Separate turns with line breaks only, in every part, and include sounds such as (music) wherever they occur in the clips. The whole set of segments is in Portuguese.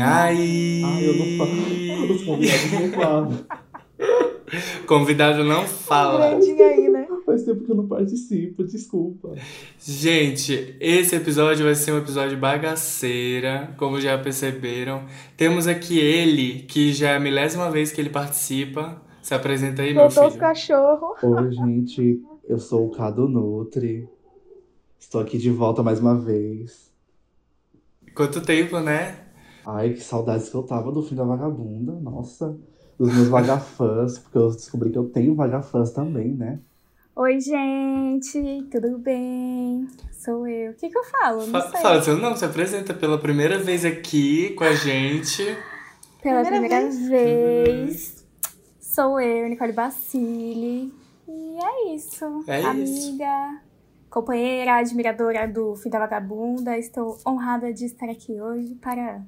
Inhai.
Ai, Ah, (laughs) eu não falo. Os convidados não falam.
Convidado não fala.
Grandinho aí, né?
Faz tempo que eu não participo, desculpa.
Gente, esse episódio vai ser um episódio bagaceira, como já perceberam. Temos aqui ele, que já é a milésima vez que ele participa. Se apresenta aí, meu
Soltou os
filho.
cachorros.
Oi, gente. Eu sou o Cado Nutri. Estou aqui de volta mais uma vez.
Quanto tempo, né?
Ai, que saudades que eu tava do fim da vagabunda, nossa. Dos meus vagafãs, porque eu descobri que eu tenho vagafãs também, né?
Oi, gente, tudo bem? Sou eu. O que, que eu falo? Não
Fa-
sei.
Fala seu nome, se apresenta pela primeira vez aqui com a gente.
Pela
Primeira
primeira, vez. sou eu, Nicole Bacilli. E é isso.
É isso.
Amiga, companheira, admiradora do Fim da Vagabunda. Estou honrada de estar aqui hoje para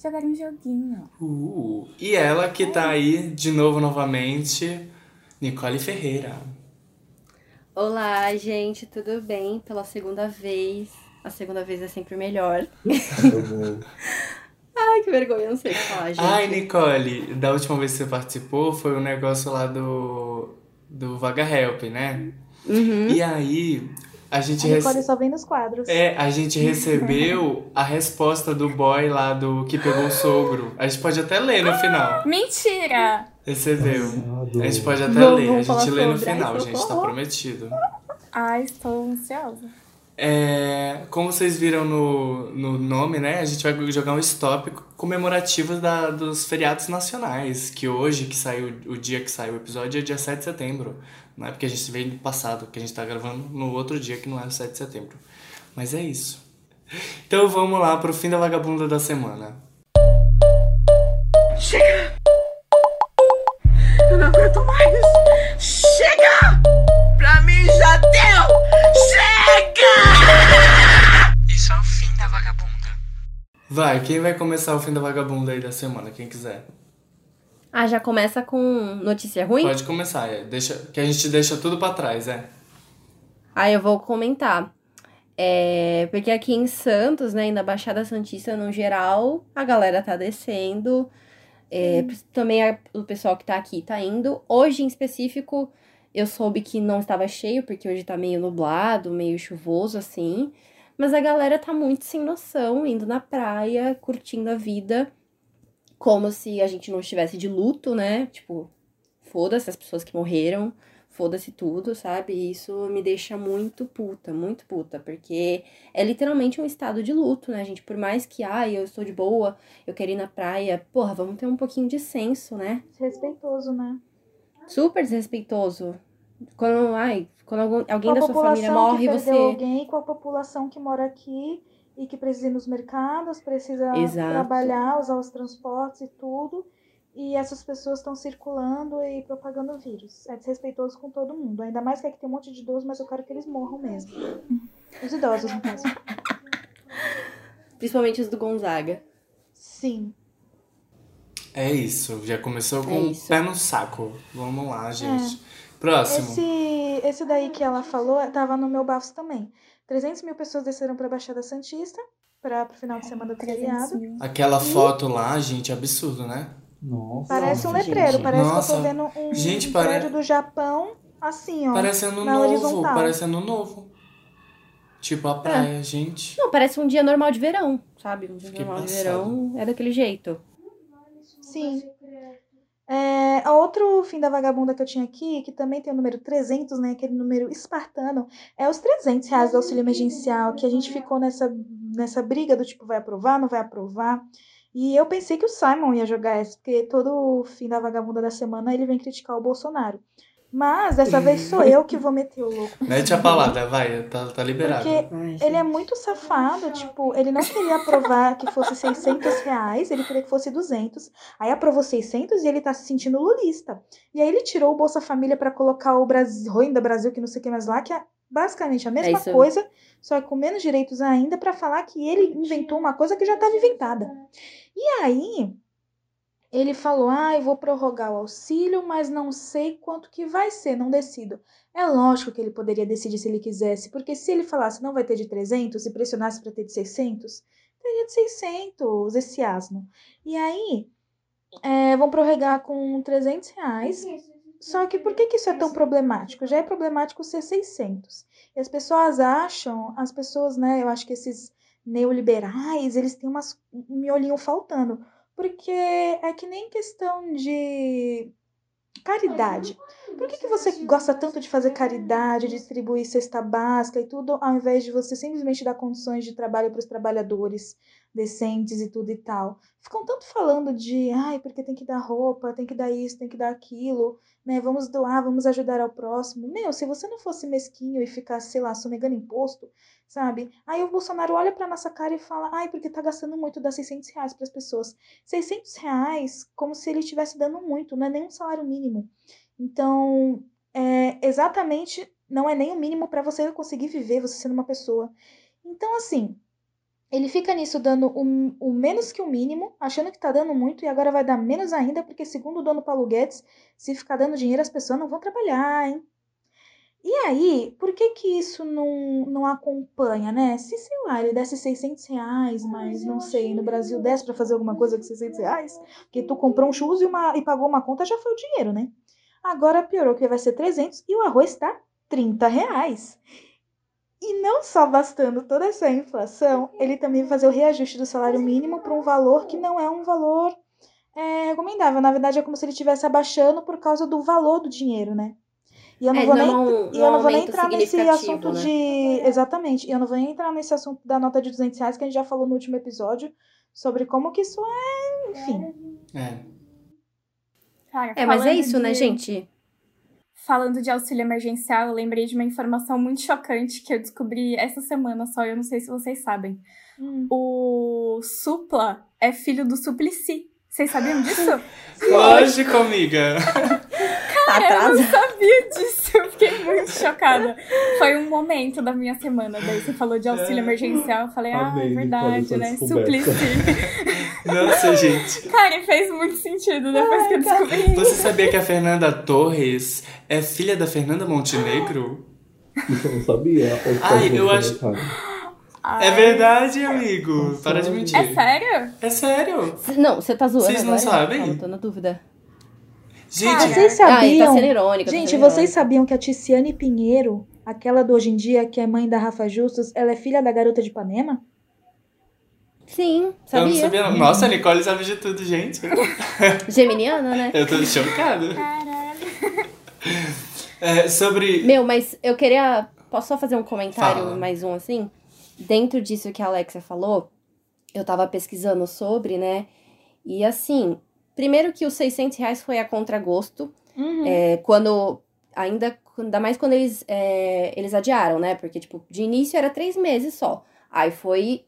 jogar um joguinho.
Uh, e ela que tá aí de novo novamente, Nicole Ferreira.
Olá, gente, tudo bem? Pela segunda vez. A segunda vez é sempre melhor.
Eu vou.
Ai, que vergonha, eu não sei o que falar, gente.
Ai, Nicole, da última vez que você participou foi o negócio lá do. do Vaga Help, né?
Uhum.
E aí, a gente
A Nicole
recebeu.
só vem nos quadros.
É, a gente recebeu a resposta do boy lá do que pegou o sogro. A gente pode até ler no final.
Mentira!
Recebeu.
Passado.
A gente pode até
Vamos-
ler. A gente
vamos falar
lê no
sobre. Ai,
final, gente. Tá
socorro.
prometido.
Ai, Ah, estou ansiosa.
É, como vocês viram no, no nome, né? A gente vai jogar um stop comemorativo da, dos feriados nacionais. Que hoje, que saiu o dia que saiu o episódio, é dia 7 de setembro. Não é porque a gente veio do passado, que a gente tá gravando no outro dia que não é o 7 de setembro. Mas é isso. Então vamos lá pro fim da vagabunda da semana.
Eu não aguento mais. Chega! Pra mim já deu! Chega! Isso é o fim da vagabunda.
Vai, quem vai começar o fim da vagabunda aí da semana? Quem quiser.
Ah, já começa com notícia ruim?
Pode começar, é. deixa, que a gente deixa tudo pra trás, é.
Ah, eu vou comentar. É, porque aqui em Santos, né, e na Baixada Santista no geral, a galera tá descendo. É, pr- também a- o pessoal que tá aqui tá indo. Hoje em específico, eu soube que não estava cheio, porque hoje tá meio nublado, meio chuvoso assim. Mas a galera tá muito sem noção, indo na praia, curtindo a vida, como se a gente não estivesse de luto, né? Tipo, foda-se as pessoas que morreram foda-se tudo, sabe? E isso me deixa muito puta, muito puta, porque é literalmente um estado de luto, né, gente? Por mais que, ai, eu estou de boa, eu quero ir na praia, porra, vamos ter um pouquinho de senso, né?
Respeitoso, né?
Super desrespeitoso. Quando, ai, quando algum- alguém da
com a
sua família
população
morre,
que
você.
perdeu alguém, com a população que mora aqui e que precisa ir nos mercados, precisa
Exato.
trabalhar, usar os transportes e tudo. E essas pessoas estão circulando e propagando o vírus. É desrespeitoso com todo mundo. Ainda mais que aqui tem um monte de idosos, mas eu quero que eles morram mesmo. Os idosos, no caso.
Principalmente os do Gonzaga.
Sim.
É isso, já começou com
É
o
isso.
pé no saco. Vamos lá, gente. Próximo.
Esse, esse daí que ela falou tava no meu bafo também. 300 mil pessoas desceram pra Baixada Santista para o final de semana do feriado.
Aquela foto lá, gente, absurdo, né?
Nossa.
Parece um
Nossa,
letreiro,
gente.
parece que
Nossa.
eu tô vendo um,
Gente,
um
pare-
prédio do Japão, assim, ó.
Parece ano
na
novo,
horizontal.
parece ano novo. Tipo a praia, gente.
Não, parece um dia normal de verão, sabe? Um dia
Fiquei
normal de
passado.
verão é daquele jeito.
Sim. É, outro fim da vagabunda que eu tinha aqui, que também tem o número 300, né? Aquele número espartano, é os 300 reais do auxílio emergencial, que a gente ficou nessa, nessa briga do tipo, vai aprovar, não vai aprovar. E eu pensei que o Simon ia jogar essa, porque todo fim da vagabunda da semana ele vem criticar o Bolsonaro. Mas dessa vez sou eu que vou meter o louco.
Mete a palada, vai, tá, tá liberado.
Porque
Ai,
Ele é
gente.
muito safado, tipo, ele não queria aprovar que fosse 600 reais, ele queria que fosse 200. Aí aprovou 600 e ele tá se sentindo lulista. E aí ele tirou o Bolsa Família pra colocar o Brasil, Roinda Brasil, que não sei o que mais lá, que é basicamente a mesma
isso.
coisa, só que com menos direitos ainda, pra falar que ele inventou uma coisa que já tava inventada. E aí ele falou, ah, eu vou prorrogar o auxílio, mas não sei quanto que vai ser, não decido. É lógico que ele poderia decidir se ele quisesse, porque se ele falasse não vai ter de 300 e pressionasse para ter de 600, teria de 600 esse asno. E aí, é, vão prorrogar com 300 reais. Só que por que, que isso é tão problemático? Já é problemático ser 600. E as pessoas acham, as pessoas, né, eu acho que esses neoliberais, eles têm umas, um miolinho faltando. Porque é que nem questão de caridade. Por que, que você gosta tanto de fazer caridade, distribuir cesta básica e tudo, ao invés de você simplesmente dar condições de trabalho para os trabalhadores decentes e tudo e tal? Ficam tanto falando de, ai, porque tem que dar roupa, tem que dar isso, tem que dar aquilo, né? Vamos doar, vamos ajudar ao próximo. Meu, se você não fosse mesquinho e ficasse, sei lá, sonegando imposto, sabe? Aí o Bolsonaro olha para nossa cara e fala, ai, porque tá gastando muito, dá 600 reais para as pessoas. 600 reais, como se ele estivesse dando muito, não é nem um salário mínimo. Então, é, exatamente, não é nem o mínimo para você conseguir viver, você sendo uma pessoa. Então, assim, ele fica nisso dando o, o menos que o mínimo, achando que tá dando muito e agora vai dar menos ainda, porque, segundo o dono Paulo Guedes, se ficar dando dinheiro, as pessoas não vão trabalhar, hein? E aí, por que que isso não, não acompanha, né? Se, sei lá, ele desse 600 reais,
Ah,
mas não sei, no Brasil desse para fazer alguma coisa com 600 reais, porque tu comprou um churros e, uma, e pagou uma conta, já foi o dinheiro, né? Agora piorou, que vai ser 300 e o arroz está 30 reais. E não só bastando toda essa inflação, ele também vai fazer o reajuste do salário mínimo para um valor que não é um valor é, recomendável. Na verdade, é como se ele estivesse abaixando por causa do valor do dinheiro, né? E eu não
É,
vou
não
nem,
é um-
e
não é
eu
um
não vou nem
aumento
entrar nesse
significativo,
assunto
né?
de. Exatamente. E eu não vou nem entrar nesse assunto da nota de 200 reais que a gente já falou no último episódio sobre como que isso é. Enfim.
É.
Cara,
É, mas é
falando
isso, né,
de-
(laughs)
gente?
Falando de auxílio emergencial, eu lembrei de uma informação muito chocante que eu descobri essa semana só, eu não sei se vocês sabem.
Hum.
O Supla é filho do Suplicy. Vocês sabiam disso?
Lógico, amiga.
Tá atrasado.
sabia disso, eu fiquei muito chocada. Foi um momento da minha semana, daí você falou de auxílio emergencial, eu falei, ah,
Amei,
é
Nicole,
verdade,
essa
né?
descoberta.
Suplicy.
Nossa, gente.
(laughs) Cara, e fez muito sentido depois que eu descobri.
Você sabia que a Fernanda Torres é filha da Fernanda Montenegro?
Isso eu não sabia. Ou
Ai,
pode
eu
ser
acho-
comentário.
É verdade, amigo. Para de mentir.
Ah, É sério?
É sério.
Não, você tá zoando
Vocês não
agora?
sabem?
Ah, eu tô na dúvida.
Gente,
Vocês
Ah, ele tá
sabiam?
sendo irônico. tá
Gente,
sendo
vocês
irônico.
sabiam que a Ticiane Pinheiro, aquela do hoje em dia, que é mãe da Rafa Justus, ela é filha da garota de Ipanema?
Sim,
eu não
sabia?
sabia. não. Nossa, a Nicole sabe de tudo, gente. (laughs)
Geminiana, né?
Eu tô chocado.
Caralho.
É, sobre.
Meu, mas eu queria. Posso só fazer um comentário,
Fala.
mais um assim? Dentro disso que a Alexia falou, eu tava pesquisando sobre, né? E assim, primeiro que os 600 reais foi a contragosto.
Uhum.
É, quando. Ainda, ainda mais quando eles, é, eles adiaram, né? Porque, tipo, de início era três meses só. Aí foi.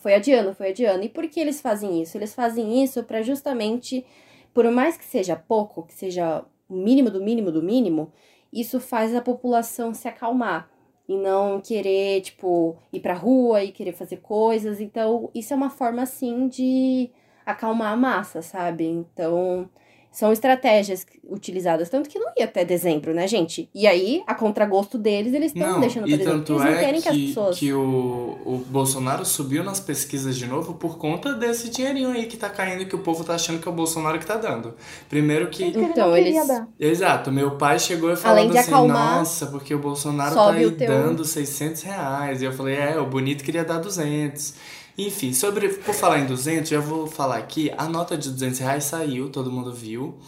Foi adiando, foi adiando. E por que eles fazem isso? Eles fazem isso pra justamente, por mais que seja pouco, que seja o mínimo do mínimo do mínimo, isso faz a população se acalmar e não querer, tipo, ir pra rua e querer fazer coisas. Então, isso é uma forma, assim, de acalmar a massa, sabe? Então, são estratégias utilizadas. Tanto que não ia até dezembro, né, gente? E aí, a contragosto deles, eles estão
Não,
deixando pra
e
dezembro. porque
tanto
Eles não
é
querem que, as
que,
pessoas.
que o, o Bolsonaro subiu nas pesquisas de novo por conta desse dinheirinho aí que tá caindo, que o povo tá achando que é o Bolsonaro que tá dando. Primeiro que
Porque ele
Então,
não queria
eles-
é
dar.
Exato, meu pai chegou e
Além
falando
de
assim,
acalmar,
nossa, porque o Bolsonaro tá
sobe
aí
o teu-
dando 600 reais. E eu falei, é, o bonito queria dar 200. Enfim, sobre, por falar em 200, já vou falar aqui, a nota de 200 reais saiu, todo mundo viu.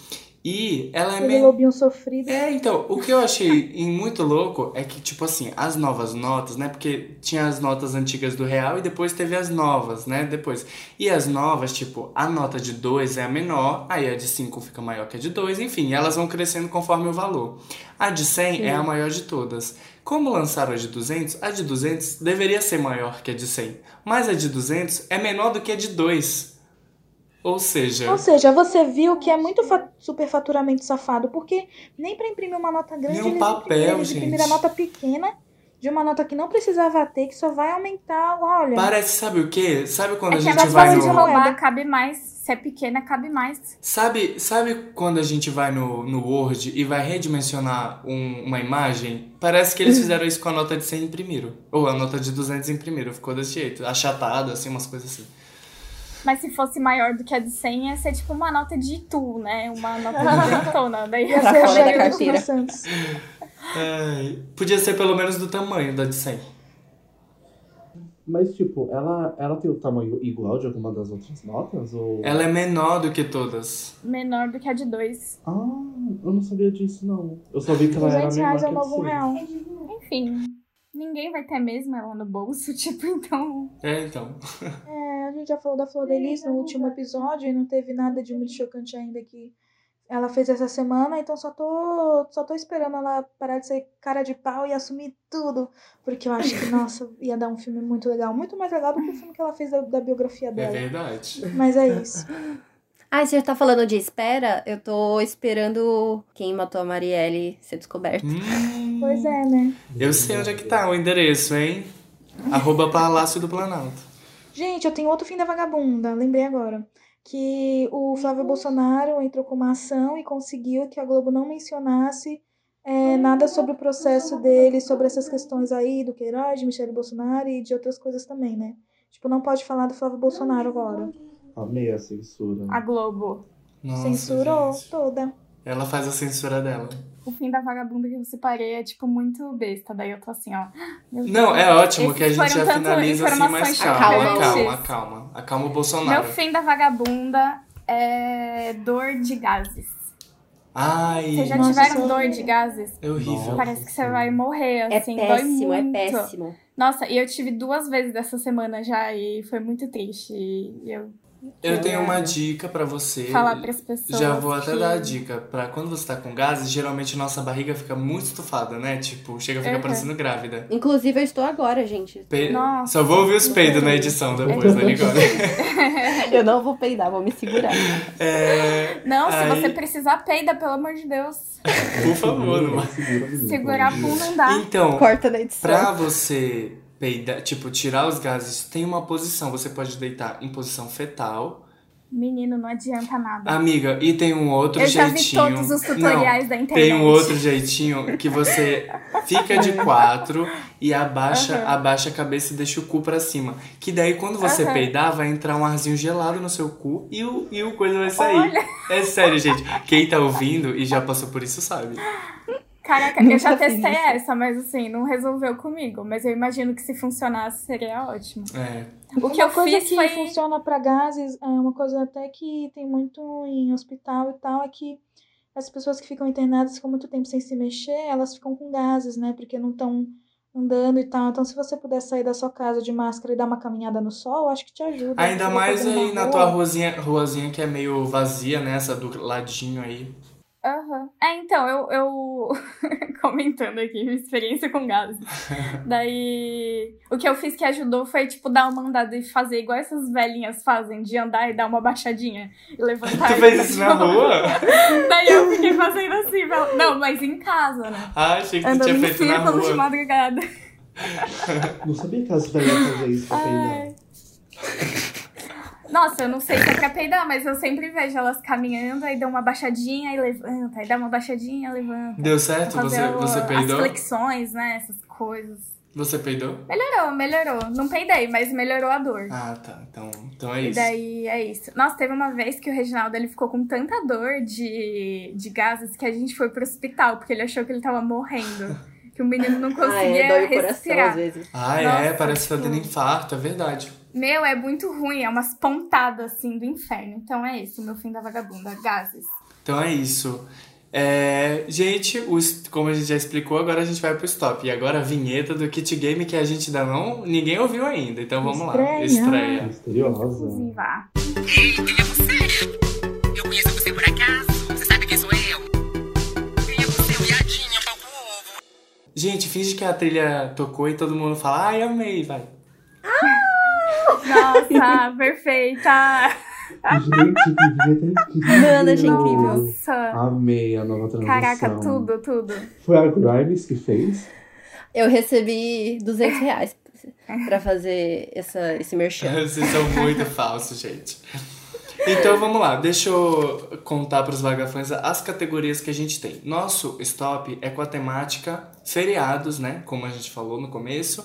E ela é
Ele
meio...
lobinho sofrido.
É, então, o que eu achei em muito louco é que, tipo assim, as novas notas, né? Porque tinha as notas antigas do real e depois teve as novas, né? Depois. E as novas, tipo, a nota de 2 é a menor, aí a de 5 fica maior que a de 2, enfim, elas vão crescendo conforme o valor. A de 100 é a maior de todas. Como lançaram a de 200, a de 200 deveria ser maior que a de 100, mas a de 200 é menor do que a de 2. Ou seja,
Ou seja, você viu que é muito fa- superfaturamento safado, porque nem pra imprimir uma nota grande
Nem um
eles
papel,
imprimiram, eles
gente.
imprimiram a nota pequena, de uma nota que não precisava ter, que só vai aumentar, olha.
Parece, sabe o quê? Sabe quando
É
a
que a
gente vai
proposta
no.
de
no-
roubar cabe mais. Se é pequena, cabe mais.
Sabe, sabe quando a gente vai no, no Word e vai redimensionar um- uma imagem? Parece que eles fizeram isso com a nota de 100 imprimiram. Ou a nota de 200 imprimiram. Ficou desse jeito. Achatado, assim, umas coisas assim.
Mas se fosse maior do que a de 100, ia ser tipo uma nota de tu, né? Uma nota
(laughs)
de detona. Daí ia
Ia
Pra
ser
ser
o
fora da
cheque do
meio-
carteira.
Silvio Santos.
Ai, podia ser pelo menos do tamanho da de 100.
Mas, tipo, ela, ela tem o tamanho igual de alguma das outras notas? Ou...
Ela é menor do que todas.
menor do que a de 2.
Ah, eu não sabia disso, não. Eu só vi que ela era
200
menor
reais
que a
é o
de
novo
seis.
real.
Enfim, ninguém vai ter mesmo ela no bolso, (laughs) tipo, então.
É, então.
É, a gente já falou da Flor Delis no último episódio e não teve nada de muito chocante ainda que ela fez essa semana, então só tô, só tô esperando ela parar de ser cara de pau e assumir tudo, porque eu acho que, nossa, ia dar um filme muito legal, muito mais legal do que o filme que ela fez da, da biografia
É
dela.
verdade.
Mas é isso.
Ah, você tá falando de espera? Eu tô esperando quem matou a Marielle ser descoberto.
Hum,
Pois é, né?
eu sei onde é que tá o endereço, hein? Arroba Palácio do Planalto.
Gente, eu tenho outro fim da vagabunda, lembrei agora. Que o Flávio Bolsonaro entrou com uma ação e conseguiu que a Globo não mencionasse é, nada sobre o processo dele, sobre essas questões aí do Queiroz, de Michele Bolsonaro e de outras coisas também, né? Tipo, não pode falar do Flávio Bolsonaro agora.
Amei a censura.
A Globo.
Nossa,
Censurou
gente.
toda.
Ela faz a censura dela.
O fim da vagabunda que eu separei é, tipo, muito besta. Daí eu tô assim, ó. meu
Não,
Deus.
é ótimo
Esses
que a gente já
foram tanto
finaliza assim, mas
informações
calma,
chocantes.
calma, calma. Acalma o
Meu
Bolsonaro.
fim da vagabunda é dor de gases.
Ai,
Vocês já
Nossa,
tiveram
isso é
dor
horrível.
de gases?
é horrível.
Nossa.
Parece que você vai morrer,
um É
assim, dói
péssimo, é
muito.
péssimo.
Nossa, e eu tive duas vezes dessa semana já e foi muito triste. E eu
Eu tenho uma
Caralho.
dica pra você.
é falar pras pessoas.
Já vou até
que-
dar a dica. Pra quando você tá com gases, geralmente nossa barriga fica muito estufada, né? Tipo, chega a ficar
Uhum.
parecendo grávida.
Inclusive, eu estou agora, gente.
Pe-
Nossa. É
Só vou ouvir os peidos na edição depois, né, Nicole?
(laughs)
Eu não vou peidar, vou me segurar.
É,
Não, se
Aí-
você precisar, peida, pelo amor de Deus.
por favor, não vai.
Segura,
(laughs)
menina.
Segurar a bunda não dá.
Então,
(laughs) Corta na edição.
Pra você peidar, tipo, tirar os gases, tem uma posição. Você pode deitar em posição fetal.
Menino, não adianta nada.
Amiga, e tem um Ah, outro
eu já
jeitinho.
vi todos os tutoriais da
Não,
internet.
tem um outro jeitinho que você fica de quatro e abaixa,
Aham.
abaixa a cabeça e deixa o cu pra cima. Que daí, quando você
Aham.
peidar, vai entrar um arzinho gelado no seu cu e o, e o coisa vai sair.
Olha,
É sério, gente. Quem tá ouvindo e já passou por isso sabe.
caraca, eu
Nunca
já
fiz
testei
isso.
essa, mas assim, não resolveu comigo. Mas eu imagino que se funcionasse, seria ótimo.
É.
O que eu
uma coisa
fiz
que
foi...
funciona pra gases, é uma coisa até que tem muito em hospital e tal, é que as pessoas que ficam internadas ficam muito tempo sem se mexer, elas ficam com gases, né? Porque não estão andando e tal. Então, se você puder sair da sua casa de máscara e dar uma caminhada no sol, acho que te ajuda.
Ainda
Você
mais
vai
aí
pra
na
rua.
tua ruazinha, ruazinha que é meio vazia, né? Essa do ladinho aí.
Aham. É, então, eu, (laughs) eu comentando aqui minha experiência
(laughs)
com gases. Daí, o que eu fiz que ajudou foi, tipo, dar uma andada e fazer igual essas velhinhas fazem, de andar e dar uma baixadinha e levantar.
Tu
e-
fez isso na rua?
(laughs) Daí eu fiquei fazendo assim, pra- não, mas em casa, né?
Ah, achei que tu
Andando
tinha
em
feito na
círculos de
rua.
madrugada.
Não sabia que elas velhinhas fazer isso pra peidar.
Nossa, eu não sei se é pra peidar, mas eu sempre vejo elas caminhando, aí dá uma baixadinha e levanta, aí dá uma baixadinha e levanta.
Deu certo? Você,
Fazer o-
você peidou?
As flexões, né? Essas coisas.
Você peidou?
Melhorou, melhorou. Não peidei, mas melhorou a dor.
Ah, tá. Então, então é
E
isso.
daí é isso. Nossa, teve uma vez que o Reginaldo ele ficou com tanta dor de, de gases que a gente foi pro hospital, porque ele achou que ele tava morrendo. Que o menino não
Ah, é,
conseguia
dói o coração às
respirar.
vezes.
Ah, é,
Nossa,
parece que tá
tipo-
tendo infarto, é verdade.
Meu, é muito ruim, é umas pontadas assim do inferno. Então é isso, meu fim da vagabunda, gases.
Então é isso. É, gente, o est- como a gente já explicou, agora a gente vai pro stop. E agora a vinheta do Kit Game que a gente ainda não. ninguém ouviu ainda. Então vamos lá.
Estreia.
Estreia.
Misteriosa.
Inclusiva.
Ei, quem é você? Eu conheço você por acaso. Você sabe quem sou eu? Quem é você, viadinha, pau com ovo?
Gente, finge que a trilha tocou e todo mundo fala, ai, amei, vai.
Nossa, perfeita!
Gente, que vinheta incrível.
Mano, achei incrível.
Nossa!
Amei a nova transição.
Caraca, tudo, tudo.
Foi a Grimes que fez?
Eu recebi 200 reais pra fazer essa, esse merchan.
Vocês são
(laughs)
muito falsos, gente. Então vamos lá, deixa eu contar para os vagafãs as categorias que a gente tem. Nosso stop é com a temática feriados, né? Como a gente falou no começo.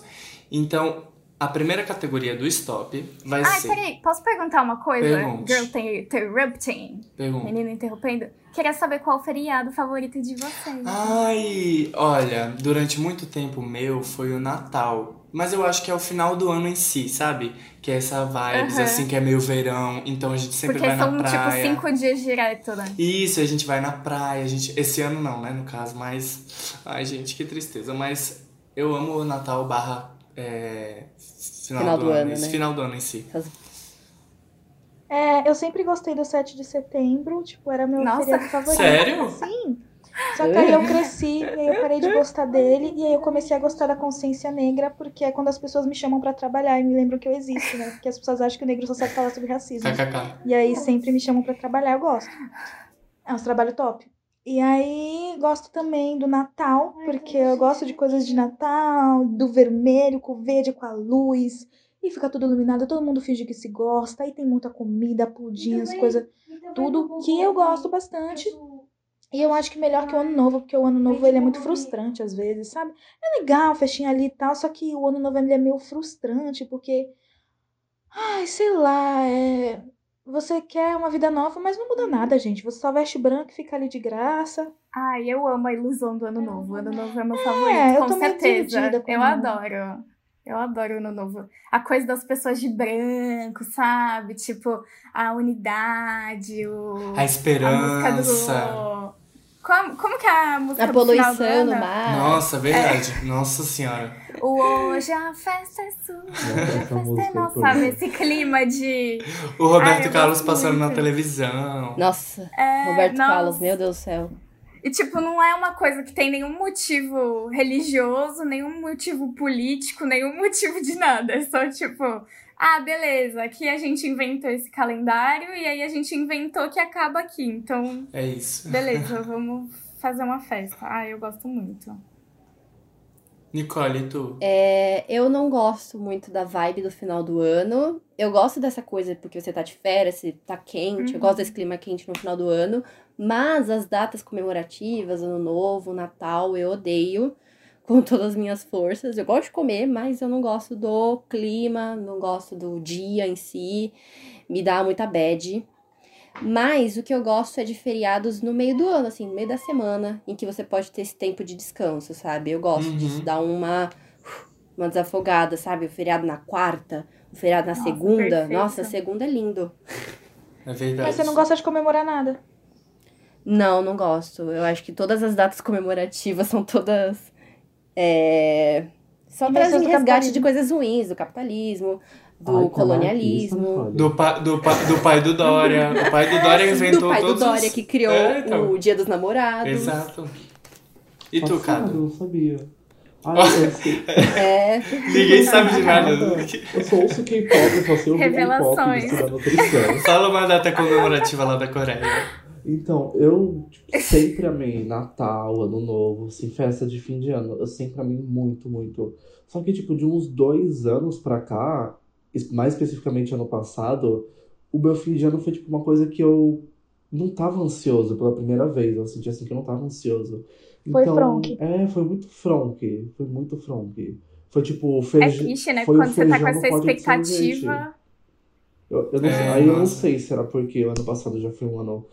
Então, a primeira categoria do stop vai
Ai,
ser.
peraí, posso perguntar uma coisa?
Pergunte.
Girl tem interrupting.
Pergunta.
Menino interrompendo. Queria saber qual o feriado favorito de vocês.
Ah, Ai, olha, durante muito tempo meu foi o Natal. Mas eu acho que é o final do ano em si, sabe? Que é essa vibes,
Aham.
assim, que é meio verão. Então a gente sempre
Porque
vai
são
na
tipo
praia.
cinco dias direto, né?
Isso, a gente vai na praia, a gente. Esse ano não, né? No caso, mas. Ai, gente, que tristeza. Mas eu amo o Natal barra. é, Final, do, ano. esse
né?
Final do ano em si.
É, eu sempre gostei do 7 de setembro, tipo, era meu
Nossa.
feriado favorito.
Sério?
Sim. Só que aí eu cresci, e aí eu parei de gostar dele, e aí eu comecei a gostar da consciência negra, porque é quando as pessoas me chamam pra trabalhar e me lembram que eu existo, né? Porque as pessoas acham que o negro só sabe falar sobre racismo.
KKK.
E aí sempre me chamam pra trabalhar, eu gosto. É um trabalho top. E aí gosto também do Natal, porque eu gosto de coisas de Natal, do vermelho com o verde, com a luz. E fica tudo iluminado, todo mundo finge que se gosta, aí tem muita comida, pudim, as coisas, tudo que um eu gosto bastante. E eu acho que melhor que o ano novo, porque o ano novo ele é muito frustrante às vezes, sabe? É legal, festinha ali e tal, só que o ano novo ele é meio frustrante, porque. Ai, sei lá, é. Você quer uma vida nova, mas não muda
Uhum.
nada, gente. Você só veste branco e fica ali de graça.
Ai, eu amo a ilusão do ano novo. O ano novo é meu favorito,
eu
com
tô meio
certeza.
desiludida com
Eu
o ano
adoro. Eu adoro o ano novo. A coisa das pessoas de branco, sabe? Tipo, a unidade, o...
A
a música
esperança.
do... Como, como que é a música
A
do final do
poluição
ano?
no mar.
Nossa, verdade. Nossa senhora.
O hoje a festa é sua, a (laughs)
Essa
festa é
música é
nossa,
boa.
sabe? Esse clima de...
O Roberto
eu
Carlos
gosto
passando na
muito.
televisão.
Nossa,
É,
Roberto
nossa.
Carlos, meu Deus do céu.
E, tipo, não é uma coisa que tem nenhum motivo religioso, nenhum motivo político, nenhum (laughs) motivo de nada. É só, tipo, ah, beleza, aqui a gente inventou esse calendário e aí a gente inventou que acaba aqui. Então,
É isso.
(laughs)
beleza, vamos fazer uma festa. Ah, eu gosto muito.
Nicole, e tu?
É, eu não gosto muito da vibe do final do ano. Eu gosto dessa coisa porque você tá de férias, você tá quente. Eu
Uhum.
gosto desse clima quente no final do ano. Mas as datas comemorativas, Ano Novo, Natal, eu odeio (laughs) com todas as minhas forças. Eu gosto de comer, mas eu não gosto do clima, não gosto do dia em si. Me dá muita bad. Mas o que eu gosto é de feriados no meio do ano, assim, no meio da semana, em que você pode ter esse tempo de descanso, sabe? Eu gosto
Uhum.
disso, dá uma, uma desafogada, sabe? O feriado na quarta, o feriado na
Nossa,
segunda.
perfeito.
Nossa, segunda é lindo.
É verdade.
Mas você não gosta de comemorar nada.
Não, não gosto. Eu acho que todas as datas comemorativas (laughs) são todas. É... Só
Invenções
trazem
do
resgate
capitalismo.
de coisas ruins, do capitalismo, do
Ai, é que
colonialismo.
anarquista,
Do, pa, do, pa, do pai do Dória. O pai do Dória inventou
(laughs) do pai do
todos os-
Dória que criou
É, então.
o Dia dos Namorados.
Exato. E tu,
Passado, Eu
Cado?
não sabia. Ai, eu, sei-
É,
Ninguém sabe de nada.
eu sou ouço K-pop, eu só sei ouvir K-pop
Revelações.
estudar nutrição.
Fala uma data comemorativa lá da Coreia.
Então, eu tipo, sempre amei Natal, Ano Novo, assim, festa de fim de ano. Eu sempre amei muito, muito. Só que, tipo, de uns dois anos pra cá, es- mais especificamente ano passado, o meu fim de ano foi, tipo, uma coisa que eu não tava ansioso pela primeira vez. Eu senti, assim, que eu não tava ansioso.
Foi
então,
fronque.
É, foi muito fronque. Foi muito fronque. Foi, tipo,
É
feijão...
triste, né?
foi o
Quando você tá com
feijão
essa
no pote de
expectativa.
sorvete. Eu, eu não,
É,
aí eu não
nossa.
sei se era porque o ano passado já foi um ano,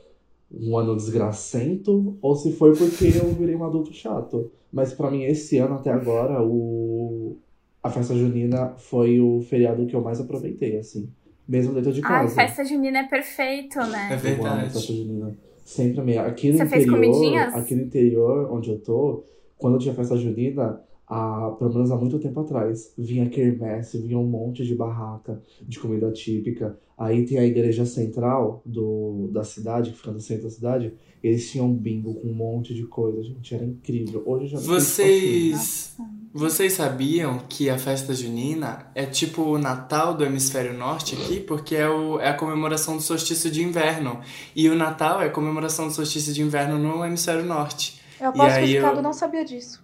um ano desgracento ou se foi porque eu virei um adulto chato. Mas pra mim, esse ano até agora, o, a festa junina foi o feriado que eu mais aproveitei, assim. Mesmo dentro de
Ai,
casa.
festa junina é perfeito,
É
(laughs)
né?
Eu amo
verdade.
festa junina. Sempre amei. Aqui no
Você fez
interior,
comidinhas?
aqui no interior onde eu tô, quando tinha festa junina, há, pelo menos há muito tempo atrás, vinha quermesse, vinha um monte de barraca de comida típica. Aí tem a igreja central do, da cidade, que fica no centro da cidade. Eles tinham bingo com um monte de coisa, gente, era incrível. Hoje eu já fico, tipo assim,
Vocês. Vocês sabiam que a festa junina é tipo o Natal do hemisfério norte aqui, porque é, o, é a comemoração do solstício de inverno. E o Natal é a comemoração do solstício de inverno no hemisfério norte.
Eu aposto
aí
que o Chicago
eu-
não sabia disso.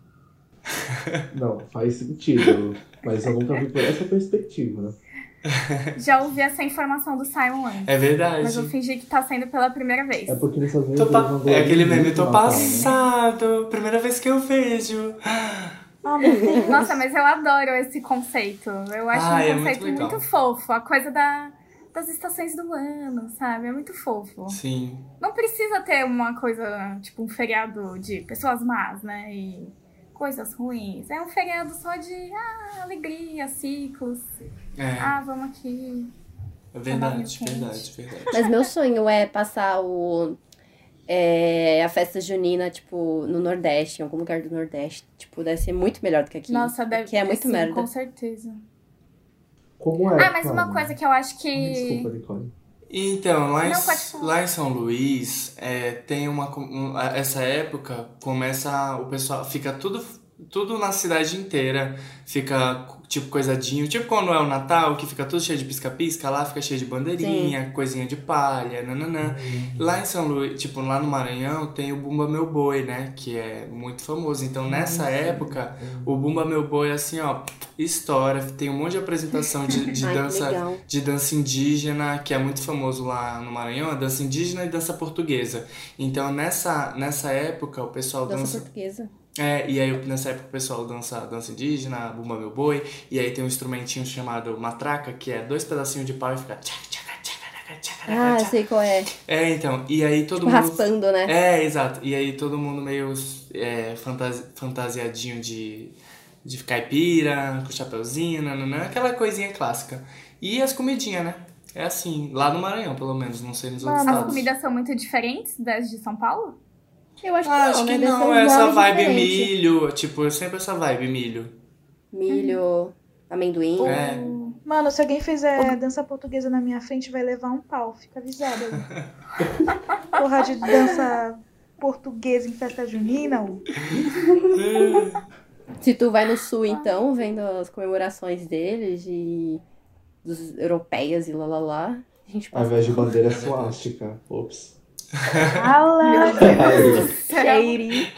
Não, faz sentido. Mas eu nunca vi por essa perspectiva. né?
Já ouvi essa informação do Simon antes.
É verdade.
Mas eu fingi que tá saindo pela primeira vez.
É porque nessas vezes.
Tô
eles
pa-
mandam
É aquele meme,
muito
tô
Natal, né?
passado. Primeira vez que eu vejo.
Oh, meu
(laughs)
Deus.
Nossa, mas eu adoro esse conceito. Eu acho
Ah, é
um
muito
conceito muito,
legal.
fofo. A coisa da, das estações do ano, sabe? É muito fofo.
Sim.
Não precisa ter uma coisa, tipo, um feriado de pessoas más, né? E coisas ruins. É um feriado só de ah, alegria, ciclos.
É,
Ah, vamos aqui.
é verdade,
Tá bom,
verdade, verdade.
Mas meu sonho é passar o, é, a festa junina, tipo, no Nordeste, em algum lugar do Nordeste. Tipo, deve ser muito melhor do que aqui.
Nossa, deve
Que é muito
sim,
merda.
Com certeza.
Como é?
Ah, mas uma
Clara?
coisa que eu acho que.
Desculpa, Nicole.
Então, lá, em,
Não,
S-
pode falar.
lá em São Luís, é, tem uma. com- um- a- essa época começa. O pessoal. Fica tudo, tudo na cidade inteira. Fica tipo coisadinho. Tipo quando é o Natal, que fica tudo cheio de pisca-pisca, lá fica cheio de bandeirinha, coisinha de palha, nananã. Lá em São Luís, tipo, lá no Maranhão, tem o Bumba Meu Boi, né? Que é muito famoso. Então, nessa época, o Bumba Meu Boi, assim, ó, história. Tem um monte de apresentação de, de
Ai, que
dança
legal.
de dança indígena, que é muito famoso lá no Maranhão, a dança indígena e dança portuguesa. Então, nessa, nessa época, o pessoal
Dança
dança.
portuguesa.
É, e aí nessa época o pessoal dança dança indígena, bumba meu boi, e aí tem um instrumentinho chamado matraca, que é dois pedacinhos de pau e fica. tchaca, tchaca, tchaca, tchaca, tchaca,
Ah, eu
tchaca.
sei qual é.
É, então, e aí todo
Tipo,
mundo.
raspando, né?
É, exato. E aí todo mundo meio é, fantasi- fantasiadinho de, de caipira, com chapeuzinho, nananã, aquela coisinha clássica. E as comidinhas, né? É assim, lá no Maranhão, pelo menos, não sei nos outros
As
estados.
comidas são muito diferentes das de São Paulo?
Eu acho que
Ah,
não,
acho
né?
que
Deve ser
não,
uns
é essa
nomes
vibe
diferentes.
milho, tipo, é sempre essa vibe milho.
Milho, amendoim.
É.
Ou-
Mano, se alguém fizer dança portuguesa na minha frente, vai levar um pau. Fica avisado aí. (laughs) Porra de dança portuguesa em festa junina. ô.
Se tu vai no sul, então, vendo as comemorações deles e dos europeias e lá lá lá, a gente
Ao
passa.
invés de bandeira suástica. Ops.
Fala!
É.
(laughs)
um é Cheiri.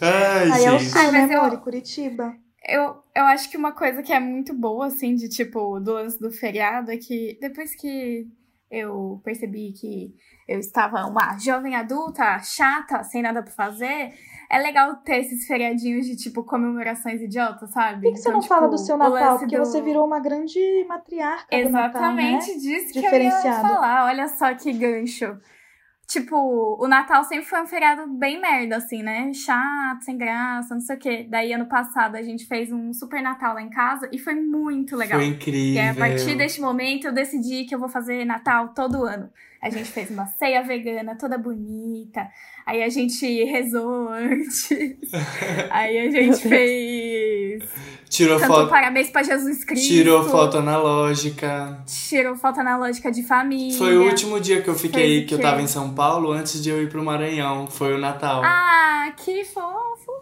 Ai,
Aí é o
gente.
sul, né,
Ah, mas eu-
amor? E Curitiba.
Eu, eu acho que uma coisa que é muito boa, assim, de tipo, do lance do feriado é que depois que eu percebi que eu estava uma jovem adulta, chata, sem nada pra fazer, é legal ter esses feriadinhos de tipo comemorações idiotas, sabe? Então, tipo,
Por que, que você não fala tipo, do seu Natal? Porque você
virou
virou uma grande matriarca do Natal, né?
Exatamente disso que eu ia
Diferenciado.
falar. Olha só que gancho. Tipo, o Natal sempre foi um feriado bem merda, assim, né? Chato, sem graça, não sei o quê. Daí, ano passado, a gente fez um super Natal lá em casa e foi muito legal.
Foi incrível.
E aí, a partir deste momento eu decidi que eu vou fazer Natal todo ano. A gente fez uma ceia vegana toda bonita. Aí a gente rezou
(laughs)
antes. aí a gente fez.
Tirou
Cantou
foto,
parabéns pra Jesus Cristo.
tirou foto analógica.
Tirou foto analógica de família.
Foi o último dia que eu
Fez
fiquei,
o
que eu
é. quê?
tava em São Paulo, antes de eu ir pro Maranhão. Foi o Natal.
Ah, que fofo.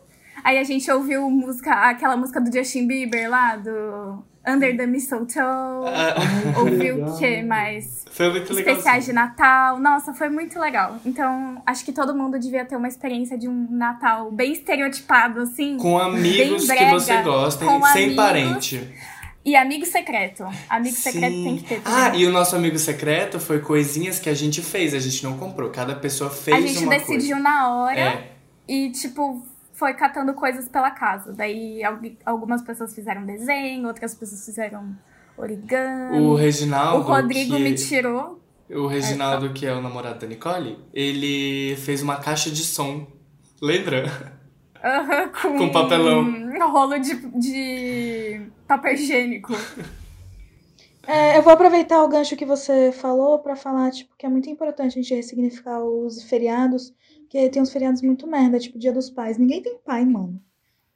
Aí a gente ouviu música, aquela música do Justin Bieber lá, do Under the Mistletoe.
Ah,
Ouviu o
legal.
que mais?
foi muito legal. assim.
Especiais de Natal. Nossa, foi muito legal. Então, acho que todo mundo devia ter uma experiência de um Natal bem estereotipado, assim.
Com amigos
Bem
que
brega,
você gosta,
com
sem
amigos.
parente.
E amigo secreto. Amigo secreto
Sim.
tem que ter.
Ah,
também.
e o nosso amigo secreto foi coisinhas que a gente fez, a gente não comprou. Cada pessoa fez
a gente
uma
decidiu na hora.
coisa. É,
E, tipo, foi catando coisas pela casa. Daí algu- algumas pessoas fizeram desenho, outras pessoas fizeram origami.
o
O
Reginaldo.
Rodrigo
que...
me tirou.
O Reginaldo, que é o namorado da Nicole, ele fez uma caixa de som. Lembra?
aham, com,
Com papelão.
Um rolo de, de papel higiênico.
É, eu vou aproveitar o gancho que você falou pra falar, tipo, que é muito importante a gente ressignificar os feriados, porque tem uns feriados muito merda, tipo Dia dos Pais. Ninguém tem pai, mano.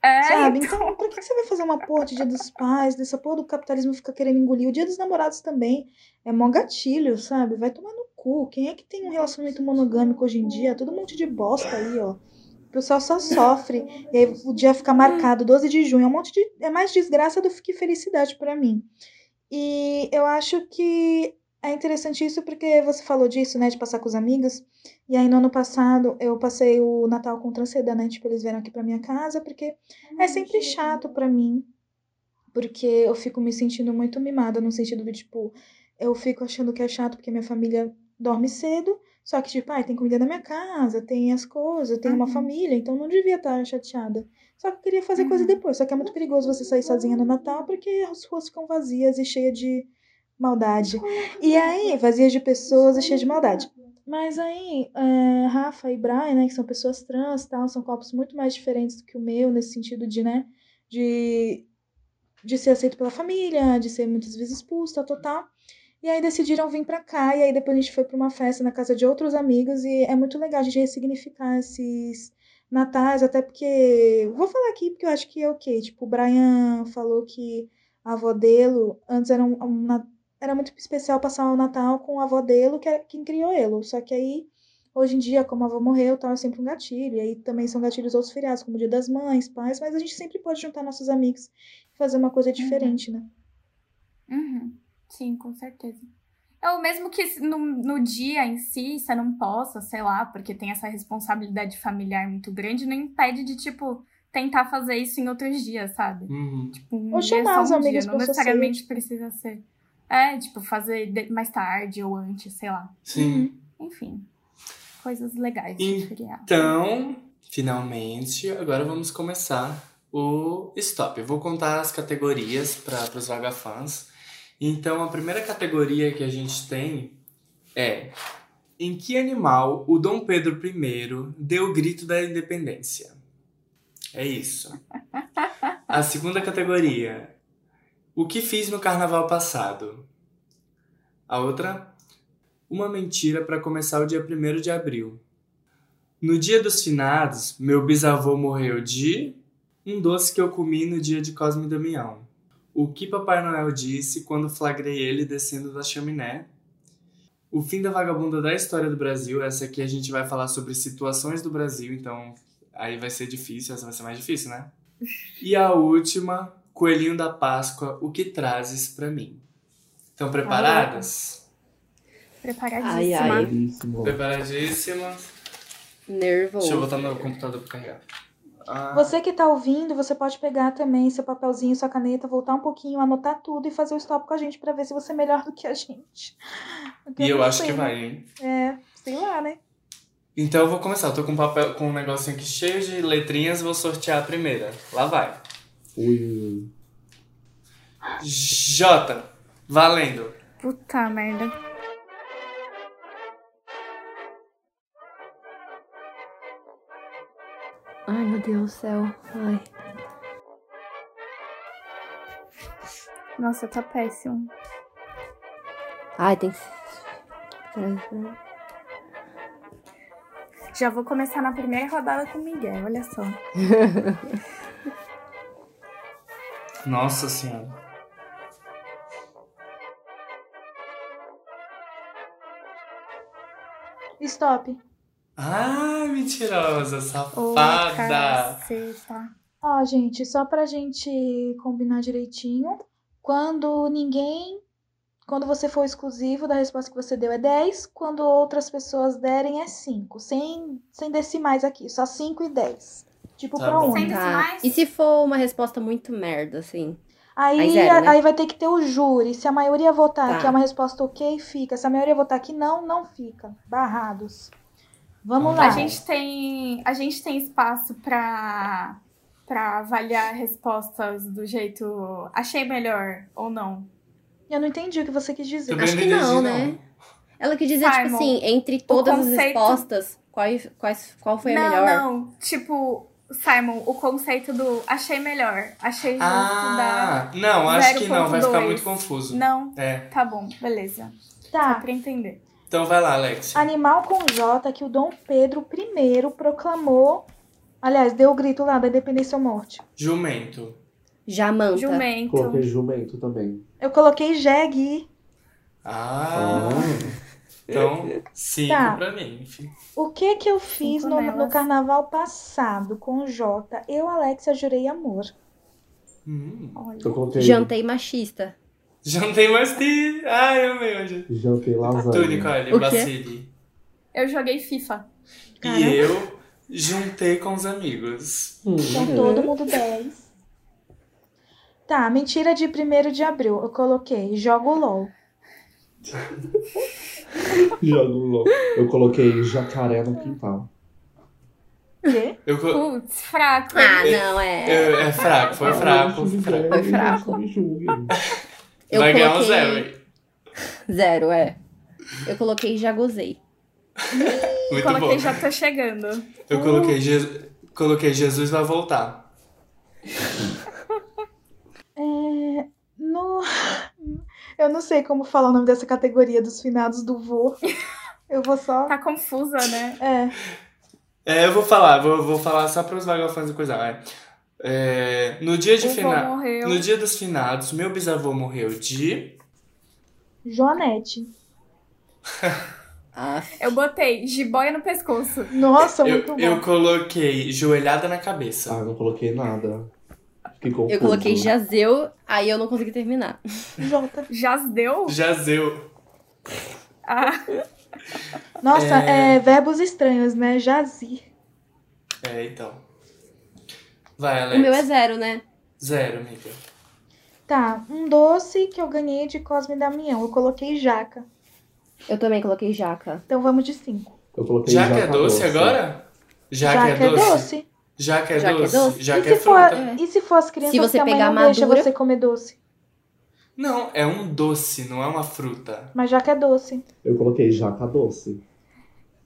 É,
Sabe?
então,
Então, pra que você vai fazer uma porra de dia dos pais, dessa porra do capitalismo fica querendo engolir? O dia dos namorados também é mó gatilho, sabe? Vai tomar no cu. Quem é que tem um relacionamento monogâmico hoje em dia? Todo um monte de bosta aí, ó. O pessoal só sofre. E aí o dia fica marcado, 12 de junho. É um monte de. É mais desgraça do que felicidade pra mim. E eu acho que é interessante isso porque você falou disso, né, de passar com os amigos. E aí no ano passado eu passei o Natal com Transceda, né? Tipo, eles vieram aqui pra minha casa, porque é sempre chato pra mim. Porque eu fico me sentindo muito mimada, no sentido de, tipo, eu fico achando que é chato porque minha família dorme cedo. Só que, tipo, ai, tem comida na minha casa, tem as coisas, tem uma família, então não devia estar chateada. Só que eu queria fazer coisa depois. Só que é muito perigoso você sair sozinha no Natal, porque as ruas ficam vazias e cheias de maldade. E aí, vazias de pessoas e cheias de maldade. Mas aí, é, Rafa e Brian, né, que são pessoas trans e tal, são corpos muito mais diferentes do que o meu, nesse sentido de, né, de, de ser aceito pela família, de ser muitas vezes expulso, tal, tal, tal. E aí decidiram vir pra cá, e aí depois a gente foi pra uma festa na casa de outros amigos, e é muito legal a gente ressignificar esses natais, até porque. Vou falar aqui porque eu acho que é o okay, Tipo, o Brian falou que a avó dele antes era um, um Natal era muito especial passar o Natal com a avó dele, que era quem criou ele. Só que aí, hoje em dia, como a avó morreu, tal, é sempre um gatilho. E aí também são gatilhos outros feriados, como o Dia das Mães, pais, mas a gente sempre pode juntar nossos amigos e fazer uma coisa diferente, né?
Uhum. Sim, com certeza. Eu, mesmo que no, no dia em si você não possa, sei lá, porque tem essa responsabilidade familiar muito grande, não impede de, tipo, tentar fazer isso em outros dias, sabe?
Uhum.
Tipo, um
Ou
dia é
chamar
só
os
um
amigos
dia,
pra
não
você
necessariamente precisa ser. É, tipo, fazer de- mais tarde ou antes, sei lá.
Sim.
Enfim, coisas legais
Em-
de feriado.
Então, finalmente, agora vamos começar o stop. Eu vou contar as categorias para os vagafãs. Então, a primeira categoria que a gente tem é em que animal o Dom Pedro I deu o grito da independência? É isso. A segunda categoria. O que fiz no carnaval passado? A outra. Uma mentira para começar o dia 1 de abril. No dia dos finados, meu bisavô morreu de. Um doce que eu comi no dia de Cosme e Damião. O que Papai Noel disse quando flagrei ele descendo da chaminé. O fim da vagabunda da história do Brasil. Essa aqui a gente vai falar sobre situações do Brasil, então aí vai ser difícil, essa vai ser mais difícil, né? E a última, Coelhinho da Páscoa, o que trazes pra mim? Estão preparadas?
Ai,
Preparadíssima.
ai.
Belíssimo.
Preparadíssimas? Deixa eu
Nervoso.
botar meu computador pra carregar. Ah,
Você que tá ouvindo, você pode pegar também seu papelzinho, sua caneta, voltar um pouquinho, anotar tudo e fazer o stop com a gente pra ver se você é melhor do que
(laughs)
a gente. Porque
e eu
não
acho
sei,
que
né?
vai, hein?
É, sei lá, né?
Então eu vou começar. Eu tô com um papel, com um negocinho aqui cheio de letrinhas, vou sortear a primeira. Lá vai.
Ui, ui, ui.
J. Valendo.
Puta merda.
Ai, meu Deus do céu. Ai.
Nossa, tá péssimo.
Ai, tem que.
Já vou começar na primeira rodada com o Miguel, olha só.
Nossa senhora.
Stop.
Ah, mentirosa,
Ô, tá
safada.
caceta.
Ó, gente, só pra gente combinar direitinho, quando ninguém. Quando você for exclusivo da resposta que você deu é 10, quando outras pessoas derem é 5. Sem, sem decimais aqui, só 5 e 10. Tipo,
Tá
pra
bom.
um.
Sem-
Tá.
Demais.
E se for uma resposta muito merda, assim?
Aí,
Aí zero, né?
aí vai ter que ter o júri. Se a maioria votar
Tá.
que é uma resposta ok, fica. Se a maioria votar que não, não fica. Barrados. Vamos
A
lá.
Tá. A gente tem, a gente tem espaço pra, pra avaliar respostas do jeito achei melhor ou não.
Eu não entendi o que você quis dizer.
Também
Acho que
entendi,
não, né? Ela quis dizer, tipo
Simon,
assim, entre todas as
conceito-
respostas, quais, quais, qual foi a
não,
melhor?
não. Tipo, Simon, o conceito do achei melhor, achei justo da...
Ah, não, acho que não, vai ficar
0.2.
muito confuso.
Não,
É.
tá bom, beleza.
Ah.
Dá
Tá.
pra entender.
Então vai lá, Alex.
Animal com J que o Dom Pedro I proclamou. Aliás, deu o grito lá da independência ou morte.
Jumento.
Jamanta.
Jumento.
Coloquei jumento também.
Eu coloquei jegue.
Ah. Então, cinco
Tá.
pra mim. enfim.
O que que eu fiz
Cinco
no, no
nelas.
carnaval passado com J? Eu, Alexia, jurei amor.
Hum.
Olha.
Eu coloquei
Jantei machista.
Já não tem mais que. Ai, eu amei hoje.
Jantei
Tu,
lasanha.
Tá Nicole,
O quê?
Bacili.
Eu joguei FIFA.
Caramba.
E eu juntei com os amigos.
Hum.
Então
Uhum.
todo mundo 10. Tá, mentira de 1 de abril. Eu coloquei, jogo LOL.
Jogo louco. Eu coloquei jacaré no quintal.
Quê?
Eu, co-
Putz, fraco.
Ah, não, é.
eu- é fraco, foi fraco.
Não me
fraco.
julguem,
fraco.
não me julguem.
Eu
Vai ganhar um
coloquei-
zero. hein?
Zero, é. Eu coloquei já gozei.
Muito
Coloquei
bom.
já tô chegando.
Eu coloquei, Je- coloquei Jesus vai voltar.
No... (laughs) Eu não sei como falar o nome dessa categoria dos finados do vô. Eu vou só.
Tá confusa, né?
É.
É, eu vou falar, vou, vou falar só para os vagafãs e coisa. vai. É, no dia de
O vô
final.
morreu.
No dia dos finados, meu bisavô morreu de.
Joanete.
Ah,
Eu botei jiboia no pescoço.
Nossa, muito
Eu,
bom.
eu coloquei joelhada na cabeça.
Ah, não coloquei nada. Fiquei confuso.
eu coloquei jazeu, aí eu não consegui terminar.
Jota.
Jasdeu?
Jazeu.
Ah,
Nossa, é... verbos estranhos, né? Jazi.
É, então. Vai, Alex.
O meu é zero, né?
Zero, amiga.
Tá, um doce que eu ganhei de Cosme e Damião. Eu coloquei jaca.
Eu também coloquei jaca.
Então vamos de cinco.
Eu coloquei
Já que é
jaca
doce agora? Já que é doce? Já que é
Já que é
doce?
doce?
Já
e,
que é
se for,
fruta?
fruta.
e se for as crianças
Se você
que a mãe
pegar
não deixa
madura-
você comer doce?
Não, é um doce, não é uma fruta.
Mas jaca é doce.
Eu coloquei jaca doce.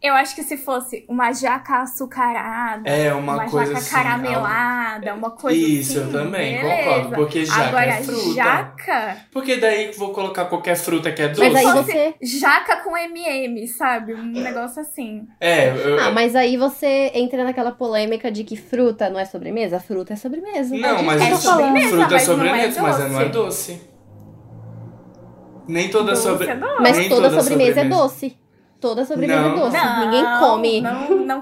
eu acho que se fosse uma jaca açucarada,
É uma,
uma,
coisa
jaca
assim.
caramelada, uma
algo-
coisa
Isso,
assim.
eu também
beleza.
concordo. Porque jaca
Agora,
é fruta.
jaca?
Porque daí vou colocar qualquer fruta que é doce.
Mas aí
Doce.
você.
Jaca com MM, sabe? Um negócio assim.
É, eu-
Ah, mas aí você entra naquela polêmica de que fruta não é sobremesa, fruta é sobremesa.
não, mas
é
isso-
sobremesa,
fruta é
mas não é
sobremesa, mas
doce.
não é doce. Nem toda
Doce
sobre...
é doce.
Mas
nem
toda,
toda
sobremesa, é
sobremesa.
doce. Toda sobremesa
Não.
é doce.
Não,
Ninguém come.
Não, não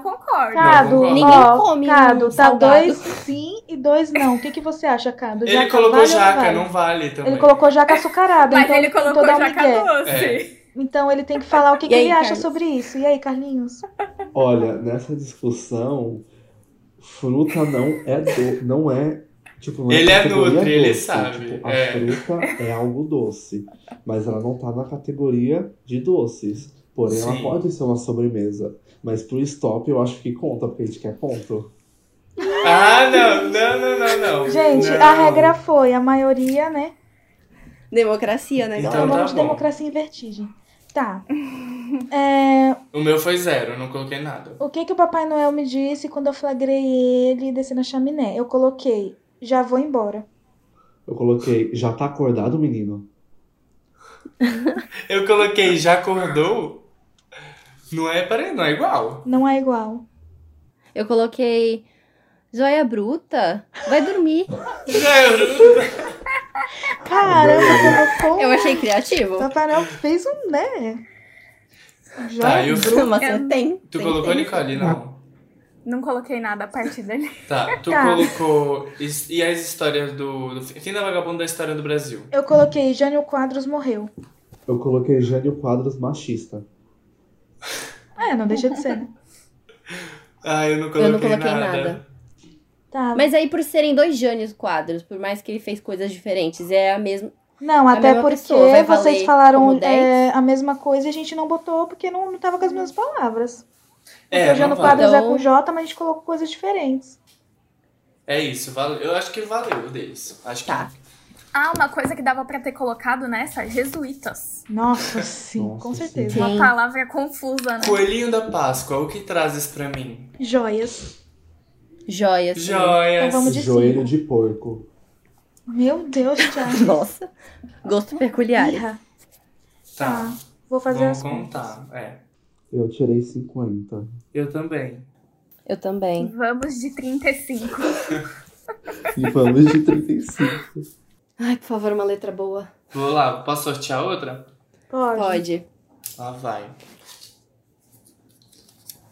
Cara,
concordo.
Cado,
concordo.
Ninguém
ó,
come
Cado,
um
tá
salgado.
dois sim e dois não. O que, que você acha, Cado?
Ele
Jaca
colocou
vale ou
jaca,
vale?
não vale também.
Ele colocou jaca açucarada,
Mas
então
ele
tentou
colocou
dar um
jaca
migué.
É.
doce.
Então ele tem que falar o que,
E
que
aí,
ele acha
Carlos?
sobre isso. E aí, Carlinhos?
Olha, nessa discussão, fruta não é do... não é tipo não
Ele é
categoria
nutri, ele
doce.
sabe,
Tipo, a
é.
fruta é algo doce, mas ela não tá na categoria de doces. Porém, ela
Sim.
pode ser uma sobremesa. Mas pro stop eu acho que conta, porque a gente quer ponto.
Ah, não, não, não, não, não.
Gente,
Não.
a regra foi, a maioria, né?
Democracia, né,
Então
galera?
tá
Vamos de
bom.
democracia em vertigem. Tá.
O meu foi zero, eu não coloquei nada.
O que que o Papai Noel me disse quando eu flagrei ele descendo a chaminé? Eu coloquei, já vou embora.
Eu coloquei, já tá acordado, menino?
Eu coloquei já acordou. Não é, pare- não é igual.
Não é igual.
Eu coloquei. Joia bruta? Vai dormir.
Zero.
Caramba, colocou.
Eu
um-
achei criativo.
Papai Noel fez um, né? Já
Tá, e o-
Mas
Eu-
você tem.
Tu
tem,
colocou,
tem.
Nicole? Não.
Não coloquei nada a partir dele. (laughs)
Tá, tu
Tá.
colocou. is- E as histórias do. do fim da vagabunda da história do Brasil.
Eu coloquei, Jânio Quadros morreu.
Eu coloquei Jânio Quadros machista.
É, não deixa de
(laughs)
ser, né?
Ah, eu não coloquei,
coloquei
nada.
nada.
Tá.
Mas aí, por serem dois Jânios quadros, por mais que ele fez coisas diferentes, é a mesma.
Não,
a
até
mesma
porque
pessoa, vai
vocês
valer como
falaram
10?
é, a mesma coisa e a gente não botou porque não, não tava com as mesmas palavras.
É,
porque o Jânio
não vale.
Quadros é
Então-
com J, mas a gente colocou coisas diferentes.
É isso, valeu. Eu acho que valeu o deles. Acho que.
Tá.
Ah, uma coisa que dava pra ter colocado nessa, jesuítas.
(laughs)
Nossa, sim,
Nossa,
com
sim.
certeza.
Sim.
Uma palavra confusa, né?
Coelhinho da Páscoa, o que trazes pra mim?
Joias.
Joias. né?
Joias.
Então vamos de
Joelho
cinco.
de porco.
Meu Deus,
(laughs)
Thiago.
Nossa. Gosto peculiar.
Irra.
Tá.
Vou fazer
Vamos
as contas.
contar. É.
Eu tirei 50.
Eu também.
Eu também.
Vamos de 35.
E vamos de 35.
Ai, por favor, uma letra boa.
Vou lá, posso sortear outra?
Pode.
Pode.
Lá Ah, vai.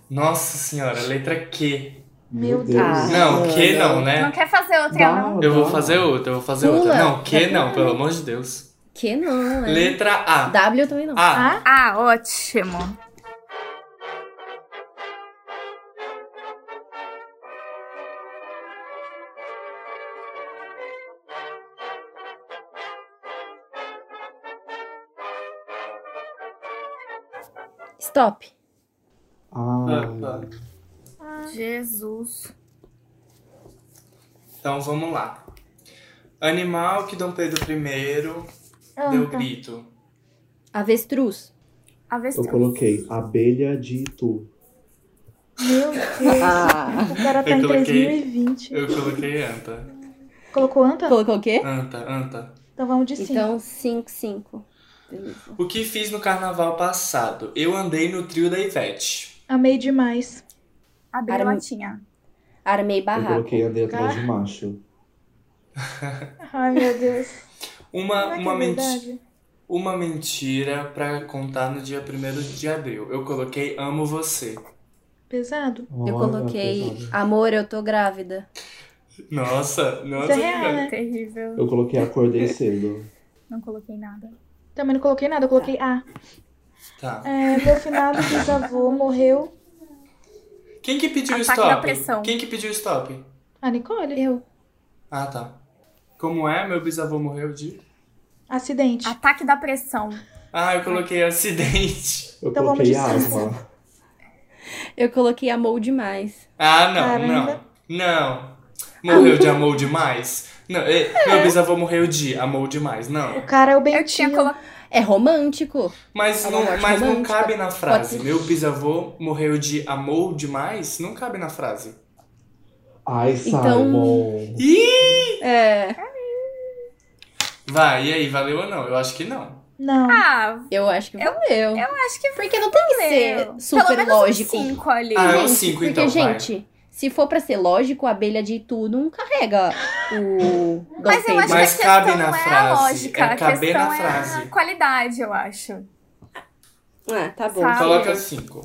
Nossa senhora, letra Q.
Meu
Deus.
Não,
Ah,
Q não,
não.
né?
Não quer fazer outra,
Dá,
não?
Eu vou
dá.
fazer outra, eu vou fazer
Pula.
outra. Não, Q não, pelo amor de Deus.
Que não, é.
Letra A.
W também não.
A.
Ah, ótimo.
Stop.
Ah, tá.
Jesus.
Então vamos lá. Animal que Dom Pedro I deu
Anta.
grito.
Avestruz.
Eu
Avestruz.
coloquei abelha de Itu.
Meu Deus.
Ah.
O cara tá
Eu
em
coloquei-
3020.
Eu coloquei anta.
Colocou anta?
Ah. Colocou o quê?
Anta, anta.
Então vamos de sim.
Então, 5, 5. Beleza.
O que fiz no carnaval passado? Eu andei no trio da Ivete.
Amei demais.
Abri a
Arame-
latinha.
Armei
Eu
barraco.
coloquei andei atrás de macho.
Ai, meu
(laughs)
Deus.
Uma,
Será que
uma,
é
menti-
verdade?
uma mentira pra contar no dia 1 de abril. Eu coloquei amo você.
Pesado?
Olha,
Eu coloquei
pesado.
amor, eu tô grávida.
Nossa, nossa.
Isso é real, né?
Terrível.
Eu coloquei acordei cedo.
Não coloquei nada.
Também não coloquei nada, eu coloquei A.
Tá.
É, meu finado bisavô morreu.
Quem que pediu o
Ataque
stop?
da pressão.
Quem que pediu o stop?
A Nicole?
Eu.
Ah, tá. Como é? Meu bisavô morreu de.
Acidente.
Ataque da pressão.
Ah, eu coloquei acidente. (laughs)
Eu
Então vamos
coloquei
de cinco.
asma.
Eu coloquei amor demais.
Ah, não,
Caramba.
não. Não. Morreu de amou demais? Não, e- meu bisavô morreu de amou demais,
O
não.
cara é o
Eu
Bentinho.
tinha colocado.
É romântico.
Mas,
É uma
não,
morte
mas não
romântica.
cabe na frase.
Pode ser.
Meu bisavô morreu de amou demais? Não cabe na frase.
Ai,
Então-
Simon.
Ih!
É.
Vai, e aí, valeu ou não? Eu acho que não.
Não.
Ah,
Eu acho que
Eu-
valeu.
eu acho que
Porque não tem que
valeu.
ser super
Pelo menos
lógico.
Um cinco ali.
Ah, é um
assim, Gente,
cinco,
porque,
então, vai.
gente, se for pra ser lógico, a abelha de Itu não carrega o Dom
Mas eu acho
Pedro.
Mas
que a
cabe
questão
na
não é a
frase,
lógica,
é
a
caber
questão
na
é
frase.
a qualidade, eu acho.
Ah, tá bom.
Sabe?
Coloca cinco.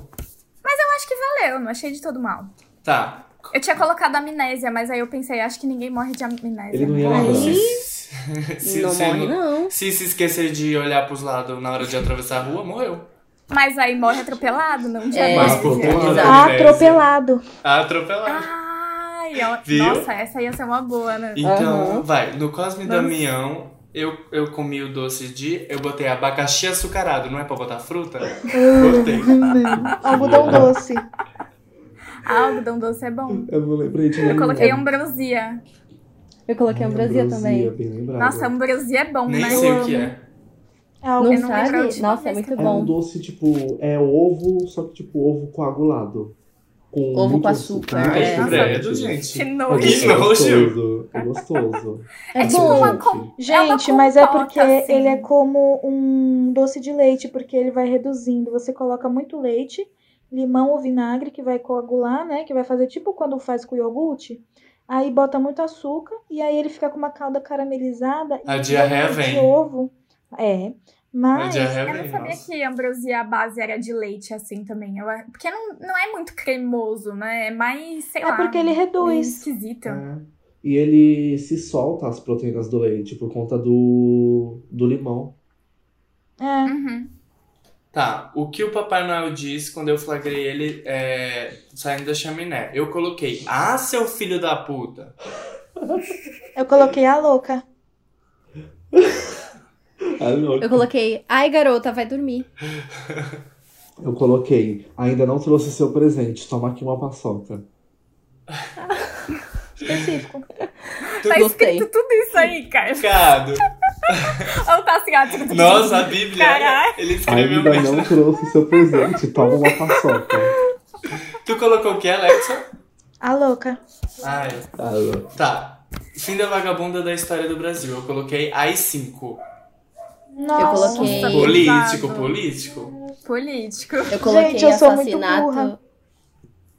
Eu acho que valeu, não achei de todo mal.
Tá.
Eu tinha colocado amnésia, mas aí eu pensei, acho que ninguém morre de amnésia.
Ele não ia
né?
lembrar.
Se, se,
Aí-
se,
não
se-
morre, né? não.
se se esquecer de olhar pros lados na hora de atravessar a rua, morreu.
Mas aí morre atropelado, não de
É, Ah.
Mas
amnésia.
por conta
Ah,
exato.
da amnésia,
Atropelado.
Atropelado.
Ai, ó-
Viu?
nossa, essa ia ser uma boa, né?
Então,
Aham.
vai. No Cosme e
Nossa.
Damião, eu, eu comi o doce de... Eu botei abacaxi açucarado. Não é pra botar fruta?
Ah.
Botei.
tá.
Algodão doce.
Ah, algodão doce é bom.
Eu não lembrei de
Eu
nenhum.
um
coloquei ambrosia.
Eu coloquei
Ai,
ambrosia
ambrosia,
é também.
bem lembrado.
Nossa, ambrosia é bom,
Nem
né?
sei o
Eu
que
amo.
é.
É
Não
algo...
Eu não lembro a
sabe?
última
Nossa, é
vez
muito
que
É um
bom.
doce tipo. É ovo, só que tipo ovo coagulado. Com
Ovo
muito
com açúcar,
muito
é.
Ai,
Nossa.
Ah, credo,
Que
gente.
É
nojo.
Que
gostoso. É gostoso. Assim,
É
tipo
bom.
uma
Gente,
com-
Gente,
É uma
mas é
compota,
porque
assim.
ele é como um doce de leite, porque ele vai reduzindo. Você coloca muito leite, limão ou vinagre, que vai coagular, né? Que vai fazer tipo quando faz com iogurte. Aí bota muito açúcar e aí ele fica com uma calda caramelizada. e um
A diarreia
de
vem.
ovo. É.
A
Mas
diarreia
Eu não
vem,
sabia
nossa.
que ambrosia a base era de leite, assim, também. Eu, a- porque não, não é muito cremoso, né? É mais, sei lá.
é porque ele
meio
reduz.
esquisito.
É. E ele se solta as proteínas do leite por conta do, do limão.
É.
Uhum.
Tá, o que o Papai Noel disse quando eu flagrei ele é, saindo da chaminé? Eu coloquei, ah, seu filho da puta.
Eu coloquei a louca.
Ai, meu
Eu coloquei, ai garota, vai dormir.
Eu coloquei, ainda não trouxe seu presente, toma aqui uma paçoca.
Específico.
Tá
Gostei.
escrito tudo isso aí, cara.
Cado.
Ou tá assim, ó. tuc, tuc, tuc,
Nossa, a Bíblia.
Caralho.
Ele escreveu
Ainda
mesmo.
não trouxe seu presente, toma uma paçoca.
Tu colocou o que, Alexa?
A louca.
Ai,
Ah, eu-
tá. Fim da vagabunda da história do Brasil. Eu coloquei as 5.
Nossa.
coloquei- Sim.
Político,
Exato.
político.
Político.
Eu coloquei
Gente, eu sou muito
assassinato.
burra.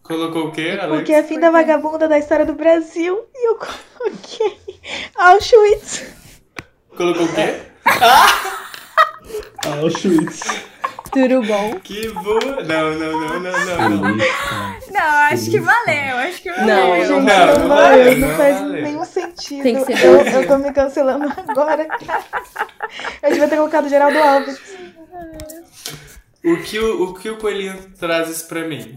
Colocou o que, Alexa?
Porque é fim da vagabunda da história do Brasil e eu coloquei Auschwitz.
Colocou o quê?
Auschwitz.
Tudo bom?
Que boa! Não, não, não, não, não. não.
Feliz.
Não, acho que valeu, acho que valeu.
Não,
Ai, gente,
Não,
não,
não
vai,
vale,
não
não
faz
vale.
nenhum sentido.
Tem que ser assim.
eu,
você.
eu tô me cancelando agora. Eu devia ter colocado Geraldo Alves.
O que o, o que o coelhinho trazes pra mim?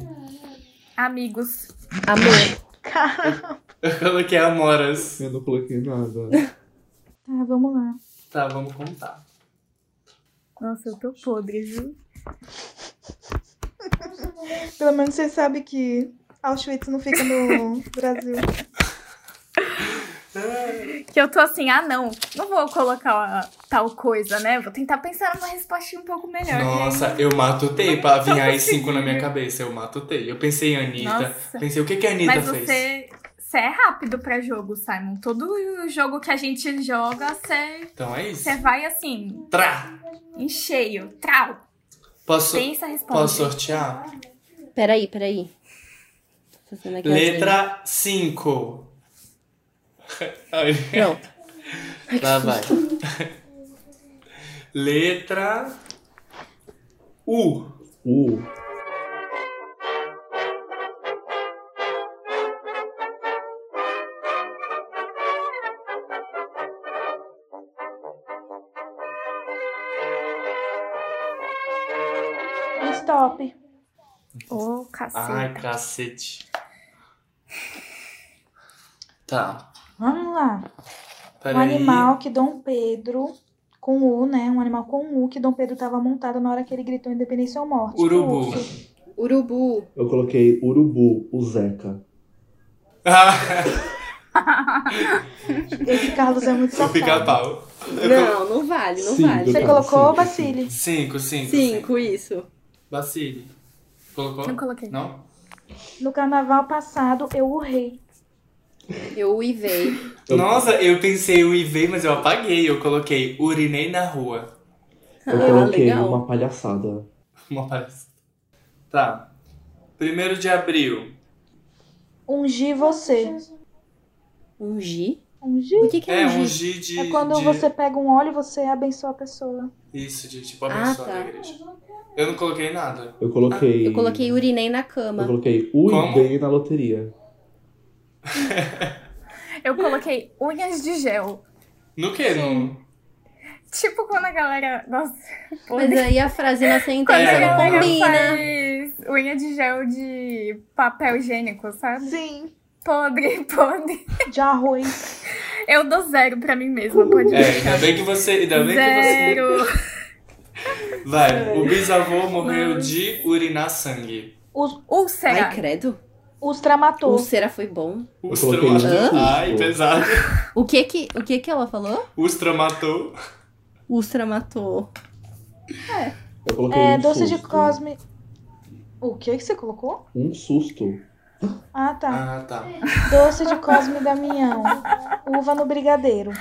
Amigos.
Amor.
Cara.
Eu coloquei amoras.
Eu não coloquei nada.
Tá, vamos lá.
Tá, vamos contar.
Nossa, eu tô podre, viu?
Pelo menos você sabe que Auschwitz não fica no Brasil.
Que eu tô assim, ah não, não vou colocar tal coisa, né? Vou tentar pensar numa resposta um pouco melhor.
Nossa, eu matutei pra vir aí cinco na minha cabeça. Eu matutei. Eu pensei em Anitta.
Nossa.
Pensei, o que, que a Anitta
Mas
fez?
você, você é rápido pra jogo, Simon. Todo jogo que a gente joga, você,
Então é isso.
você vai assim,
Trá!
em cheio, trau,
Posso,
pensa, responde.
posso sortear?
Peraí, peraí. Tô fazendo aqui as
Letra 5.
letras. Pronto.
Lá vai. (laughs) Letra U.
Uh,
Stop.
Ô, cacete.
Ai, cacete. Tá.
Vamos lá. Um
Peraí. (laughs)
animal que Dom Pedro, com U, né? Um animal com U que Dom Pedro tava montado na hora que ele gritou Independência ou Morte.
Urubu.
Urso.
Urubu.
eu coloquei urubu, o Zeca.
Ah,
Esse Carlos é muito
o
safado.
pica-pau.
Não, não vale, não
Sim,
vale.
do-
Você colocou,
Sim,
Bacile?
Cinco, cinco.
Cinco, isso.
Bacile. Colocou?
Não coloquei.
Não?
No carnaval passado, eu urrei.
Eu uivei.
Eu-
Nossa, eu pensei o IV, mas eu apaguei. Eu coloquei urinei na rua. (laughs)
Eu
Ah,
coloquei
legal.
uma palhaçada.
Uma palhaçada. Tá. Primeiro de abril.
Ungi você.
Ungir?
Ungi?
O que, que é,
É,
ungir?
um G de.
É quando
de-
você pega um óleo e você abençoa a pessoa.
Isso, de tipo
Ah,
abençoar
tá.
a igreja. Eu não coloquei nada.
Eu coloquei.
Eu coloquei urinei na
Eu
cama.
coloquei U
Como?
e D na loteria.
Eu coloquei unhas de gel.
No que? No...
Tipo quando a galera. Nossa,
Mas aí a frase na
Quando
sentença
É,
a
não
galera
combina.
faz unha de gel de papel higiênico, sabe?
Sim.
Podre, (laughs) podre.
De arroz.
Eu dou É zero pra mim mesma, pode
É, ainda bem que você. Ainda bem que
Zero.
você. Vai. O bisavô morreu de urinar sangue.
Os,
Úlcera.
Ai, credo.
os tramatou.
Ulcera foi bom.
Os
coloquei
tramatou.
no-
Ai, pesado.
O que que, o que que ela falou?
Os tramatou.
Ulcera matou.
Eu coloquei
É,
um
doce
susto.
de cosme. O que que você colocou?
Um susto.
Ah, tá.
Ah, tá.
Doce de cosme Damião. Uva no brigadeiro.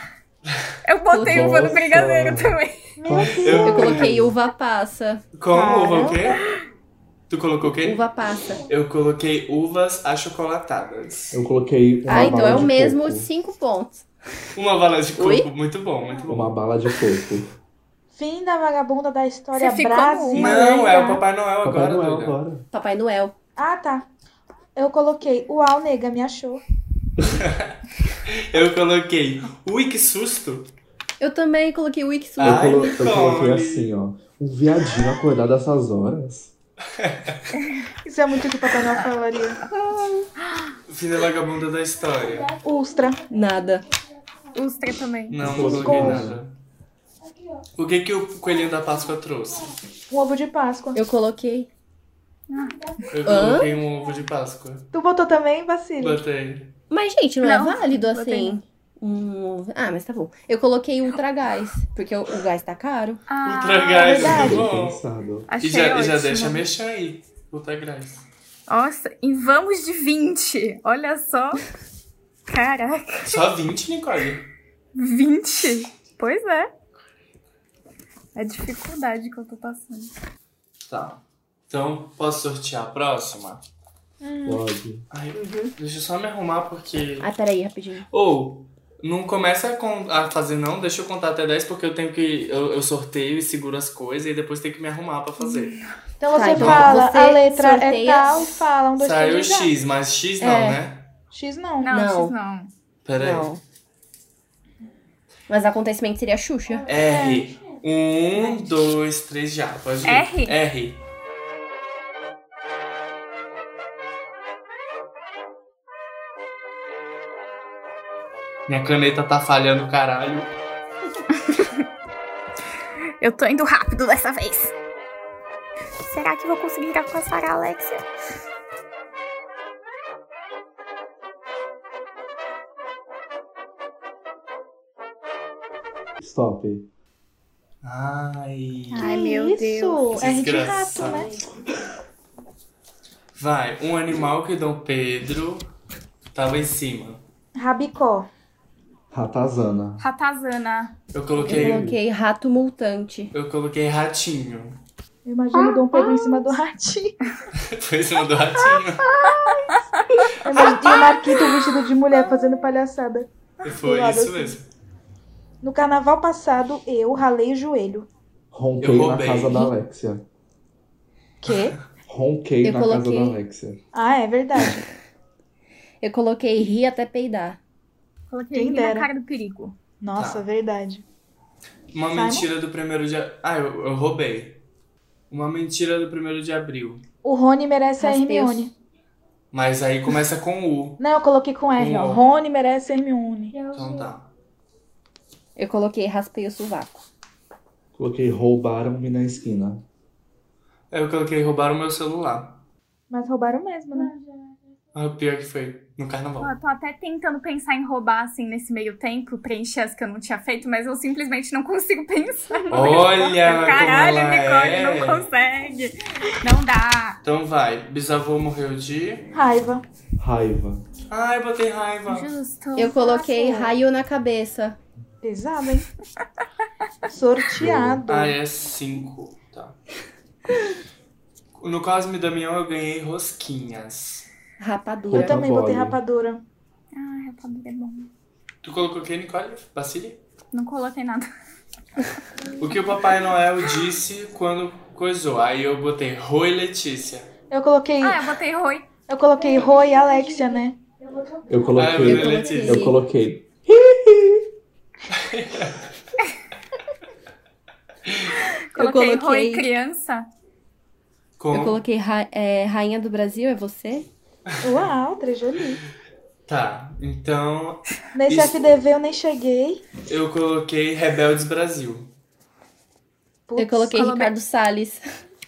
Eu botei uva no
Nossa.
brigadeiro também.
Meu Deus.
Eu coloquei uva passa.
Como? Uva o
Cara.
quê? Tu colocou o quê?
Uva passa.
Eu coloquei uvas achocolatadas.
Eu coloquei uma
Ah, então
bala
é o
de
mesmo
coco.
cinco pontos.
Uma bala de coco.
Oi?
Muito bom, muito bom.
Uma bala de coco.
Fim da vagabunda da história
Você ficou
brasileira.
Não, é o Papai Noel (laughs)
Papai
agora,
Noel
doida.
agora.
Papai Noel.
Ah, tá. Eu coloquei. Uau, nega, me achou.
Eu coloquei. Ui, que susto!
Eu também coloquei o Wix
Ah.
Eu,
Ai,
colo- eu coloquei
Nicole.
assim, ó. Um viadinho acordado essas horas.
Isso é muito o que o Papai Noel falaria.
Fim da vagabunda da história.
Ustra.
Nada.
Úlcera também.
Não, não coloquei nada. O que que o coelhinho da Páscoa trouxe?
Um ovo de Páscoa.
Eu coloquei.
Eu
Hã?
coloquei um ovo de Páscoa.
Tu botou também, Bacile?
Botei.
Mas, gente, não,
Não,
é válido
botei
assim. Um... Ah, mas tá bom. Eu coloquei ultra gás, porque o, o gás tá caro.
Ah,
Ultra gás,
verdade.
muito
Bem
bom.
pensado.
E
Achei
já, e já
ótimo.
deixa mexer aí. Ultra gás.
Nossa, e vamos de 20. Olha só. Caraca,
Só 20, Nicole.
20? Pois é. É a dificuldade que eu tô passando.
Tá. Então, posso sortear a próxima?
Pode.
Ai, Deixa eu só me arrumar porque.
Ah, peraí, rapidinho.
Ou, Não começa a, con- a fazer, não, deixa eu contar até 10, porque eu tenho que. Eu, eu sorteio e seguro as coisas e depois tenho que me arrumar pra fazer.
Então você
Tá, então
fala,
você
a letra é
sorteia-
tal e fala, um, dois,
Saiu
três. e já.
X, mas X não,
É.
né?
X não.
Não,
Não.
X não.
Peraí.
Não. Mas acontecimento seria Xuxa.
R. Um, dois, três, já. Pode ir.
R?
R. Minha caneta tá falhando, caralho.
Eu tô indo rápido dessa vez. Será que vou conseguir alcançar a Alexia?
Stop.
Ai.
Ai,
Que
meu Deus.
Isso,
É
R Tipo, de rato,
Desgraçado.
né?
Vai, um animal que Dom Pedro tava em cima.
Rabicó.
Ratazana.
Ratazana.
Eu
Eu
coloquei. um,
coloquei rato multante.
Eu coloquei ratinho. (laughs)
Eu imagino o Dom Pedro em cima do ratinho.
Foi em cima do ratinho.
(laughs) Eu imagino o Marquito vestido de mulher fazendo palhaçada.
Foi
lado
isso
assim.
mesmo.
No carnaval passado, eu ralei o joelho.
Ronquei
Eu
na
roubei.
casa da Alexia.
Quê?
Ronquei
Eu
na casa
coloquei.
da Alexia.
Ah, é verdade.
Eu coloquei ri até peidar.
Coloquei
Quem
ele na
dera.
cara do perigo.
Nossa,
Tá.
verdade.
Uma
Simon?
mentira do primeiro de abril. Ah, eu, eu roubei. Uma mentira do primeiro de abril.
O Rony merece a
Raspei os-
Hermione.
Mas aí começa com U.
Não, eu coloquei com R, ó.
Boa.
Rony merece a Hermione.
Então tá.
Eu coloquei raspei o sovaco.
Coloquei roubaram-me na esquina.
Eu coloquei roubaram meu celular.
Mas roubaram mesmo, né?
Ah, o pior que foi. No carnaval.
Ó, Eu tô até tentando pensar em roubar, assim, nesse meio tempo, preencher as que eu não tinha feito, mas eu simplesmente não consigo pensar.
(laughs) Olha, como
Caralho,
ela
Nicole,
é.
não consegue. Não dá.
Então vai. Bisavô morreu de.
Raiva.
Raiva.
Ai, botei raiva.
Justo.
Eu coloquei
Nossa.
raio na cabeça.
(laughs)
Pesado, hein? Sorteado.
Ah, é 5. Tá. No Cosme e Damião eu ganhei rosquinhas. é
Rapadura.
Eu
Puta
também botei
mole.
rapadura.
Ah, rapadura é bom.
Tu colocou quem, Nicole? Bacile?
Não coloquei nada.
O que o Papai Noel disse quando coisou. Aí eu botei Roi Letícia.
Eu coloquei,
Ah, eu botei Roi.
eu coloquei Roy e Alexia, né?
Eu
Ah, eu
coloquei.
botei
Eu
Letícia.
Eu coloquei.
coloquei-
Coloquei, Roi criança.
Com...
Eu coloquei ra- é, rainha do Brasil, é você?
Uau, Trejoli.
Tá, então
Nesse
Isso.
FDV eu nem cheguei.
eu coloquei Rebeldes Brasil.
Putz.
eu coloquei
coloquei-
Ricardo Salles.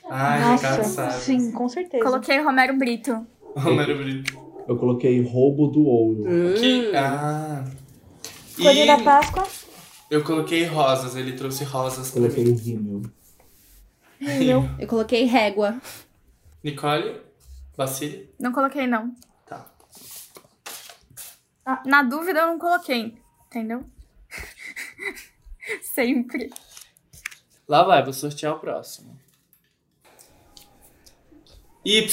Ai,
Nossa,
Ricardo sabe. (laughs)
sim, com certeza.
Coloquei Romero Brito.
Romero Brito.
Eu coloquei roubo do
Hum.
ouro.
Que... Ah.
Coelhinho da
E
Páscoa.
eu coloquei rosas, ele trouxe rosas pra
Coloquei
mim.
o rímel.
(laughs)
Entendeu?
Eu coloquei régua.
Nicole? Bacile?
Não coloquei, não. Ah,
Tá.
Na dúvida, eu não coloquei. Entendeu? (laughs) Sempre.
Lá vai, vou sortear o próximo. Y.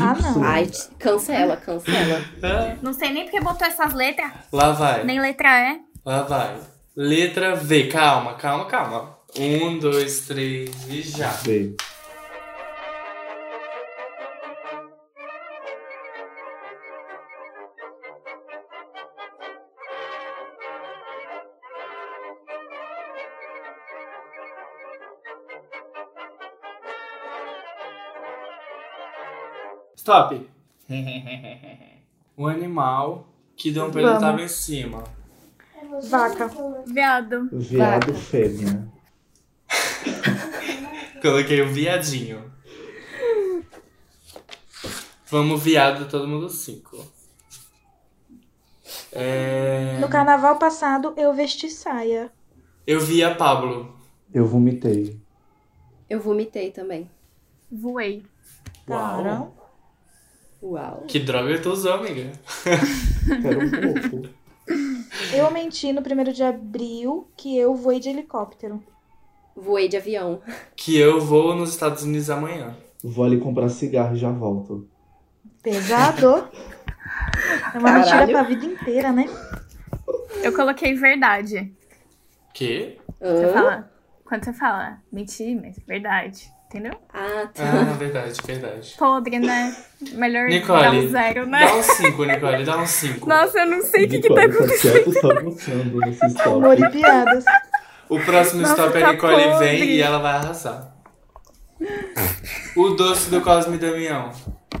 Ah, não.
Ai, t- cancela, cancela.
Não sei nem porque botou essas letras.
Lá vai,
Nem letra E.
lá vai. Letra V. Calma, calma, calma. Um, dois, três e já.
B.
Stop. (laughs) um animal que Dom Pedro
Vamos.
tava em cima.
Vaca.
Viado.
Viado
Vaca.
fêmea.
Coloquei o viadinho. Vamos, viado, todo mundo cinco. É...
No carnaval passado eu vesti saia.
Eu via Pablo.
Eu vomitei.
Eu vomitei também.
Voei.
Uau.
Cara.
Uau.
Que droga eu tô usando, amiga.
Quero um pouco.
Eu menti no primeiro de abril que eu voei de helicóptero.
Voei de avião.
Que eu vou nos Estados Unidos amanhã.
Vou ali comprar cigarro e já volto.
Pesado. É uma
Caralho.
mentira pra vida inteira, né?
Eu coloquei verdade.
Que?
Você
Hã?
fala. Quando você fala, mentir, mas verdade. Entendeu?
Ah,
Ah,
tá.
na verdade, verdade.
Podre, né? Melhor dar
Nicole,
um zero, né?
Dá um 5, Nicole, dá um 5.
Nossa, eu não sei o que, que tá
Nicole,
acontecendo.
quieto, tá mostrando nesse
Amor e
stop.
piadas.
O próximo
Nossa,
stop
tá
a Nicole
podre.
vem e ela vai arrasar. O doce do Cosme e Damião.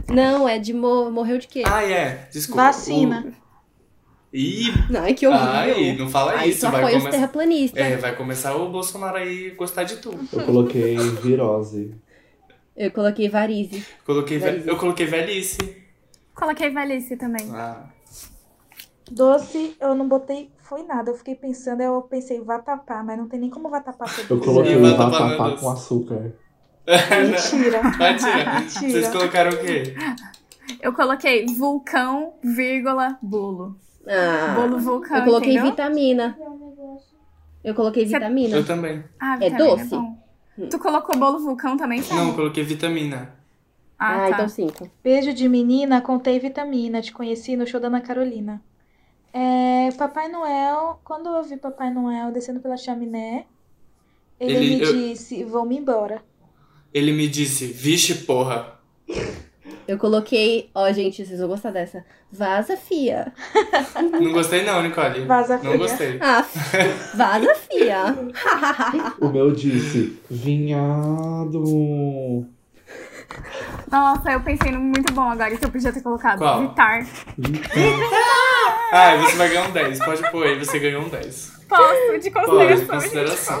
Não, é de mo- morreu de quê?
Ah, é. Desculpa.
Vacina.
O... Ih,
Não, é que
ai,
horrível.
não fala
Aí
isso.
só
Vai,
foi os
come-
terraplanistas.
é, vai começar o Bolsonaro aí gostar de tudo.
Eu coloquei virose.
Eu coloquei varize.
Coloquei ve-
Velhice.
Eu coloquei velhice.
Coloquei velhice também.
Ah,
Doce, eu não botei, foi nada. Eu fiquei pensando, eu pensei vatapá, mas não tem nem como vatapá ser
Eu
doce.
coloquei um
E batata
vatapá
bananas.
com açúcar.
né?
Mentira.
vai tirar.
Mentira.
Vocês colocaram o quê?
Eu coloquei vulcão, vírgula, bolo.
Ah,
Bolo vulcão.
eu coloquei
entendeu?
vitamina. Eu coloquei
Você-
vitamina.
Eu também.
Ah,
É
vitamina,
doce?
bom. Tu colocou bolo vulcão também, Sam?
Não, eu coloquei vitamina.
Ah,
Ah, tá.
então cinco.
Beijo de menina, contei vitamina. Te conheci no show da Ana Carolina. É, Papai Noel, quando eu vi Papai Noel descendo pela chaminé, ele,
Ele-
me
eu-
disse, vou-me embora.
Ele me disse, vixe, porra.
Eu coloquei. Ó, gente, vocês vão gostar dessa.
(laughs)
Vaza, fia.
Não gostei não, Nicole.
Vaza
Não
fria.
gostei.
Ah, f- vaza, fia. (laughs)
O meu disse, vinhado.
Nossa, eu pensei num muito bom agora que eu podia ter colocado.
Qual?
Vitar.
Ah, você vai ganhar um 10. Pode pôr aí, você ganhou um 10.
Posso, de
Pode, consideração.
consideração.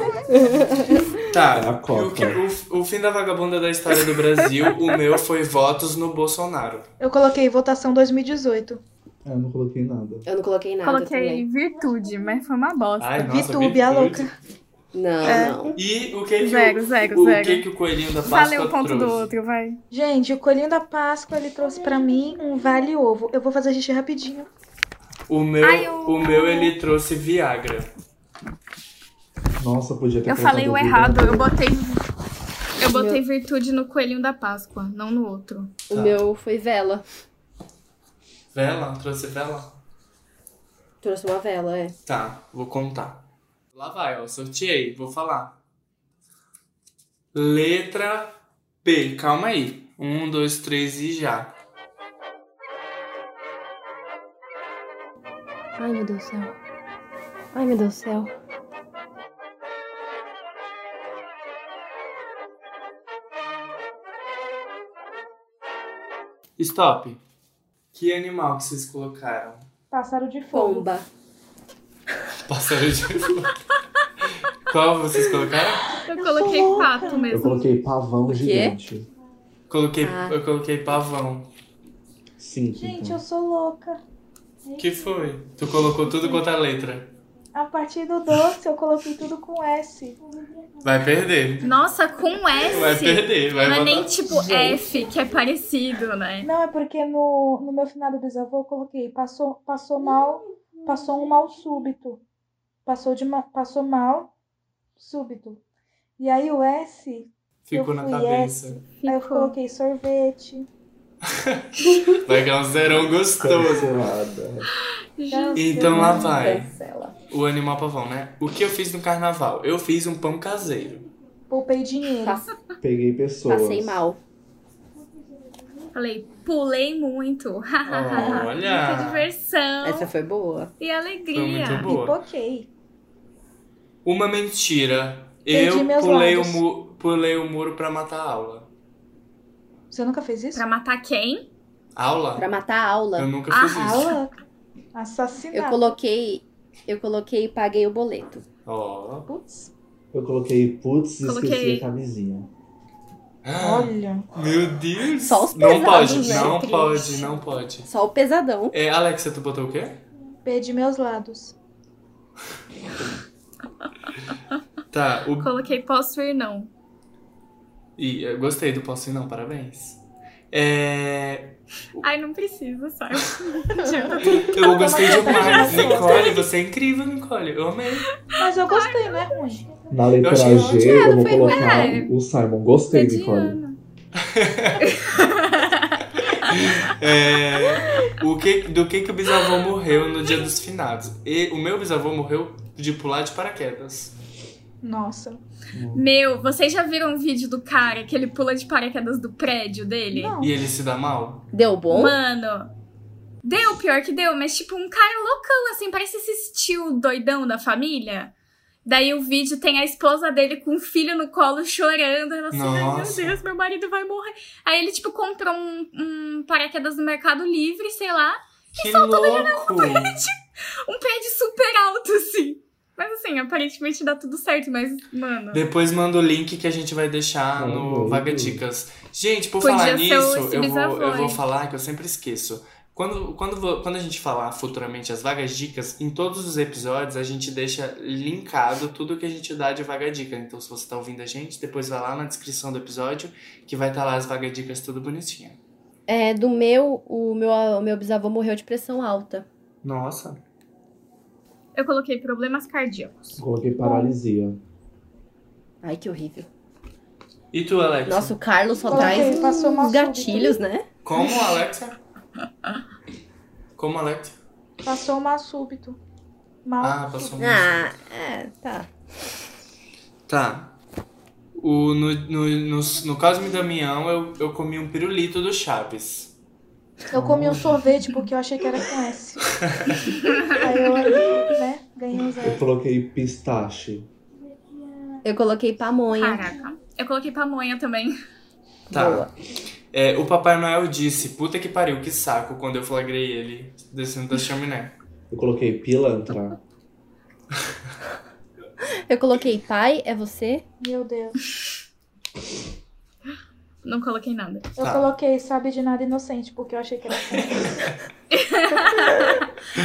(laughs)
Tá,
É a Copa.
o, que- o- o fim da vagabunda da história do Brasil, o meu foi votos no Bolsonaro.
Eu coloquei votação 2018.
Eu não coloquei nada.
Eu não coloquei nada
Coloquei
também.
virtude, mas foi uma bosta.
Ai, nossa,
Vitube, a
virtude.
Não,
É.
não.
E o que que,
Zero,
o,
zero,
o
zero.
que que o coelhinho da Páscoa
Valeu o um ponto
trouxe?
do outro, vai.
Gente, o Coelhinho da Páscoa, ele trouxe pra mim um vale-ovo. Eu vou fazer xixi rapidinho.
O meu,
Ai, eu-
o meu ele trouxe Viagra.
Nossa, podia ter
Eu falei o
colocado
errado,
vinagre.
eu botei. Eu botei virtude no coelhinho da Páscoa, não no outro.
O meu foi vela.
Vela? Trouxe vela?
Trouxe uma vela, é.
Tá, vou contar. Lá vai, ó, sorteei, vou falar. Letra B, calma aí. Um, dois, três e já.
Ai, meu Deus do céu. Ai, meu Deus do céu.
Stop. Que animal que vocês colocaram? (laughs)
Pássaro de fogo.
Pomba.
Pássaro de fogo. Qual vocês colocaram?
Eu coloquei pato
Eu
mesmo.
coloquei pavão
quê?
gigante.
Coloquei,
Ah.
Eu coloquei pavão.
Cinco.
Gente,
então.
eu sou louca.
Que foi? Tu colocou tudo quanto a letra.
A partir do doce, eu coloquei tudo com S.
Vai perder.
Nossa, com
Vai
S.
perder. Vai
Não é
botar...
nem tipo F, que é parecido, né?
Não, é porque no, no meu finado bisavô eu coloquei passou, passou mal, passou um mal súbito. Passou, de ma- passou mal súbito. E aí o S,
Ficou
eu
na
fui
cabeça.
aí eu coloquei sorvete.
Vai ganhar um zerão gostoso.
Cancelada.
Então lá vai.
Cancela.
O animal pavão, né? O que eu fiz no carnaval? Eu fiz um pão
(laughs)
caseiro.
Poupei dinheiro.
Pass-
Peguei pessoas.
Passei mal.
Falei, pulei muito. (laughs) Muita
Olha!
diversão
Essa foi boa.
e alegria.
Foi muito boa.
Pipoquei.
Uma mentira.
Perdi
Eu
meus
pulei o,
lados.
mu- pulei o muro pra matar a aula.
Você nunca fez isso?
Pra matar quem?
Aula?
Pra matar a aula,
Eu nunca
Ah,
fiz isso.
Aula.
eu
Assassinato.
coloquei. Eu coloquei e paguei o boleto.
Ó.
Putz.
Eu coloquei putz e esqueci
Coloquei.
a camisinha.
Olha.
(gasps) Meu Deus!
Só os
não
pesados,
pode,
né?
não
Triste.
pode, não pode.
Só o pesadão.
É, Alexa, tu botou o quê?
Perdi meus lados.
Tá, o...
Coloquei posso ir não.
Ih, eu gostei do posso ir não, parabéns. É...
Ai, não
(laughs)
precisa, sabe? Tipo,
tá
Eu gostei
Tava com
demais.
vontade de
Nicole, você é incrível, Nicole. Eu amei.
Mas eu gostei, não é ruim.
Na letra
achei
G,
ótimo.
eu vou
foi
colocar
bem.
o Simon. Gostei, Nicole.
Mediano.
É, o, o que, do que, que o bisavô morreu no dia dos finados. E o meu bisavô morreu de pular de paraquedas.
Nossa.
Meu, vocês já viram um vídeo do cara que ele pula de paraquedas do prédio dele?
Não.
E ele se dá mal?
Deu bom?
Mano. Deu, pior que deu, mas tipo, um cara loucão, assim, parece esse tio doidão da família. Daí o vídeo tem a esposa dele com o filho no colo chorando. Ela assim, ai meu
Nossa.
Deus, meu marido vai morrer. Aí ele, tipo, comprou um, um paraquedas no Mercado Livre, sei lá.
Que louco!
Um prédio super alto, assim. Mas assim, aparentemente dá tudo certo, mas, mano.
Depois manda o link que a gente vai deixar
Manda
no
aí.
Vaga Dicas. Gente, por
Podia
falar
ser
nisso,
esse
eu vou,
bisavô,
eu vou
hein?
falar que eu sempre esqueço. Quando, quando, vou- quando a gente falar futuramente as vagas dicas, em todos os episódios a gente deixa linkado tudo que a gente dá de vaga dica. Então, se você tá ouvindo a gente, depois vai lá na descrição do episódio que vai estar lá as vaga dicas tudo bonitinho.
É, do meu, o meu, o meu bisavô morreu de pressão alta.
Nossa.
Eu coloquei problemas cardíacos.
Coloquei paralisia.
Ai, que horrível.
E tu, Alexa?
Nossa, o Carlos só
Coloquei,
traz
passou mal
uns gatilhos, né?
Como, Alexa? Como, Alexa?
Passou mal súbito. Mal.
Ah, passou um.
Ah, é, tá.
Tá. O, no, no, no, no Cosme e Damião, eu, eu comi um pirulito do Chaves.
Eu comi um sorvete porque eu achei que era com
(laughs)
S. Aí eu, né, ganhei um
Eu
zero.
coloquei pistache.
Eu coloquei pamonha.
Caraca. Eu coloquei pamonha também. (laughs)
Tá.
Boa.
É, o Papai Noel disse, puta que pariu, que saco, quando eu flagrei ele descendo da chaminé.
Eu coloquei pilantra.
Eu coloquei pai, é você?
Meu Deus.
Não coloquei nada.
Eu
Tá.
coloquei sabe de nada inocente porque eu achei que era com S.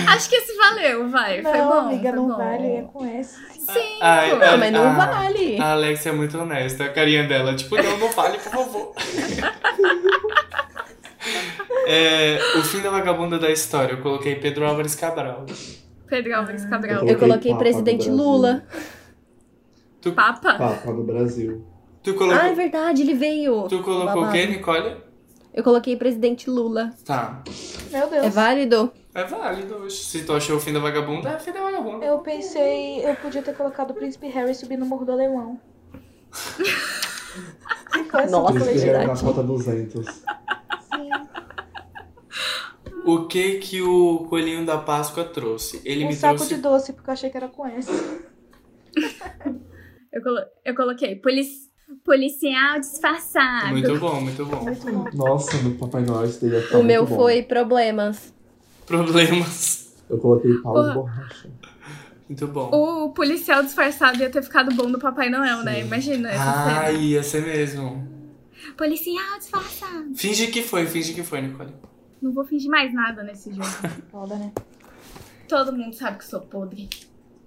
Acho que esse valeu, vai. foi
Não,
bom.
amiga,
foi
não
bom.
vale, é com S.
Sim.
Ai,
pô.
ai,
(laughs) Ah, mas não
a-
vale.
A Alex é muito honesta, a carinha dela, tipo, não, não fale, por favor. (laughs) É, o fim da vagabunda da história, eu coloquei Pedro Álvares Cabral.
Pedro
Ah.
Álvares Cabral.
Eu coloquei
Papa do
presidente
Brasil.
Lula.
Papa?
Papa no Brasil.
Tu
Ah, é
colocou,
verdade, ele veio.
tu colocou o
Babado.
quê, Nicole?
Eu coloquei presidente Lula.
Tá.
Meu Deus.
É válido?
É válido. oxe. Se tu achou o fim da vagabunda, é o fim da vagabunda.
Eu pensei, eu podia ter colocado o príncipe Harry subir no morro do
(laughs)
alemão.
Nossa,
Por isso que
verdade.
era na cota 200.
O que que o coelhinho da Páscoa trouxe? Ele
um
me
saco
trouxe
de doce, porque eu achei que era com S.
Eu, colo- eu coloquei polici- policial disfarçado.
muito bom, muito bom.
Muito bom.
Nossa, no Papai Noel esse daí ia ficar
o meu
muito bom.
foi problemas.
Problemas.
Eu coloquei pau
Porra.
de borracha.
Muito bom.
O policial disfarçado ia ter ficado bom do Papai Noel, né?
é
Imagina essa
Ah,
cena.
ia ser mesmo.
Policial disfarçado.
Finge que foi, finge que foi, Nicole.
Não vou fingir mais nada
(laughs)
nesse jogo.
Foda, né?
Todo mundo sabe que sou podre.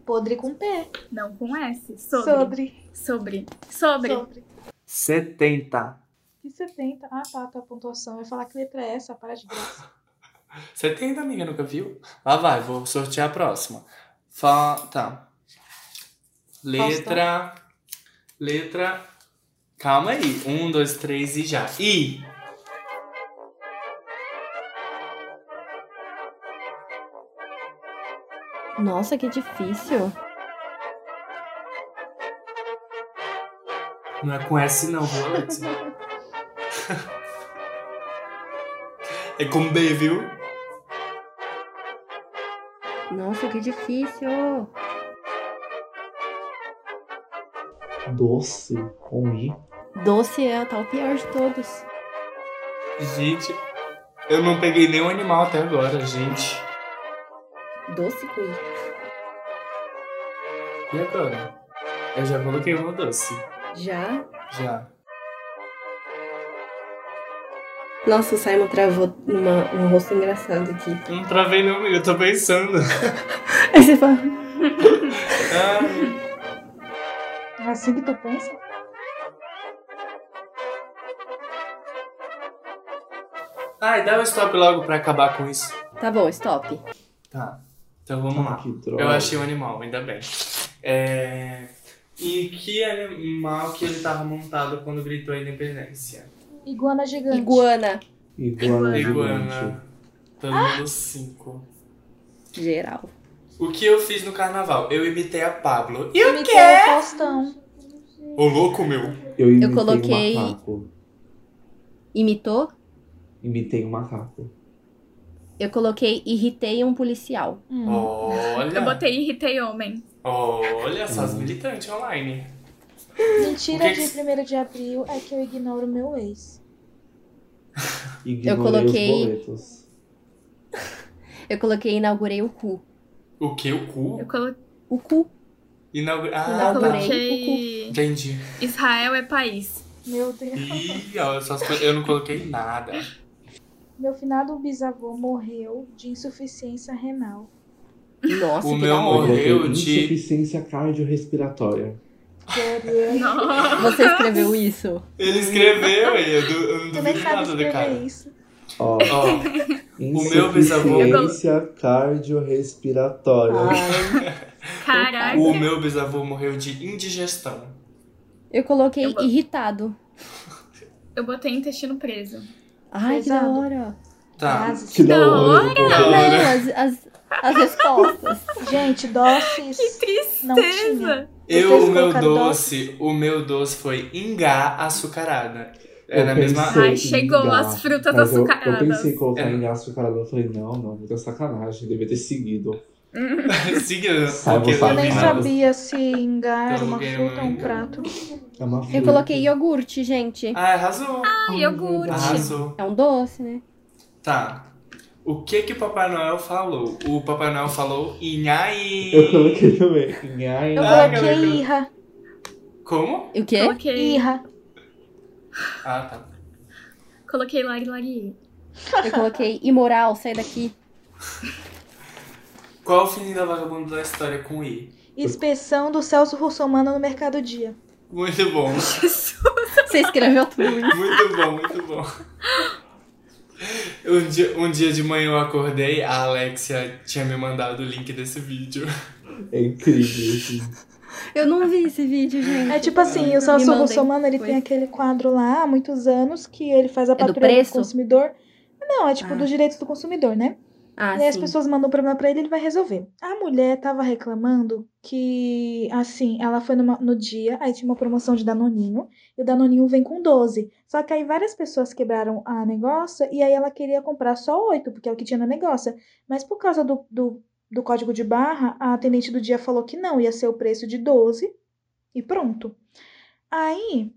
Podre com P.
Não com S. Sobre.
Sobre.
Sobre. Sobre.
Sobre.
70.
E 70. Ah, tá, tá a pontuação. Eu ia falar que letra é essa, para de graça.
70, amiga, nunca viu? Lá vai, vou sortear a próxima. Fa tá. Letra. Letra. Calma aí. Um, dois, três e já. I.
Nossa, que difícil.
Não é com S não, viu, Alex? é com B, viu?
Nossa, que difícil.
Doce com I.
Doce é a tal pior de todos.
Gente, eu não peguei nenhum animal até agora, gente.
Doce com I.
E agora? Eu já coloquei o meu doce.
Já?
Já.
Nossa, o Simon travou uma- um rosto engraçado aqui.
Eu não travei não, amiga, eu tô pensando.
Aí você fala,
Ai,
É assim que tu pensa?
Ai, dá o stop logo pra acabar com isso.
tá bom, stop.
Tá. Então vamos lá.
Que droga.
Eu achei um animal, ainda bem. É... E que animal que ele tava montado quando gritou a independência?
Iguana gigante.
Iguana.
Iguana.
Iguana. É, gigante.
Todo
Ah!
mundo cinco.
Geral.
O que eu fiz no carnaval? Eu imitei a Pablo. E o
Imitei
quê?
o Faustão.
Ô, louco, meu.
Eu imitei
coloquei-
um macaco.
Imitou?
Imitei um macaco.
Eu coloquei irritei um policial.
Oh,
Hum.
Eu
Olha.
botei irritei homem.
Olha, essas militantes online. O
Mentira
que que
de 1 de abril é que eu ignoro meu ex.
Ignorei
coloquei-
os boletos.
Eu coloquei inaugurei o cu.
O que? O cu?
Eu, colo-
O cu.
Inaugura...
eu
Ah, tá.
coloquei
Entendi.
Israel é país.
(laughs)
Meu Deus.
Ih, ó, essas coisas- eu não coloquei nada.
Meu finado bisavô morreu de insuficiência renal.
Nossa,
O meu
que da
Eu
hora.
amor. Morreu
coloquei
de-
Insuficiência cardiorrespiratória.
Querer.
Não.
Você escreveu isso?
Ele escreveu, aí, eu, du- eu não
Tu nem
duvido
sabe
nada do
escrever
cara.
isso.
Ó,
Ó, (laughs) O meu bisavô-
Insuficiência cardiorrespiratória.
Ah,
Caraca.
o meu bisavô morreu de indigestão.
eu coloquei
Eu vou-
irritado.
Eu botei intestino preso.
Ai, que da
Pesado.
hora.
Tá.
Frases.
Que da
Da
hora!
Da
Não,
hora.
as, as, as respostas.
Gente, doces. (laughs) Não tinha.
Tristeza.
Eu,
Vocês
o meu
colocaram
doce, o meu doce foi ingá açucarada.
Eu
Era a
(laughs)
mesma. (laughs)
pensei
Ai, chegou
em dar,
as frutas
mas eu- Eu,
açucaradas.
pensei em colocar
É.
em açucarada, eu falei, não, não, muita sacanagem, devia ter seguido.
Siga,
Sabe,
porque
sabe.
Eu
não
nem
vi
Não.
nada.
sabia se engar era
Então,
uma
eu-
fruta ou um prato.
É uma
Eu
fruta.
coloquei iogurte, gente.
Ah, arrasou.
Ah, iogurte.
Arrasou.
É um doce, né?
Tá. O que que o Papai Noel falou? O Papai Noel falou inhaí.
Eu coloquei também. Nhaí,
Eu
Ah,
coloquei
galera.
irra,
Como?
E O
É?
quê?
Coloquei,
irra.
Ah, tá.
coloquei lari lari.
Eu coloquei imoral, sai daqui.
Qual o fim da vagabunda da história com I?
Inspeção do Celso Russomano no Mercado Dia.
Muito bom.
Você escreveu tudo.
Muito bom, muito bom. Um dia, um dia de manhã eu acordei, a Alexia tinha me mandado o link desse vídeo.
É incrível. assim.
Eu não vi esse vídeo, gente.
É tipo assim, o Celso
mandem
Russomano, ele tem
coisa.
aquele quadro lá há muitos anos que ele faz a
É do
patrulha do,
preço?
consumidor. Não, é tipo
Ah.
dos direitos do consumidor, né?
Ah,
e aí as
sim.
pessoas mandam um problema pra ele, ele vai resolver. A mulher tava reclamando que, assim, ela foi numa- no dia, aí tinha uma promoção de Danoninho, e o Danoninho vem com 12. Só que aí várias pessoas quebraram a negócio, e aí ela queria comprar só 8, porque é o que tinha no negócio. Mas por causa do, do, do código de barra, a atendente do dia falou que não, ia ser o preço de 12, e pronto. Aí,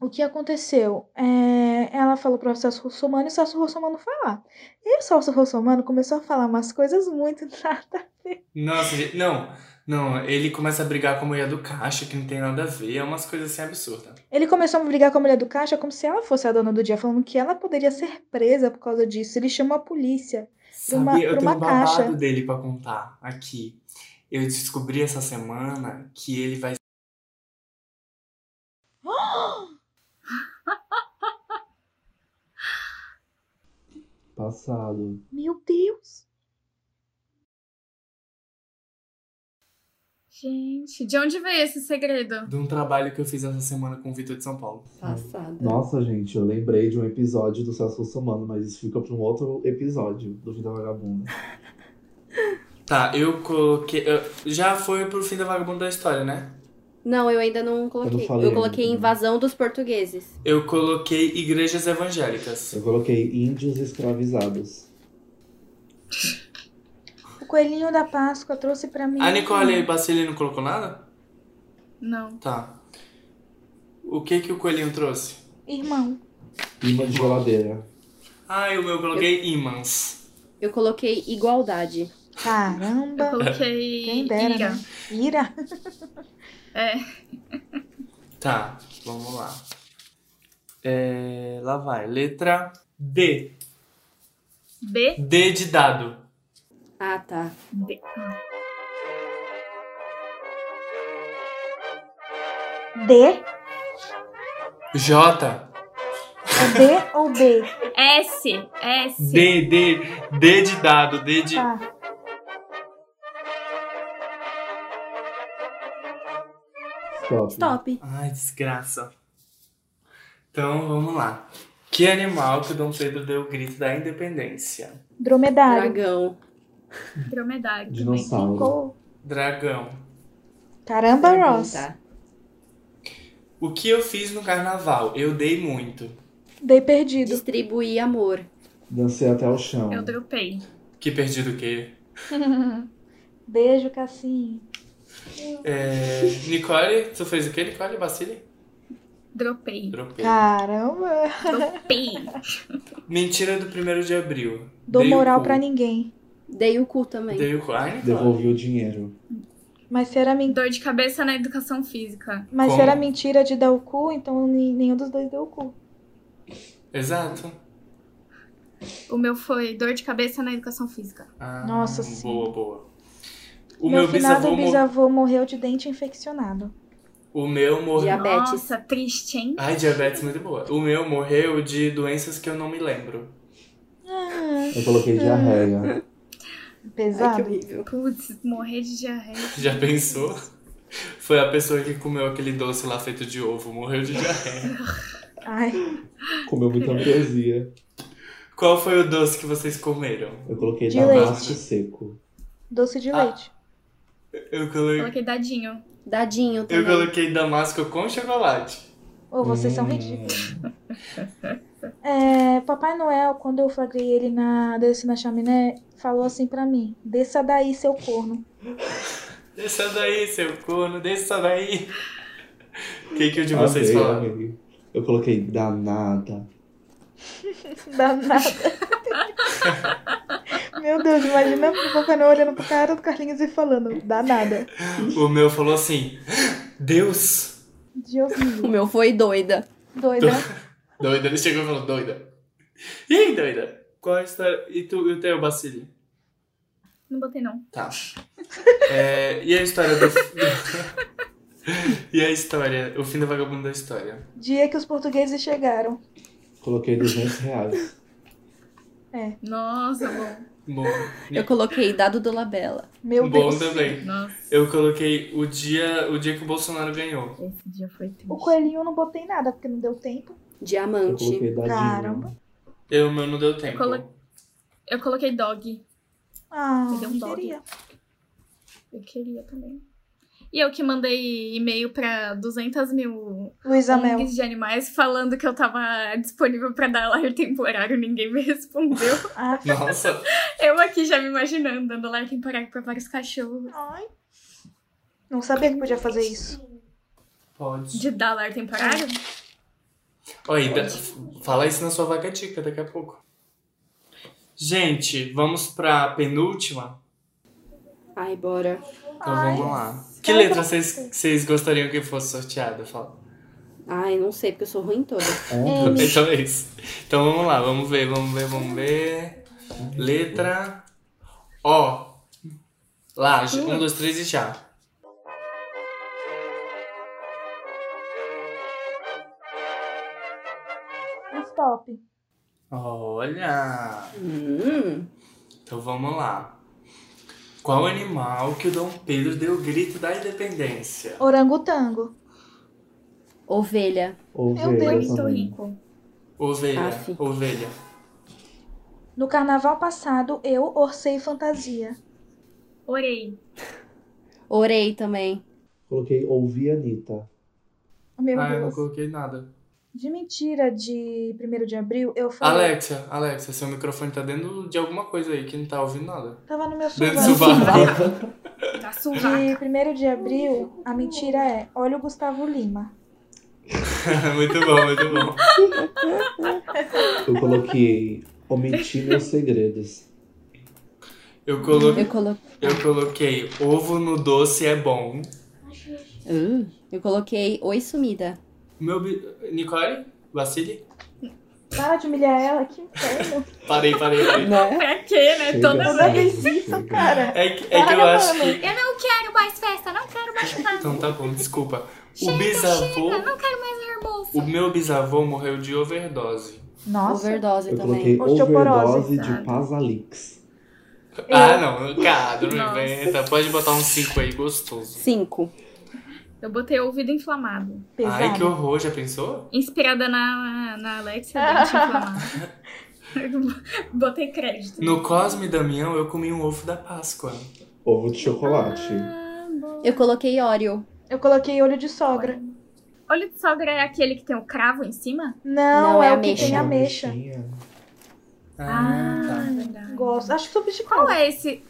o que aconteceu? É, ela falou pro Celso Russomano, e o Celso Russomano foi lá. E o Celso Russomano começou a falar umas coisas muito nada.
Nossa, gente, não, não, ele começa a brigar com a mulher do caixa, que não tem nada a ver, é umas coisas assim absurdas.
Ele começou a brigar com a mulher do caixa como se ela fosse a dona do dia, falando que ela poderia ser presa por causa disso. Ele chamou a polícia.
Sabe,
uma-
eu
pra
tenho
uma
um babado
caixa.
dele pra contar aqui. Eu descobri essa semana que ele
(gasps)
vai.
Passado.
Meu Deus!
Gente, de onde veio esse segredo?
de um trabalho que eu fiz essa semana com o Vitor de São Paulo.
Passada.
Nossa, gente, eu lembrei de um episódio do Celso Somano, mas isso fica pra um outro episódio do Vida Vagabunda.
Tá, eu coloquei. eu- Já foi pro fim da vagabunda da história, né?
Não, eu ainda não coloquei. Eu,
falei
coloquei
ainda.
invasão dos portugueses.
Eu coloquei igrejas evangélicas.
Eu coloquei índios escravizados.
O coelhinho da Páscoa trouxe pra mim.
A Nicole Bacilli não colocou nada?
Não.
Tá. O que que o coelhinho trouxe?
Irmão.
Imã de geladeira.
Ah, eu, eu coloquei ímãs.
Eu coloquei igualdade.
Eu (laughs)
Caramba!
coloquei
Quem dera,
ira.
né? Ira.
Tá, vamos lá. É, lá vai. Letra D.
né?
B.
D de dado.
Ah, tá.
D.
D.
J.
É D ou B?
S. S.
D, D. D de dado. D de.
Tá.
Stop.
Stop.
Ai, desgraça. Então, vamos lá. Que animal que o Dom Pedro deu o grito da independência?
Dromedário.
Dragão.
Dromedário.
Dinossauro.
Ficou.
Dragão.
Caramba, Ross.
Perguntar.
O que eu fiz no carnaval? Eu dei muito.
Dei perdido.
Distribuir amor.
Dancei até o chão.
Eu dropei.
Que perdi do quê?
Beijo, Cassim.
É, Nicole, tu fez o quê, Nicole? Bacile?
Dropei.
Dropei.
Caramba.
Dropei.
(laughs)
Mentira do primeiro de abril.
Dou
Dei o
moral
cu.
pra ninguém.
Dei o cu também.
Dei o cu. Ai, Nicole.
Devolvi o dinheiro.
Mas se era, men-
Dor de cabeça na educação física.
Mas se
Como?
era mentira de dar o cu, então ni- nenhum dos dois deu o cu.
Exato.
O meu foi dor de cabeça na educação física.
Ah,
Nossa
Boa,
Senhora.
boa. O
meu
meu, bisavô,
finado
mor-
bisavô morreu de dente infeccionado.
O meu morreu.
Diabetes.
Nossa, triste, hein?
Ai, diabetes muito boa. O meu morreu de doenças que eu não me lembro.
Eu coloquei diarreia.
Ai, que
Pesado.
horrível.
Putz, morrer de diarreia.
(laughs) Já pensou? Foi a pessoa que comeu aquele doce lá feito de ovo, morreu de (laughs) diarreia.
Ai,
Comeu
(laughs)
muita ambrosia.
Qual foi o doce que vocês comeram?
Eu coloquei
De
damasco
leite.
seco.
doce de
Ah.
leite.
Eu coloquei,
Coloquei dadinho.
Dadinho
eu
também.
coloquei damasco com chocolate.
Ô, vocês são
Hum.
ridículos. É, Papai Noel, quando eu flagrei ele na desce na chaminé, falou assim pra mim: desça daí, seu corno.
Desça daí, seu corno, desça daí. O que, que o de vocês
Amei,
falaram?
amei. Eu coloquei danada.
Danada. (laughs) Meu Deus, imagina o Papai Noel olhando pro cara do Carlinhos e falando: danada.
O meu falou assim: Deus!
Deus
O
mío.
meu foi doida.
(laughs)
Doida.
Doida, ele chegou e falou: Doida. E aí, doida? Qual a história? E tu e o teu, Bacilli?
Não botei, não.
Tá. (laughs) É, e a história do. (laughs) e a história, o fim do vagabundo da história.
Dia que os portugueses chegaram.
Coloquei 200 reais.
Nossa, bom.
Bom,
Eu coloquei dado do Labela.
Meu
bom
Deus.
também.
Nossa,
Eu coloquei o dia, o dia que o Bolsonaro ganhou.
esse dia foi triste.
O coelhinho eu não botei nada, porque não deu tempo.
Eu
Diamante.
coloquei dadinho.
Caramba.
Eu, o meu não deu tempo.
Colo- Eu coloquei dog.
Ah,
Me deu um dog.
queria.
Eu queria também. E eu que mandei e-mail pra 200 mil
Luísa Mel.
ONGs de animais falando que eu tava disponível pra dar lar temporário, ninguém me respondeu.
Ah,
Nossa,
eu aqui já me imaginando dando lar temporário pra vários cachorros.
ai. Não sabia que podia fazer isso.
pode.
De dar lar temporário?
Oi, da- fala isso na sua vaga dica daqui a pouco. Gente, vamos pra penúltima?
Ai, bora.
Então
Ai,
vamos lá. Que
será
letra
que-
vocês vocês gostariam que fosse sorteada? Fala.
Ai, não sei, porque eu sou ruim toda.
É,
Então é isso. Então vamos lá, vamos ver, vamos ver, vamos ver. Letra O. Lá, um, dois, três e já.
Stop.
Olha!
Hum,
Então vamos lá. Qual animal que o Dom Pedro deu o grito da independência?
Orangotango.
ovelha.
Ovelha
Muito
também.
rico.
Ovelha,
Aff.
ovelha.
No carnaval passado, eu orcei fantasia.
Orei.
Orei também.
Coloquei ouvi Anitta.
Meu
Ah, eu não
Deus.
coloquei nada.
De mentira de 1 de abril, eu falei.
Alexia, Alexia, seu microfone tá dentro de alguma coisa aí que não tá ouvindo nada.
Tava no meu
Dentro do
celular.
subaco.
Da suvaca.
De 1 de abril, a mentira é: olha o Gustavo Lima.
(laughs) muito bom, muito bom.
Eu coloquei omiti meus segredos.
Eu coloquei,
Eu coloquei.
eu coloquei ovo no doce é bom.
Hum. eu coloquei oi sumida.
Meu bi... Nicole? Vassili?
Para de humilhar ela, que inferno.
Parei, parei,
(laughs)
parei.
Né?
Pra quê, né?
Chega,
Toda
chega,
vez
chega. assim.
Cara,
É que, é que eu
Para,
acho
mano.
que.
Eu não quero mais festa, não quero mais churrasco.
Então tá bom, desculpa. O
Chega,
bisavô.
Eu não quero mais almoço.
O meu bisavô morreu de overdose.
Nossa.
Overdose
Eu
também.
coloquei
Osteoporose,
overdose de
sabe?
Pasalix.
Ah, não, cara, não
Nossa.
inventa. Pode botar um 5 aí, gostoso.
Cinco.
Eu botei ouvido inflamado.
Pesado.
Ai, que horror, já pensou?
Inspirada na, na Alexia, dente inflamado. botei crédito.
No Cosme e Damião, eu comi um ovo da Páscoa.
Ovo de chocolate.
Ah, bom.
Eu coloquei Oreo.
Eu coloquei olho de sogra.
Olho de sogra é aquele que tem o cravo em cima?
Não,
Não,
é,
é
o que tem
ameixa.
ameixa.
Ah.
tá.
verdade.
Gosto. Acho que sofisticado.
Qual é esse?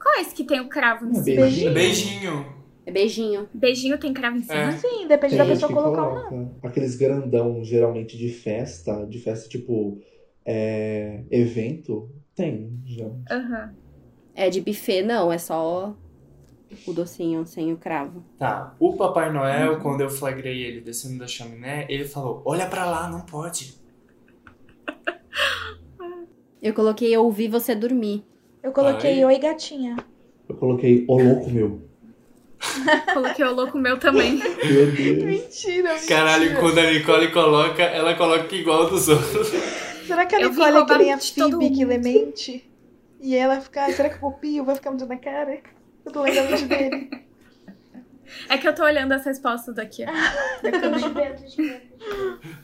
Qual é esse que tem o cravo em
É
cima?
beijinho.
tá. Beijinho.
É beijinho.
Beijinho tem cravo em cima?
É.
Sim, depende
Tem
da
gente
pessoa
que
colocar um ou não.
coloca. Aqueles grandão, geralmente de festa, de festa tipo é, evento, tem já.
Aham.
É de buffet, não. É só o docinho sem o cravo.
Tá. O Papai Noel, quando eu flagrei ele descendo da chaminé, ele falou: Olha pra lá, não pode.
Eu coloquei ouvi você dormir.
Eu coloquei
Ai.
oi gatinha.
Eu coloquei ô louco meu.
Coloquei o louco meu também. (laughs)
Meu Deus.
Mentira,
Caralho, quando a Nicole coloca, ela coloca igual dos outros.
Será que a
Eu vim
Nicole é que
roubar
nem a
de todo
Phoebe que
mundo.
lemente? E ela fica, "Ai, será que eu copio? Vai ficar mudando a cara? Eu tô lendo a mente dele.
É que eu tô olhando as respostas aqui. ó.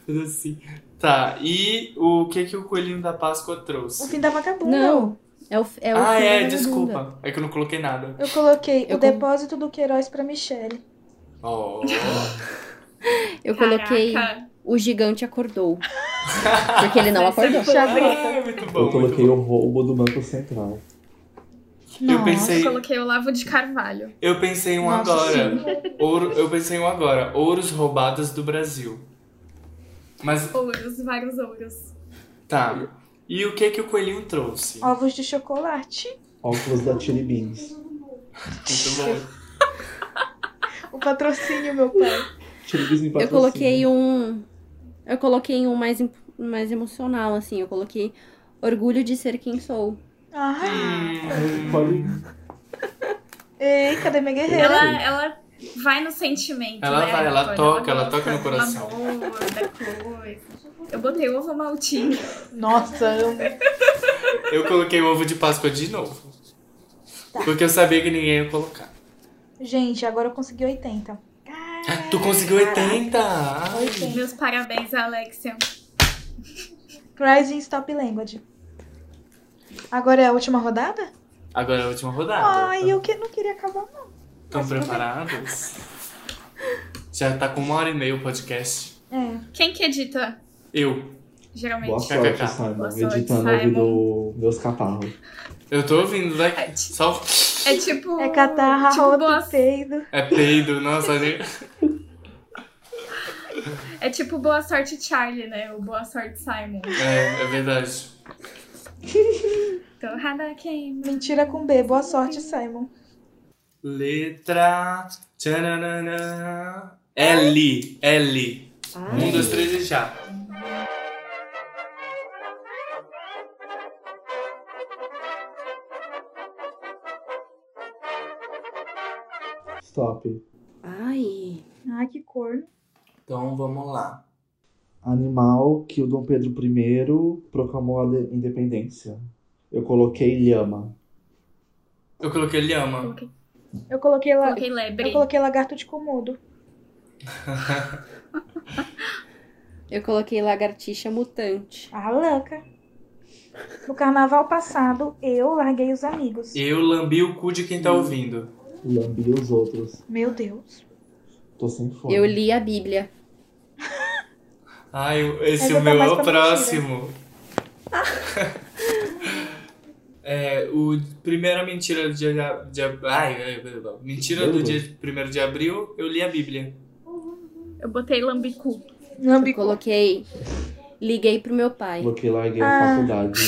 Tudo assim. Tá, e o que que o coelhinho da Páscoa
O
trouxe?
fim da vagabunda.
Não. É o, é o
ah,
fim da
é,
vagabunda.
desculpa. É que eu não coloquei nada.
Eu coloquei
Eu com-
o depósito do Queiroz pra Michelle.
(laughs) Oh.
Eu coloquei
Caraca.
o
(laughs)
gigante acordou. Porque ele não acordou.
Tá
Ah, muito bom.
Eu coloquei
muito
o roubo do Banco Central.
bom. Eu pensei,
Coloquei o lavo de carvalho.
eu pensei em um
Nossa,
agora. Ouro, eu pensei em um agora. Ouros roubados do Brasil. Mas
Ouros, vários ouros.
tá. E o que que o coelhinho trouxe?
Ovos de chocolate.
Óculos da Chili Beans.
Muito bom.
O patrocínio, meu pai.
Chili Beans me
Eu coloquei um. Eu coloquei um mais, em- mais emocional, assim. Eu coloquei orgulho de ser quem sou.
Ah.
Hum.
Ai.
um...
Ei, cadê minha guerreira?
Ela, ela vai no sentimento.
Ela
né,
vai, ela
Nicole?
toca, ela
gosta
toca no
do
coração.
amor, da coisa. Eu botei ovo maltinho.
Nossa, amo.
Eu coloquei o ovo de Páscoa de novo. Porque eu sabia que ninguém ia colocar.
Gente, agora eu consegui 80.
Tu conseguiu 80! Ai,
80.
Meus parabéns, Alexia.
Cries in Stop Language. Agora é a última rodada?
Agora é a última rodada.
Ai, eu que- não queria acabar, não.
Estão preparados? (laughs) Já tá com uma hora e meia o podcast.
É.
Quem que edita,
Eu.
geralmente?
Boa
Kkk.
sorte, Simon.
Boa sorte,
Editando
Simon.
ouvindo meus catarros.
Eu tô ouvindo, né?
É, ti-
Só
É tipo...
É catarra,
tipo
roto,
boa,
peido.
(laughs) é peido, nossa, né?
É tipo Boa Sorte Charlie, né? O Boa Sorte Simon.
É, é verdade.
Torrada queima.
Mentira com B. Boa sorte, Simon.
Letra. Tchananana. L. L.
Hum.
Um, dois, três e já.
Stop.
Ai.
Ai, que corno.
Então vamos lá.
Animal que o Dom Pedro I proclamou a de- independência. Eu coloquei lhama.
Eu coloquei lhama.
Coloquei,
Eu coloquei lá.
coloquei lebre.
Eu coloquei lagarto de comodo.
Eu coloquei lagartixa mutante.
Ah, louca. No carnaval passado, eu larguei os amigos.
Eu lambi o cu de quem tá ouvindo.
Lambi os outros.
Meu Deus.
Tô sem fome.
Eu li a Bíblia.
Ai, esse
Essa tá
o meu é
mais
o
pra mentira.
próximo. (laughs) É, o primeira mentira do dia de, a- de a- ai, ai, blá, blá, blá. mentira do dia 1 de abril, eu li a Bíblia.
Eu botei lambicu.
Tipo,
Eu coloquei. Liguei pro meu pai.
Coloquei larguei
Ah.
a faculdade.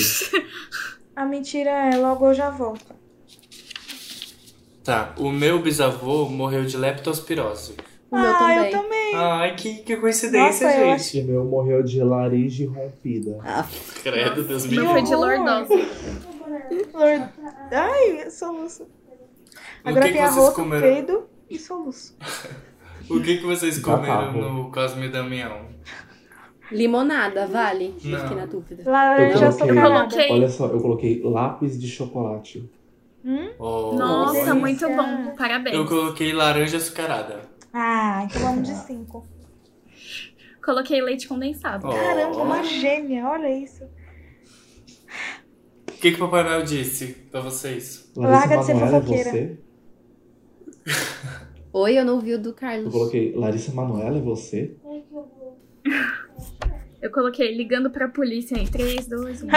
A mentira é logo eu já volto.
Tá, o meu bisavô morreu de leptospirose.
O meu
ah,
também.
eu também.
Ai, que, que coincidência,
Nossa, eu
gente.
O meu morreu de laringe rompida.
Ah,
Credo, Deus
O
me
meu foi de
horror.
lordose.
Lord- Ai, soluço.
O
Agora
que, que
tem a
vocês
roupa,
comeram?
peido e soluço.
O que, que vocês comeram
Catarro.
no Cosme e Damião?
Limonada, vale?
Não.
Fiquei na dúvida.
Laranja
Eu coloquei.
socalada.
Coloquei.
Olha só, eu coloquei lápis de chocolate.
Oh,
Nossa,
olha.
muito bom. Parabéns.
Eu coloquei laranja açucarada.
Ah, então vamos de cinco.
Coloquei leite condensado.
Ó.
Caramba, uma gêmea, olha isso.
O que, que o Papai Noel disse pra vocês?
Larissa
Larga de ser
Manoela é
fofoqueira.
você?
Oi, eu não vi o do
Eu
Carlos.
coloquei Larissa Manoela é você?
Eu coloquei ligando pra polícia em 3, 2, 1.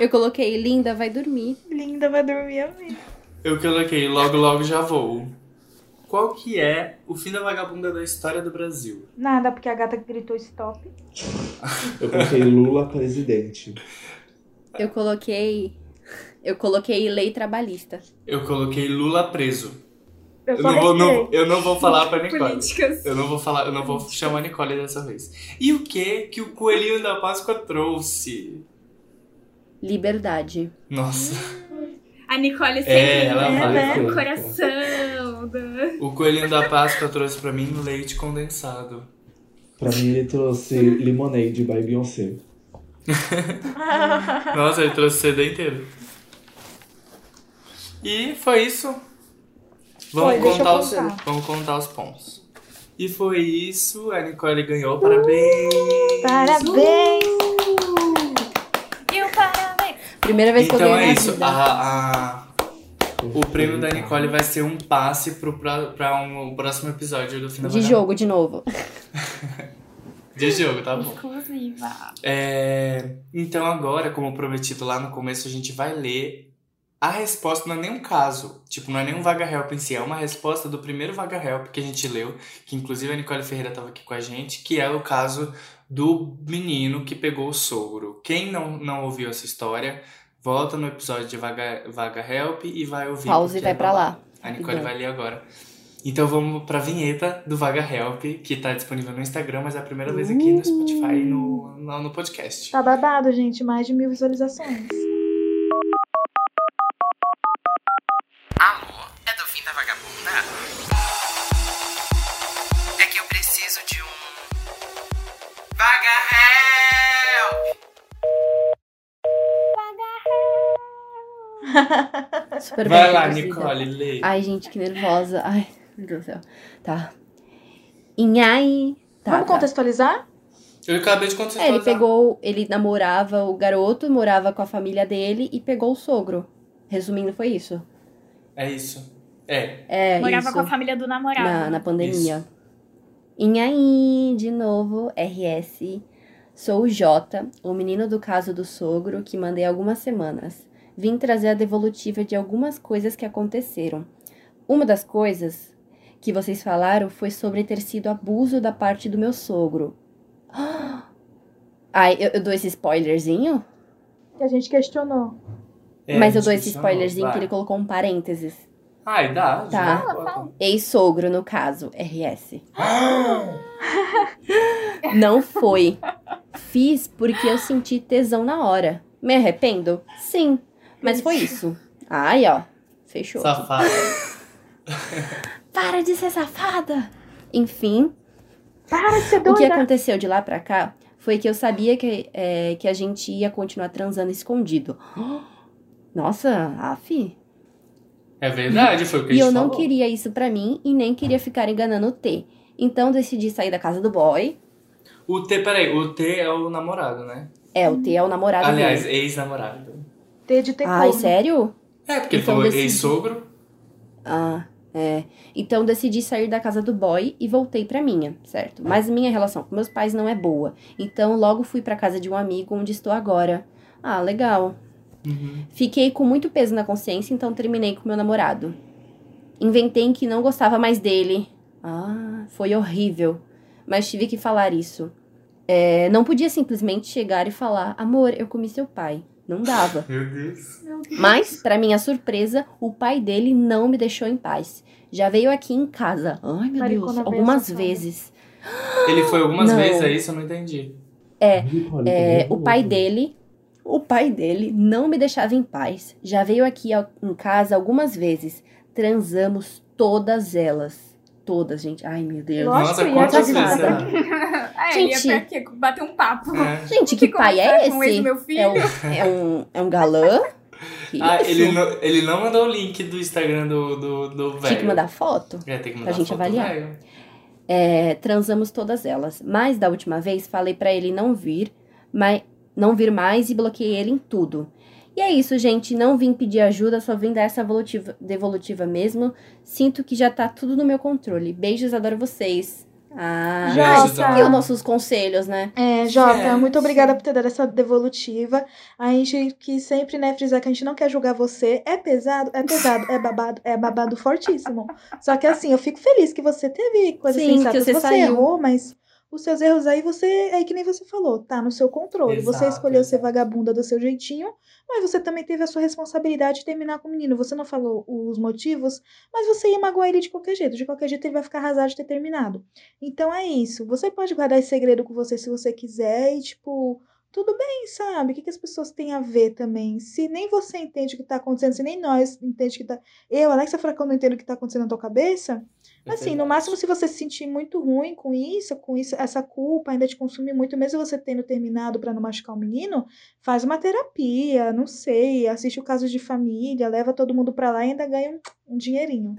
Eu coloquei linda, vai dormir.
Linda, vai dormir, amiga.
Eu coloquei logo, logo já vou. Qual que é o fim da vagabunda da história do Brasil?
Nada, porque a gata gritou stop.
Eu coloquei Lula presidente.
Tá.
Eu coloquei. Eu coloquei lei trabalhista.
Eu coloquei Lula preso.
Eu
Eu
só
não vou,
respirei.
não- eu não vou falar pra Nicole.
Políticas.
Eu não vou falar, eu não vou chamar a Nicole dessa vez. E o que que o coelhinho da Páscoa trouxe?
Liberdade.
Nossa,
A Nicole sempre
É, ela
né,
vai
né,
fazer.
o coração. do-
o coelhinho da Páscoa trouxe pra mim leite condensado.
Pra mim ele trouxe Lemonade by Beyoncé.
Nossa, ele trouxe o CD inteiro. E foi isso. Vamos,
Foi, deixa eu
contar os,
contar.
vamos contar os pontos. E foi isso. A Nicole ganhou. Parabéns.
Parabéns!
E o parabéns.
Primeira vez que eu
Então
ganhei
é
na
isso.
vida.
A, a- o prêmio da Nicole vai ser um passe pro, pra, pra um, o próximo episódio do Final
De jogo, de novo.
De jogo, tá bom.
Exclusiva.
É, então agora, como prometido lá no começo, a gente vai ler a resposta, não é nenhum caso, tipo, não é nenhum vaga help em si, é uma resposta do primeiro vaga help que a gente leu, que inclusive a Nicole Ferreira estava aqui com a gente, que é o caso do menino que pegou o sogro. Quem não, não ouviu essa história, volta no episódio de vaga, vaga help e vai ouvir.
Pausa e
porque
vai
é
pra lá.
a Nicole
Rapidão.
vai ler agora. Então vamos pra vinheta do Vaga Help, que tá disponível no Instagram, mas é a primeira vez aqui no Spotify e no, no, no podcast.
Tá babado, gente. Mais de mil visualizações.
Alô, é do fim da vagabunda? É que eu preciso de um. Vaga help!
(laughs)
Super
Vai
bem
lá,
produzida.
Nicole, lê.
Ai, gente, que nervosa. Ai, meu Deus do céu. Tá. Inhai. Tá,
Vamos
tá.
contextualizar?
Eu acabei de contestar.
É, ele pegou, ele namorava o garoto, morava com a família dele e pegou o sogro. Resumindo, foi isso.
É isso. É.
É,
Morava
isso,
com a família do namorado.
na, na pandemia. Inhaí, de novo, RS. Sou o Jota, o menino do caso do sogro que mandei algumas semanas. Vim trazer a devolutiva de algumas coisas que aconteceram. Uma das coisas que vocês falaram foi sobre ter sido abuso da parte do meu sogro. (gasps) Ai, eu, eu dou esse spoilerzinho?
Que a gente questionou.
é,
Mas eu
a
dou
gente
esse
chamou,
spoilerzinho
vai.
que ele colocou um parênteses.
Ai, dá.
Tá.
já, bota.
Ex-sogro, no caso, RS. (gasps) Não foi. Fiz porque eu senti tesão na hora. Me arrependo? Sim. Mas foi isso. Ai, ó. Fechou.
Safada.
Para de ser safada! Enfim,
Para de ser
O que
doida!
aconteceu de lá pra cá foi que eu sabia que, é, que a gente ia continuar transando escondido. Nossa, af.
É verdade, foi o que a
E
gente
eu não
falou.
queria isso pra mim e nem queria ficar enganando o T. Então decidi sair da casa do boy.
O T, peraí, o T é o namorado, né?
É, o T é o namorado
Aliás,
dele.
ex-namorado.
Ter de ter
Ai,
corno.
sério?
É, porque ele
Então
falou
decidi.
ex-sogro.
Ah, é. Então decidi sair da casa do boy e voltei pra minha, certo? Mas minha relação com meus pais não é boa. Então logo fui pra casa de um amigo onde estou agora. Ah, legal.
Uhum.
Fiquei com muito peso na consciência, então terminei com meu namorado. Inventei que não gostava mais dele. Ah, foi horrível. Mas tive que falar isso. É, não podia simplesmente chegar e falar: Amor, eu comi seu pai. Não dava.
Meu Deus.
Mas, pra minha surpresa, o pai dele não me deixou em paz. Já veio aqui em casa. Ai, meu
Maricona
Deus,
bem
algumas
safada.
vezes.
Ele foi algumas
Não.
vezes, é isso? Eu não entendi.
Nicole,
É,
tá
o pai
louco.
dele, o pai dele não me deixava em paz. Já veio aqui ao- em casa algumas vezes. Transamos todas elas. Todas, gente. Ai, meu Deus.
Lógico,
Nossa,
e a
quantas
Jota
vezes?
Safada.
será?
(laughs) É, ele ia
Gente.
pra quê? Bater um papo.
É.
(laughs)
Gente, que pai
conversar
é
Com esse
esse?
meu
(laughs)
filho.
É um, é, um, é um galã? Que
Ah,
isso?
ele não, ele não mandou o link do Instagram do, do, do velho.
Tinha que mandar foto?
É, tem que mandar
pra gente
foto do
avaliar.
velho.
É, transamos todas elas. Mas da última vez falei pra ele não vir, mas não vir mais e bloqueei ele em tudo. E é isso, gente. Não vim pedir ajuda, só vim dar essa evolutiva- devolutiva mesmo. Sinto que já tá tudo no meu controle. Beijos, adoro vocês. Ah,
Já.
e os nossos conselhos, né?
É, Jota,
É, sim.
muito obrigada por ter dado essa devolutiva. A gente quis sempre, né, frisar que a gente não quer julgar você. É pesado, é pesado, é babado, é babado fortíssimo. Só que assim, eu fico feliz que você teve coisas
Sim,
sensatas.
que você
você
saiu.
errou, mas os seus erros aí você, é que nem você falou, tá no seu controle. você
Exato,
escolheu ser
exato.
vagabunda do seu jeitinho, mas você também teve a sua responsabilidade de terminar com o menino. Você não falou os motivos, mas você ia magoar ele de qualquer jeito. De qualquer jeito ele vai ficar arrasado de ter terminado. Então é isso. Você pode guardar esse segredo com você se você quiser e, tipo, tudo bem, sabe? O que, que as pessoas têm a ver também? Se nem você entende o que tá acontecendo, se nem nós entende o que tá. Eu, Alexa Furacão, não entendo o que tá acontecendo na tua cabeça. Assim, no máximo, se você se sentir muito ruim com isso, com isso, essa culpa ainda te consumir muito, mesmo você tendo terminado pra não machucar o menino, faz uma terapia, não sei, assiste o caso de família, leva todo mundo pra lá e ainda ganha um, um dinheirinho.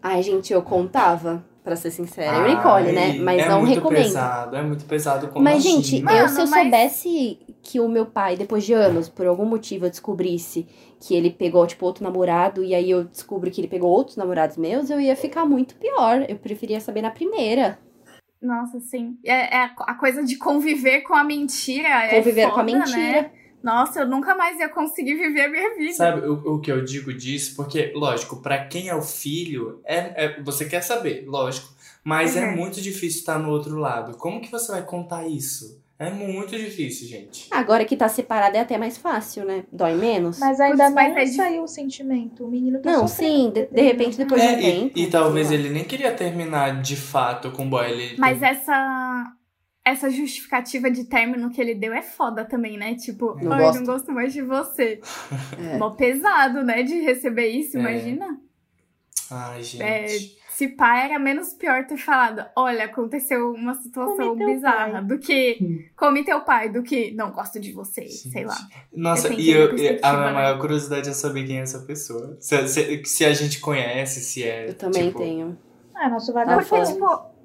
Ai, gente, eu contava, pra ser sincera. eu
Ai,
encolho, né? Mas
é
não
muito
recomendo.
Pesado, é muito pesado. como
Mas,
assim?
gente, eu,
Mano,
se eu
mas-
soubesse que o meu pai, depois de anos, por algum motivo, eu descobrisse que ele pegou, tipo, outro namorado, e aí eu descubro que ele pegou outros namorados meus, eu ia ficar muito pior. Eu preferia saber na primeira.
Nossa, sim. É, é a co- a coisa de conviver com a mentira.
Conviver
é
com a
foda,
mentira.
Né? Nossa, eu nunca mais ia conseguir viver a minha vida.
Sabe o, o que eu digo disso? Porque, lógico, pra quem é o filho, é, é- você quer saber, lógico. Mas é
Uhum.
muito difícil estar no outro lado. Como que você vai contar isso? É muito difícil, gente.
Agora que tá separado é até mais fácil, né? Dói menos.
Mas ainda
Putz, mas
não
é difícil.
saiu o sentimento. O menino tá
Não,
sofrendo
sim,
por
de,
ter
de repente
terminado.
depois de um
É, e,
tempo.
e talvez
sei lá.
ele nem queria terminar de fato com o boy. Ele
Mas essa essa justificativa de término que ele deu é foda também, né? Tipo,
Não
"Ai,
gosto."
não gosto mais de você.
(laughs) É.
Mó pesado, né? De receber isso,
É.
imagina.
Ai, gente.
É, se pá, era menos pior ter falado, olha, aconteceu uma situação
Come teu
bizarra,
pai.
do que come teu pai, do que não gosto de você,
Gente.
sei lá.
Nossa,
Eu
e,
entendi a
eu- e
perspectiva,
a minha
né?
maior curiosidade é saber quem é essa pessoa. Se, se- se a gente conhece, se é.
Eu também
tipo,
tenho.
Ah, nosso
Tá
Porque,
foda.
vagabundo.
tipo,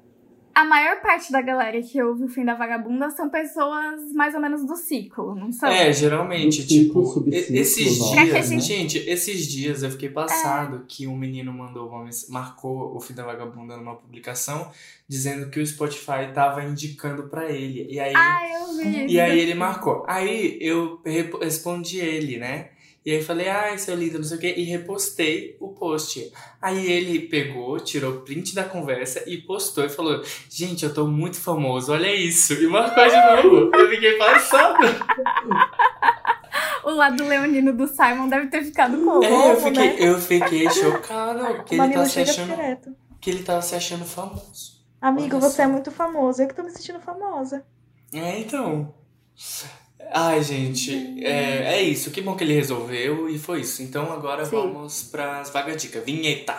a maior parte da galera que ouve o fim da vagabunda são pessoas mais ou menos do ciclo, não são?
É, geralmente,
Do ciclo,
tipo, e-
subciclo,
esses
não.
Será né? É que a
dias,
gente- É.
gente, esses dias eu fiquei passado que um menino mandou uma mens- marcou o fim da vagabunda numa publicação dizendo que o Spotify tava indicando pra ele. E aí,
Ah, eu vi.
e aí ele marcou. Aí eu rep- respondi ele, né? E aí falei, ai, seu lindo, não sei o quê, e repostei o post. Aí ele pegou, tirou print da conversa e postou e falou: Gente, eu tô muito famoso, olha isso. E marcou de novo. Eu fiquei passado.
O lado leonino do Simon deve ter ficado com
É, eu
Novo,
fiquei,
né?
eu fiquei chocado que
o
ele,
Danilo
tava se
chega
achando,
direto.
que ele tava se achando famoso.
Amigo,
Olha
você
só.
é muito famoso. Eu que tô me sentindo famosa.
É, então. Ai, gente, é, é isso. Que bom que ele resolveu e foi isso. Então agora
Sim.
vamos pras vaga dica. Vinheta.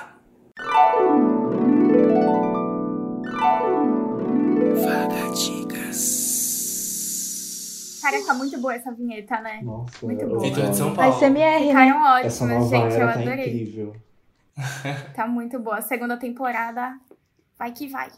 Vaga dicas.
Cara, tá muito boa essa vinheta, né?
Nossa,
Muito
eu
bom.
Vitor é de
amo.
São
A
Paulo.
SMR, né?
Ficaram ótimas,
Essa nova
gente. Eu
era tá
adorei.
incrível.
Tá, muito boa. Segunda temporada. Vai que vai.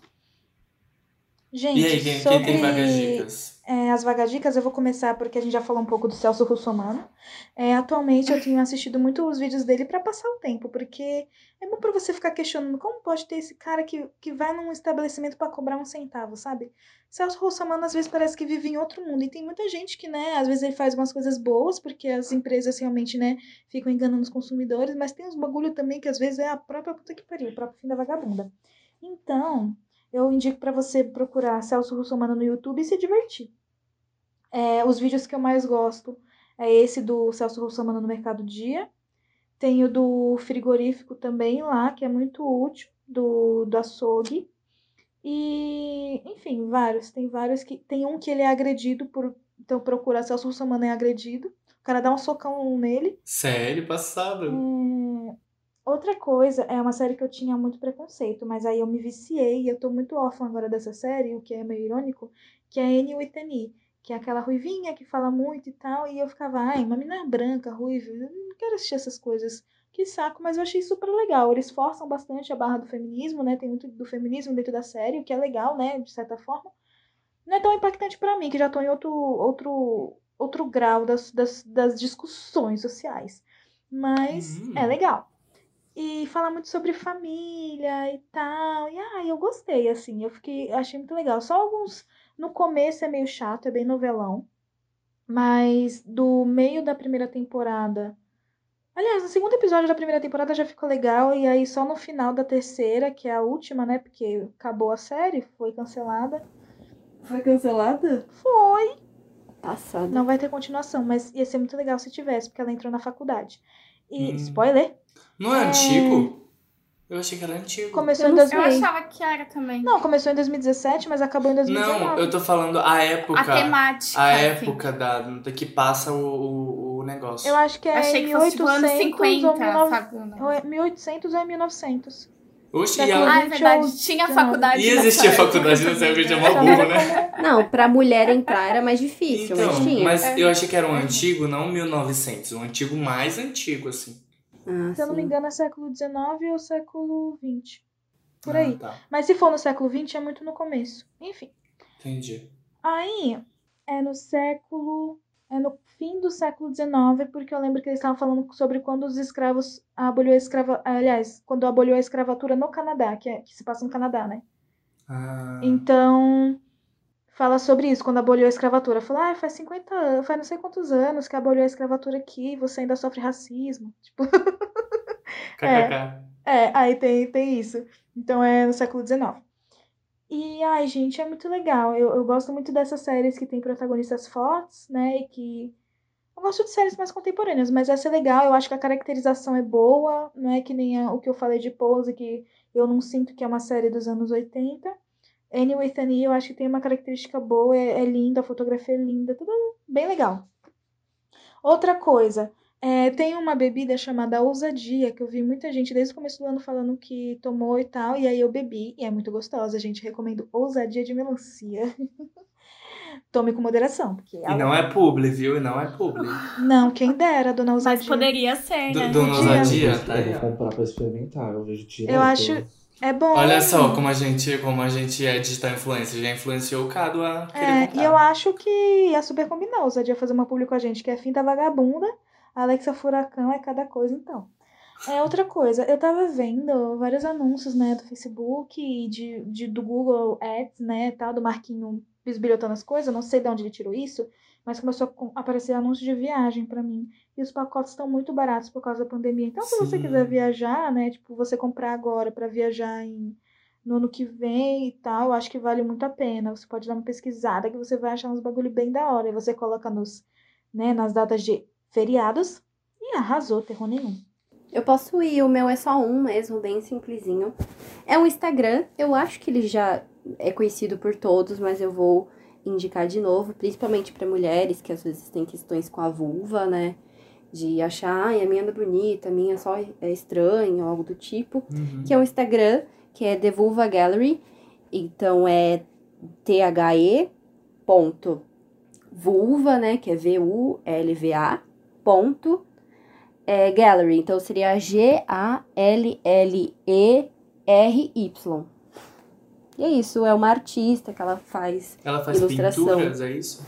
Gente,
E aí, quem, quem
sobre
tem vagas dicas?
é, as vagadicas, eu vou começar porque a gente já falou um pouco do Celso Russomano. É, atualmente eu tenho assistido muito os vídeos dele pra passar o tempo, porque é bom pra você ficar questionando como pode ter esse cara que, que vai num estabelecimento pra cobrar um centavo, sabe? Celso Russomano às vezes parece que vive em outro mundo e tem muita gente que, né, às vezes ele faz umas coisas boas porque as empresas realmente, né, ficam enganando os consumidores, mas tem uns bagulho também que às vezes é a própria puta que pariu, o próprio fim da vagabunda. Então, eu indico pra você procurar Celso Russomano no YouTube e se divertir. É, os vídeos que eu mais gosto é esse do Celso Russomano no Mercado Dia. Tem o do frigorífico também lá, que é muito útil, do, do açougue. E, enfim, vários. Tem vários que. Tem um que ele é agredido por. Então procura Celso Russomano é agredido. O cara dá um socão nele.
Sério, passado.
É, Outra coisa é uma série que eu tinha muito preconceito, mas aí eu me viciei e eu tô muito órfã agora dessa série, o que é meio irônico, que é Anne Whitney, que é aquela ruivinha que fala muito e tal, e eu ficava, ai, uma menina branca, ruiva, eu não não quero assistir essas coisas. Que saco, mas eu achei super legal. Eles forçam bastante a barra do feminismo, né? Tem muito do feminismo dentro da série, o que é legal, né? De certa forma. Não é tão impactante para mim, que já tô em outro, outro, outro grau das, das, das discussões sociais. Mas
Uhum.
Hum.
é legal. E fala muito sobre família e tal. E ai, eu gostei, assim. Eu fiquei, eu achei muito legal. Só alguns. No começo é meio chato, é bem novelão. Mas do meio da primeira temporada. Aliás, no segundo episódio da primeira temporada já ficou legal. E aí só no final da terceira, que é a última, né? Porque acabou a série, foi cancelada.
Foi cancelada?
Foi!
Passada.
(laughs) Não vai ter continuação, mas ia ser muito legal se tivesse, porque ela entrou na faculdade. E,
Hum.
spoiler,
Não é,
É.
antigo? Eu achei que era antigo.
começou
Eu
em
não sei.
Eu
2000.
achava que era também.
Não, começou em 2017, mas acabou em
Não,
2019.
eu tô falando a época.
a temática. assim.
a
enfim.
época da, da que passa o, o, o negócio.
Eu acho que é
Achei que fosse tipo anos
1800 ou
50,
1900.
sabe?
Ou é 1800 ou é 1900.
Oxe,
da
e,
coisa-
a,
Ah, é verdade.
20
Tinha
ou
faculdade.
e
nessa
existia
época
faculdade nessa época
também,
de
né?
uma
Já
burra, né?
era
Não, pra mulher entrar era mais difícil,
Então,
mas tinha.
mas
É.
eu achei que era um antigo, não 1900, um antigo mais antigo, assim.
Ah,
Se eu
Assim.
não me
sim.
engano, é século 19 ou século 20. Por
Ah,
aí.
tá,
Mas se for no século 20, é muito no começo. Enfim.
entendi.
Aí é no século. É no fim do século XIX, porque eu lembro que eles estavam falando sobre quando os escravos aboliu a escrava. Aliás, quando aboliu a escravatura no Canadá, que, é, que se passa no Canadá, né?
Ah,
Então, fala sobre isso, quando aboliu a escravatura. Fala, ah, faz 50 anos, faz não sei quantos anos que aboliu a escravatura aqui, e você ainda sofre racismo. Tipo,
kkk.
é, aí tem, tem isso. Então é no século XIX. E, ai, gente, é muito legal. Eu, eu gosto muito dessas séries que tem protagonistas fortes, né? E que. Eu gosto de séries mais contemporâneas, mas essa é legal. Eu acho que a caracterização é boa. Não é que nem a- o que eu falei de Pose, que eu não sinto que é uma série dos anos 80. Annie with Annie, eu acho que tem uma característica boa. É, é linda, a fotografia é linda, tudo bem legal. Outra coisa. É, tem uma bebida chamada ousadia, que eu vi muita gente desde o começo do ano falando que tomou e tal, e aí eu bebi, e é muito gostosa, gente. Recomendo ousadia de melancia. (laughs) Tome com moderação, porque
E não é publi, viu? E não é publi.
não, quem dera, dona ousadia.
Mas poderia ser,
Do-
né?
dona ousadia,
eu, vou,
tá
eu
aí.
vou
ó.
comprar pra experimentar, eu vejo direto.
acho- É bom.
Olha só como a gente, como a gente é digital influencer, já influenciou o Cado a querer
É,
comprar.
e eu acho que é super combinar ousadia fazer uma publi com a gente, que é fim da vagabunda, Alexa Furacão é cada coisa, então. É outra coisa, eu tava vendo vários anúncios, né, do Facebook e de, de, do Google Ads, né, tal, do Marquinho bisbilhotando as coisas, não sei de onde ele tirou isso, mas começou a com- aparecer anúncio de viagem pra mim. E os pacotes estão muito baratos por causa da pandemia. Então, se você
Sim.
quiser viajar, né, tipo, você comprar agora pra viajar em no ano que vem e tal, eu acho que vale muito a pena. Você pode dar uma pesquisada que você vai achar uns bagulho bem da hora. E você coloca nos, né, nas datas de feriados e arrasou, terror nenhum.
Eu posso ir, o meu é só um mesmo, bem simplesinho. É um Instagram, eu acho que ele já é conhecido por todos, mas eu vou indicar de novo, principalmente pra mulheres que às vezes têm questões com a vulva, né? De achar, ai, a minha anda bonita, a minha só é estranha, ou algo do tipo.
Uhum.
que é um Instagram, que é The Vulva Gallery. Então é THE ponto vulva, né, que é V-U-L-V-A, ponto é, gallery. Então seria G-A-L-L-E-R-Y. E é isso, é uma artista que ela faz...
Ela faz
Ilustração.
pinturas, é isso?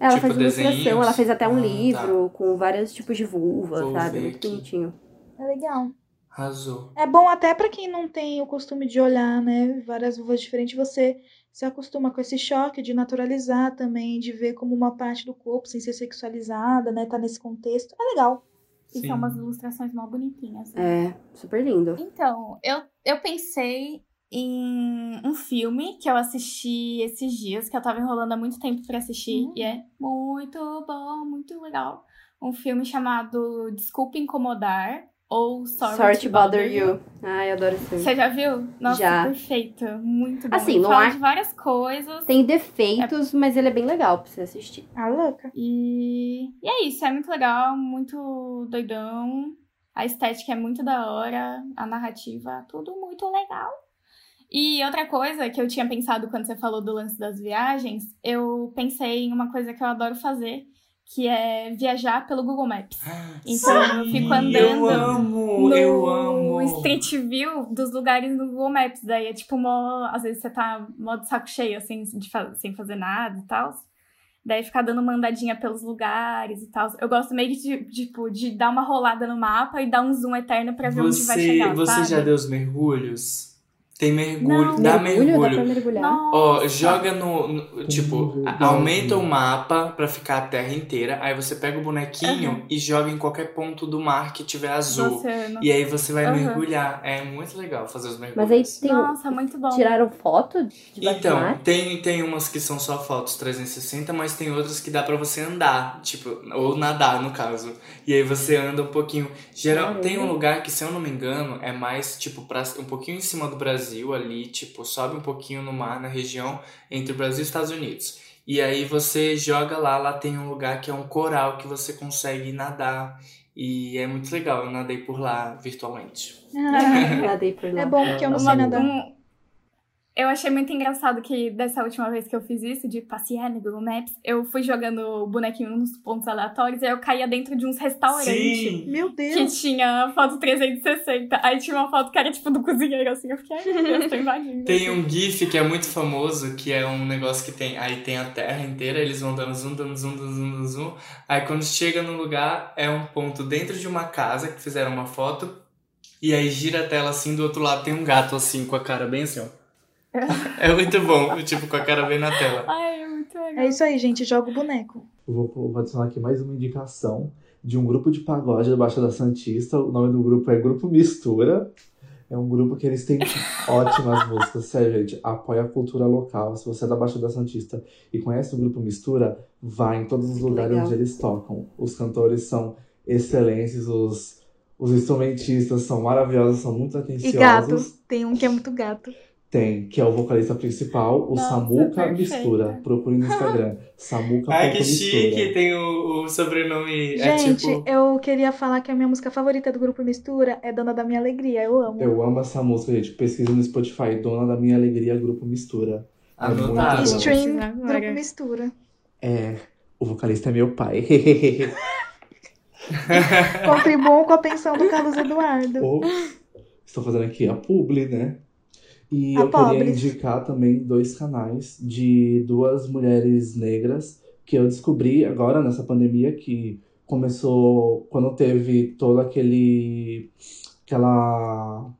Ela
Tipo
faz ilustração,
desenhos?
ela fez até um
Ah, tá.
livro com vários tipos de vulva,
Vou
sabe?
ver
Muito
aqui.
bonitinho.
É legal.
Arrasou.
É bom até pra quem não tem o costume de olhar, né, várias uvas diferentes, você se acostuma com esse choque de naturalizar também, de ver como uma parte do corpo sem ser sexualizada, né, tá nesse contexto. É legal.
E
Sim.
são umas ilustrações mó bonitinhas. né?
É, super lindo.
Então, eu, eu pensei em um filme que eu assisti esses dias, que eu tava enrolando há muito tempo pra assistir,
Hum.
e é muito bom, muito legal. Um filme chamado Desculpa Incomodar, ou Sorry,
Sorry to bother you. Ai, eu adoro esse filme.
Você já viu? Nossa,
Já.
perfeito. Muito bom.
Assim,
Ele
não
fala
há-
de várias coisas.
Tem defeitos, mas ele é bem legal pra você assistir.
A louca.
E... e é isso, é muito legal, muito doidão. A estética é muito da hora, a narrativa, tudo muito legal. E outra coisa que eu tinha pensado quando você falou do lance das viagens, eu pensei em uma coisa que eu adoro fazer, que é viajar pelo Google Maps.
Ah,
Então eu fico
Eu
andando
amo,
no
Tipo, eu amo.
Street View dos lugares no Google Maps. Daí é tipo, mó, às vezes você tá mó de saco cheio, assim, de fa- sem fazer nada e tal. Daí ficar dando uma andadinha pelos lugares e tal. Eu gosto meio que de, tipo, de dar uma rolada no mapa e dar um zoom eterno pra ver onde vai
Você,
chegar.
você
sabe?
já deu os mergulhos? Tem mergulho,
Não.
dá
dá pra
mergulho.
mergulhar.
Ó,
Nossa.
joga no, no- Tipo,
mergulho.
a- aumenta o mapa pra ficar a terra inteira. Aí você pega o bonequinho e joga em qualquer ponto do mar que tiver azul.
Você não-
E aí você vai
Aham.
mergulhar. É muito legal fazer os mergulhos.
Mas aí tem.
Nossa, muito bom.
Tiraram foto de baixo do
Então,
mar?
tem, tem umas que são só fotos 360, mas tem outras que dá pra você andar, tipo, ou nadar no caso. E aí você anda um pouquinho. Geral,
Caramba.
tem um lugar que, se eu não me engano, é mais tipo pra, um pouquinho em cima do Brasil ali, tipo, sobe um pouquinho no mar na região entre o Brasil e Estados Unidos. E aí você joga lá, lá tem um lugar que é um coral que você consegue nadar. E é muito legal, eu nadei por lá virtualmente.
Nadei por lá.
É bom porque eu não
Uma-
sei nadar.
Um- Eu achei muito engraçado que dessa última vez que eu fiz isso, de passear no Google Maps, eu fui jogando o bonequinho nos pontos aleatórios e aí eu caía dentro de uns restaurantes.
Sim!
Meu
Que
Deus!
tinha foto 360. Aí tinha uma foto que era tipo do cozinheiro, assim. Eu fiquei, ai meu Deus, tô invadindo.
Tem um GIF que é muito famoso, que é um negócio que tem. Aí tem a terra inteira, eles vão dando zoom, dando zoom, dando zoom, dando zoom. Aí quando chega no lugar, é um ponto dentro de uma casa que fizeram uma foto. E aí gira a tela assim, do outro lado tem um gato assim, com a cara bem assim, ó.
(laughs)
É muito bom, tipo, com a cara bem na tela.
Ai, é muito legal.
É isso aí, gente. Joga o boneco.
Eu Vou, vou adicionar aqui mais uma indicação de um grupo de pagode da Baixada Santista. O nome do grupo é Grupo Mistura. É um grupo que eles têm ótimas músicas, sério, gente. Apoia a cultura local. Se você é da Baixada Santista e conhece o Grupo Mistura, vá em todos os lugares
Legal.
onde eles tocam. Os cantores são excelentes, os, os instrumentistas são maravilhosos, são muito
E
atenciosos.
gato. Tem um que é muito gato.
Tem, que é o vocalista principal, o
Nossa,
Samuca
perfeita.
Mistura. Procure no Instagram, Samuca
Ai, que
Mistura.
chique, tem o, o sobrenome. é
Gente,
tipo.
eu queria falar que a minha música favorita do grupo Mistura é Dona da Minha Alegria. Eu amo.
Eu amo essa música, gente. Pesquisa no Spotify, Dona da Minha Alegria, Grupo Mistura.
Anotado.
é muito bom.
Stream,
Agora.
grupo Mistura.
É, o vocalista é meu pai. (laughs)
Contribuam com a pensão do Carlos Eduardo.
Ops, estou fazendo aqui a publi, né? E
A
eu queria
pobres.
indicar também dois canais de duas mulheres negras que eu descobri agora nessa pandemia que começou quando teve todo aquele aquela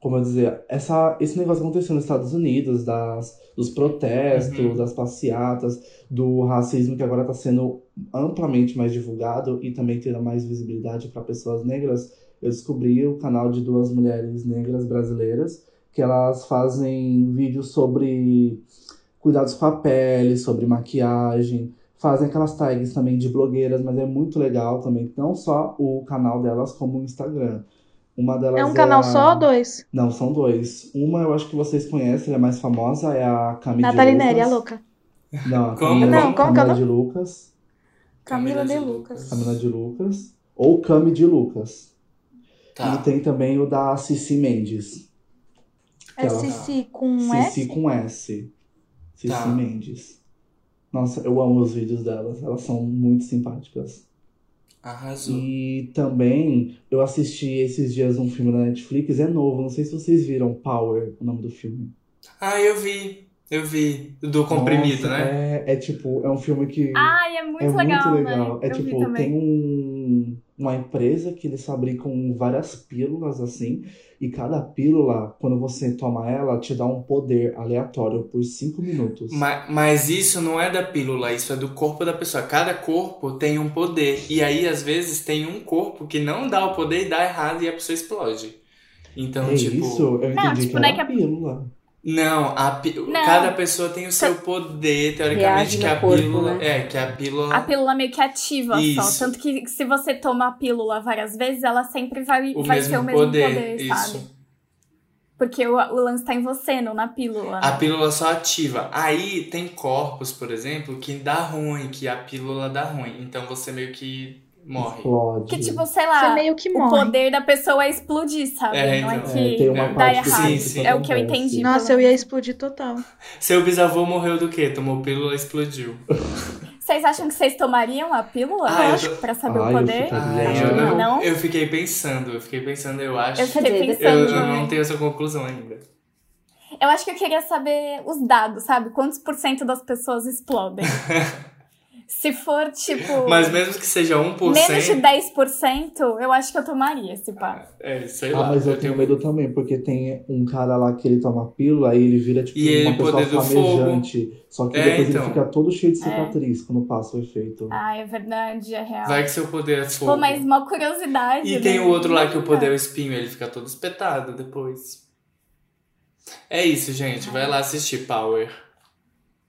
como eu dizer, essa, esse negócio aconteceu nos Estados Unidos, das, dos protestos,
Uhum.
das passeatas, do racismo que agora está sendo amplamente mais divulgado e também tendo mais visibilidade para pessoas negras eu descobri o canal de duas mulheres negras brasileiras que elas fazem vídeos sobre cuidados com a pele, sobre maquiagem, fazem aquelas tags também de blogueiras, mas é muito legal também, não só o canal delas, como o Instagram. Uma delas
É um canal
a-
só ou dois?
Não, são dois. Uma eu acho que vocês conhecem, ela é mais famosa, é a Camila de
Nathalie Neri, a
Lucas.
é louca.
Não, a
Como?
Camila,
Não, como
que é o
Camila
nome?
de Lucas.
Camila de Lucas.
Camila de Lucas. Ou Cami de Lucas.
Tá.
E tem também o da Cici Mendes.
É
Aquela-
Cici com um
Cici
S?
com S. Cici
Tá.
Mendes. Nossa, eu amo os vídeos delas. Elas são muito simpáticas.
Arrasou.
E também eu assisti esses dias um filme da Netflix. É novo, não sei se vocês viram. Power, o nome do filme.
Ah, eu vi. Eu vi. Do comprimido,
Nossa,
né?
É, é tipo, é um filme que.
Ai, é muito
é
legal,
muito legal.
né?
É
eu vi
tipo,
também.
tem um, uma empresa que eles fabricam várias pílulas assim, e cada pílula, quando você toma ela, te dá um poder aleatório por cinco minutos.
Ma- Mas, isso não é da pílula, isso é do corpo da pessoa. Cada corpo tem um poder. E aí, às vezes, tem um corpo que não dá o poder e dá errado e a pessoa explode. Então,
é
tipo.
isso? Eu entendi
tipo,
que
né,
era
que a-
pílula.
Não, a pi-
Não.
cada pessoa tem o seu poder, teoricamente,
Reage
que
no
a
corpo,
pílula.
né?
É, que a pílula.
A pílula meio que ativa
Isso.
só. Tanto que se você toma a pílula várias vezes, ela sempre vai,
o
vai
mesmo
ter o mesmo
poder. isso.
sabe? Porque o, o lance tá em você, não na pílula.
A
né?
pílula só ativa. Aí tem corpos, por exemplo, que dá ruim, que a pílula dá ruim. Então você meio que morre.
Explode.
Que tipo, sei
Você
lá,
meio que
o
morre.
poder da pessoa é explodir, sabe?
É,
não é
então.
É,
que
tem uma
dá
parte do
errado.
filme
Sim,
que
sim.
isso
É o que eu
acontece.
entendi.
Nossa, eu ia explodir total.
Seu bisavô morreu do quê? Tomou pílula, explodiu.
Vocês acham que vocês tomariam a pílula
Ah, eu tô-
pra saber
Ah,
o
eu
poder?
ficaria-
Ah,
eu
eu,
não.
eu fiquei pensando, eu fiquei pensando, eu acho.
Eu
Quer
fiquei
dizer,
Eu,
pensando.
eu não
também.
tenho essa conclusão ainda.
Eu acho que eu queria saber os dados, sabe? Quantos por cento das
(laughs)
pessoas explodem? Se for, tipo,
Mas mesmo que seja 1%.
menos de 10%, eu acho que eu tomaria esse pá.
É, sei lá.
Ah, mas eu tenho medo também, porque tem um cara lá que ele toma pílula, aí ele vira tipo
E ele
uma pessoa
poder do fogo.
flamejante. Só que
É,
depois
então.
ele fica todo cheio de cicatriz quando passa o efeito.
É. Ah, é verdade, é real.
Vai que seu poder é fogo.
Pô, mas uma curiosidade.
E
né?
tem o outro lá que o poder é o espinho, ele fica todo espetado depois. É isso, gente. Vai lá assistir Power. (laughs)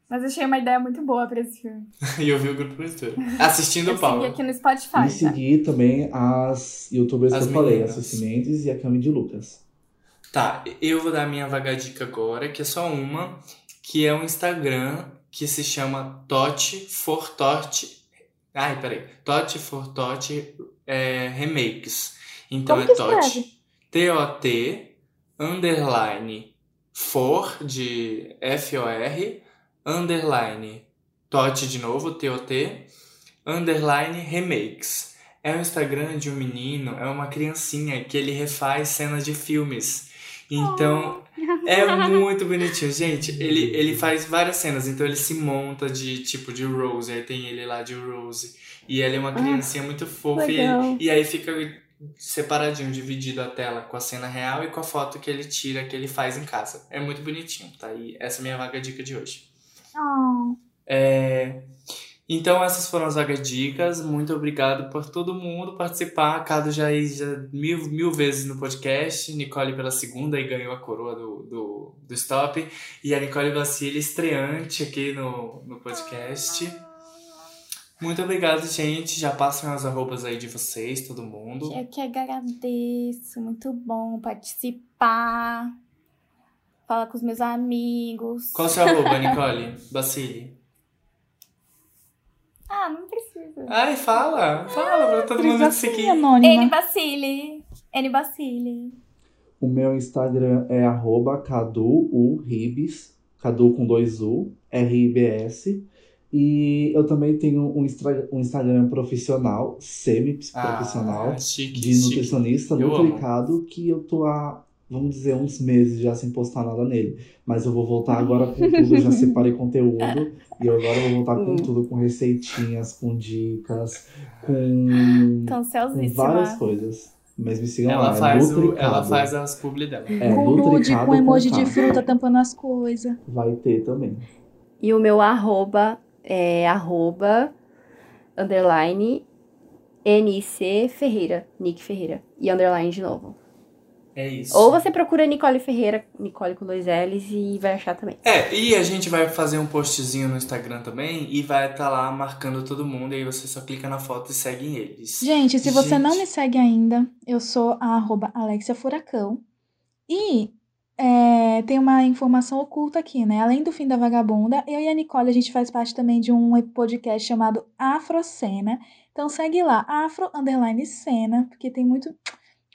Mas achei uma ideia muito boa pra esse filme.
E eu vi o grupo mistura. Assistindo
eu segui
Power.
aqui no Spotify.
E
né?
seguir também as youtubers
As
que eu falei, a
meninas.
Ceci Mendes e a Cami de Lucas.
Tá, eu vou dar minha vagadica agora, que é só uma, que é um Instagram que se chama Tote for Tote. Ai, peraí. Tote for Tote é, Remakes. Então
Como
é
que escreve?
Tote. T-O-T, underline, for, de F-O-R, underline, Tote de novo, T-O-T, underline, remakes. É o Instagram de um menino, é uma criancinha que ele refaz cenas de filmes. Então, é muito bonitinho. Gente, ele, ele faz várias cenas. Então, ele se monta de tipo de Rose. Aí tem ele lá de Rose. E ela é uma criancinha muito fofa. E,
legal.
e aí fica separadinho, dividido a tela com a cena real e com a foto que ele tira, que ele faz em casa. É muito bonitinho, tá? E essa é a minha vaga dica de hoje.
Oh,
É, Então essas foram as vagas dicas. Muito obrigado por todo mundo participar. Cado já, já mil, mil vezes no podcast. Nicole pela segunda e ganhou a coroa do, do, do Stop. E a Nicole Bacilli estreante aqui no, no podcast. Muito obrigado, gente. Já passem as arrobas aí de vocês, todo mundo.
eu que agradeço. Muito bom participar. Falar com os meus amigos.
Qual seu arroba, Nicole? Bacilli.
Ah, não precisa.
Ai, fala! Fala pra todo mundo te
Privacidade
seguir.
N
anônima.
Bacile. N Bacile.
O meu Instagram é arroba caduuribs, cadu com dois u, R-I-B-S. E eu também tenho um, Instra- um Instagram profissional, semi-profissional,
Ah, chique,
de
chique.
nutricionista
Eu amo.
duplicado, que eu tô há, vamos dizer, uns meses já sem postar nada nele. Mas eu vou voltar agora com tudo,
(laughs)
eu já separei conteúdo. E eu agora vou voltar com
Hum.
tudo, com receitinhas, com dicas, com, com
Cancelzíssima.
várias coisas. Mas me sigam
Ela
lá, é
faz, o,
Nutricado.
ela faz as publi dela.
É,
com nude,
Nutricado
com emoji de
Contato.
fruta tampando as coisas.
Vai ter também.
E o meu arroba é arroba underline NC Ferreira, Nick Ferreira. E underline de novo.
É isso.
Ou você procura Nicole Ferreira, Nicole com dois L's e vai achar também.
É, e a gente vai fazer um postzinho no Instagram também e vai estar lá marcando todo mundo. E aí você só clica na foto e segue eles.
Gente, se você não
Gente.
me segue ainda, eu sou a arroba Alexia Furacão. E é, tem uma informação oculta aqui, né? Além do fim da vagabunda, eu e a Nicole, a gente faz parte também de um podcast chamado Afrocena. Então segue lá, afro underline cena, porque tem muito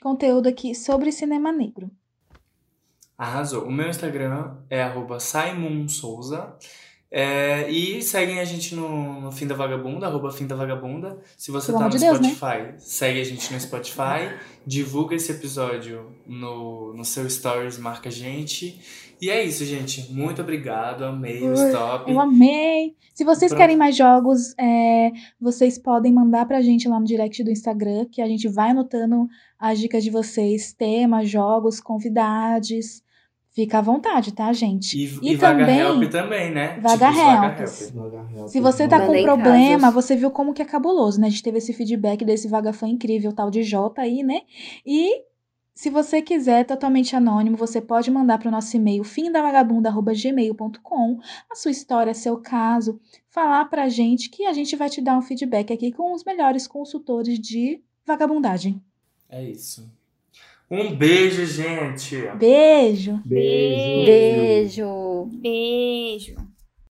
conteúdo aqui sobre cinema negro.
Arrasou. O meu Instagram é arroba SimonSouza. É, e seguem a gente no, no Fim da Vagabunda, arroba Fim da Vagabunda. Se você
Pelo
tá
amor
no
de Deus, né?
Spotify, segue a gente no Spotify. divulga esse episódio no, no seu Stories, marca a gente. E é isso, gente. Muito obrigado. Amei o
Ui,
stop.
Eu amei! Se vocês
Pronto.
querem mais jogos, é, vocês podem mandar pra gente lá no direct do Instagram, que a gente vai anotando as dicas de vocês, temas, jogos, convidados. Fica à vontade, tá, gente?
E,
E
e Vaga
também-
Help também, né?
Vaga
Tipo, os Vaga
Helps.
Help.
Se você tá com
Mandem
problema,
casos.
você viu como que é cabuloso, né? A gente teve esse feedback desse vaga fã incrível, tal de Jota aí, né? E se você quiser, totalmente anônimo, você pode mandar para o nosso e-mail findavagabunda.gmail.com a sua história, seu caso, falar pra gente que a gente vai te dar um feedback aqui com os melhores consultores de vagabundagem.
É isso. Um beijo, gente.
Beijo!
Beijo.
Beijo!
Beijo.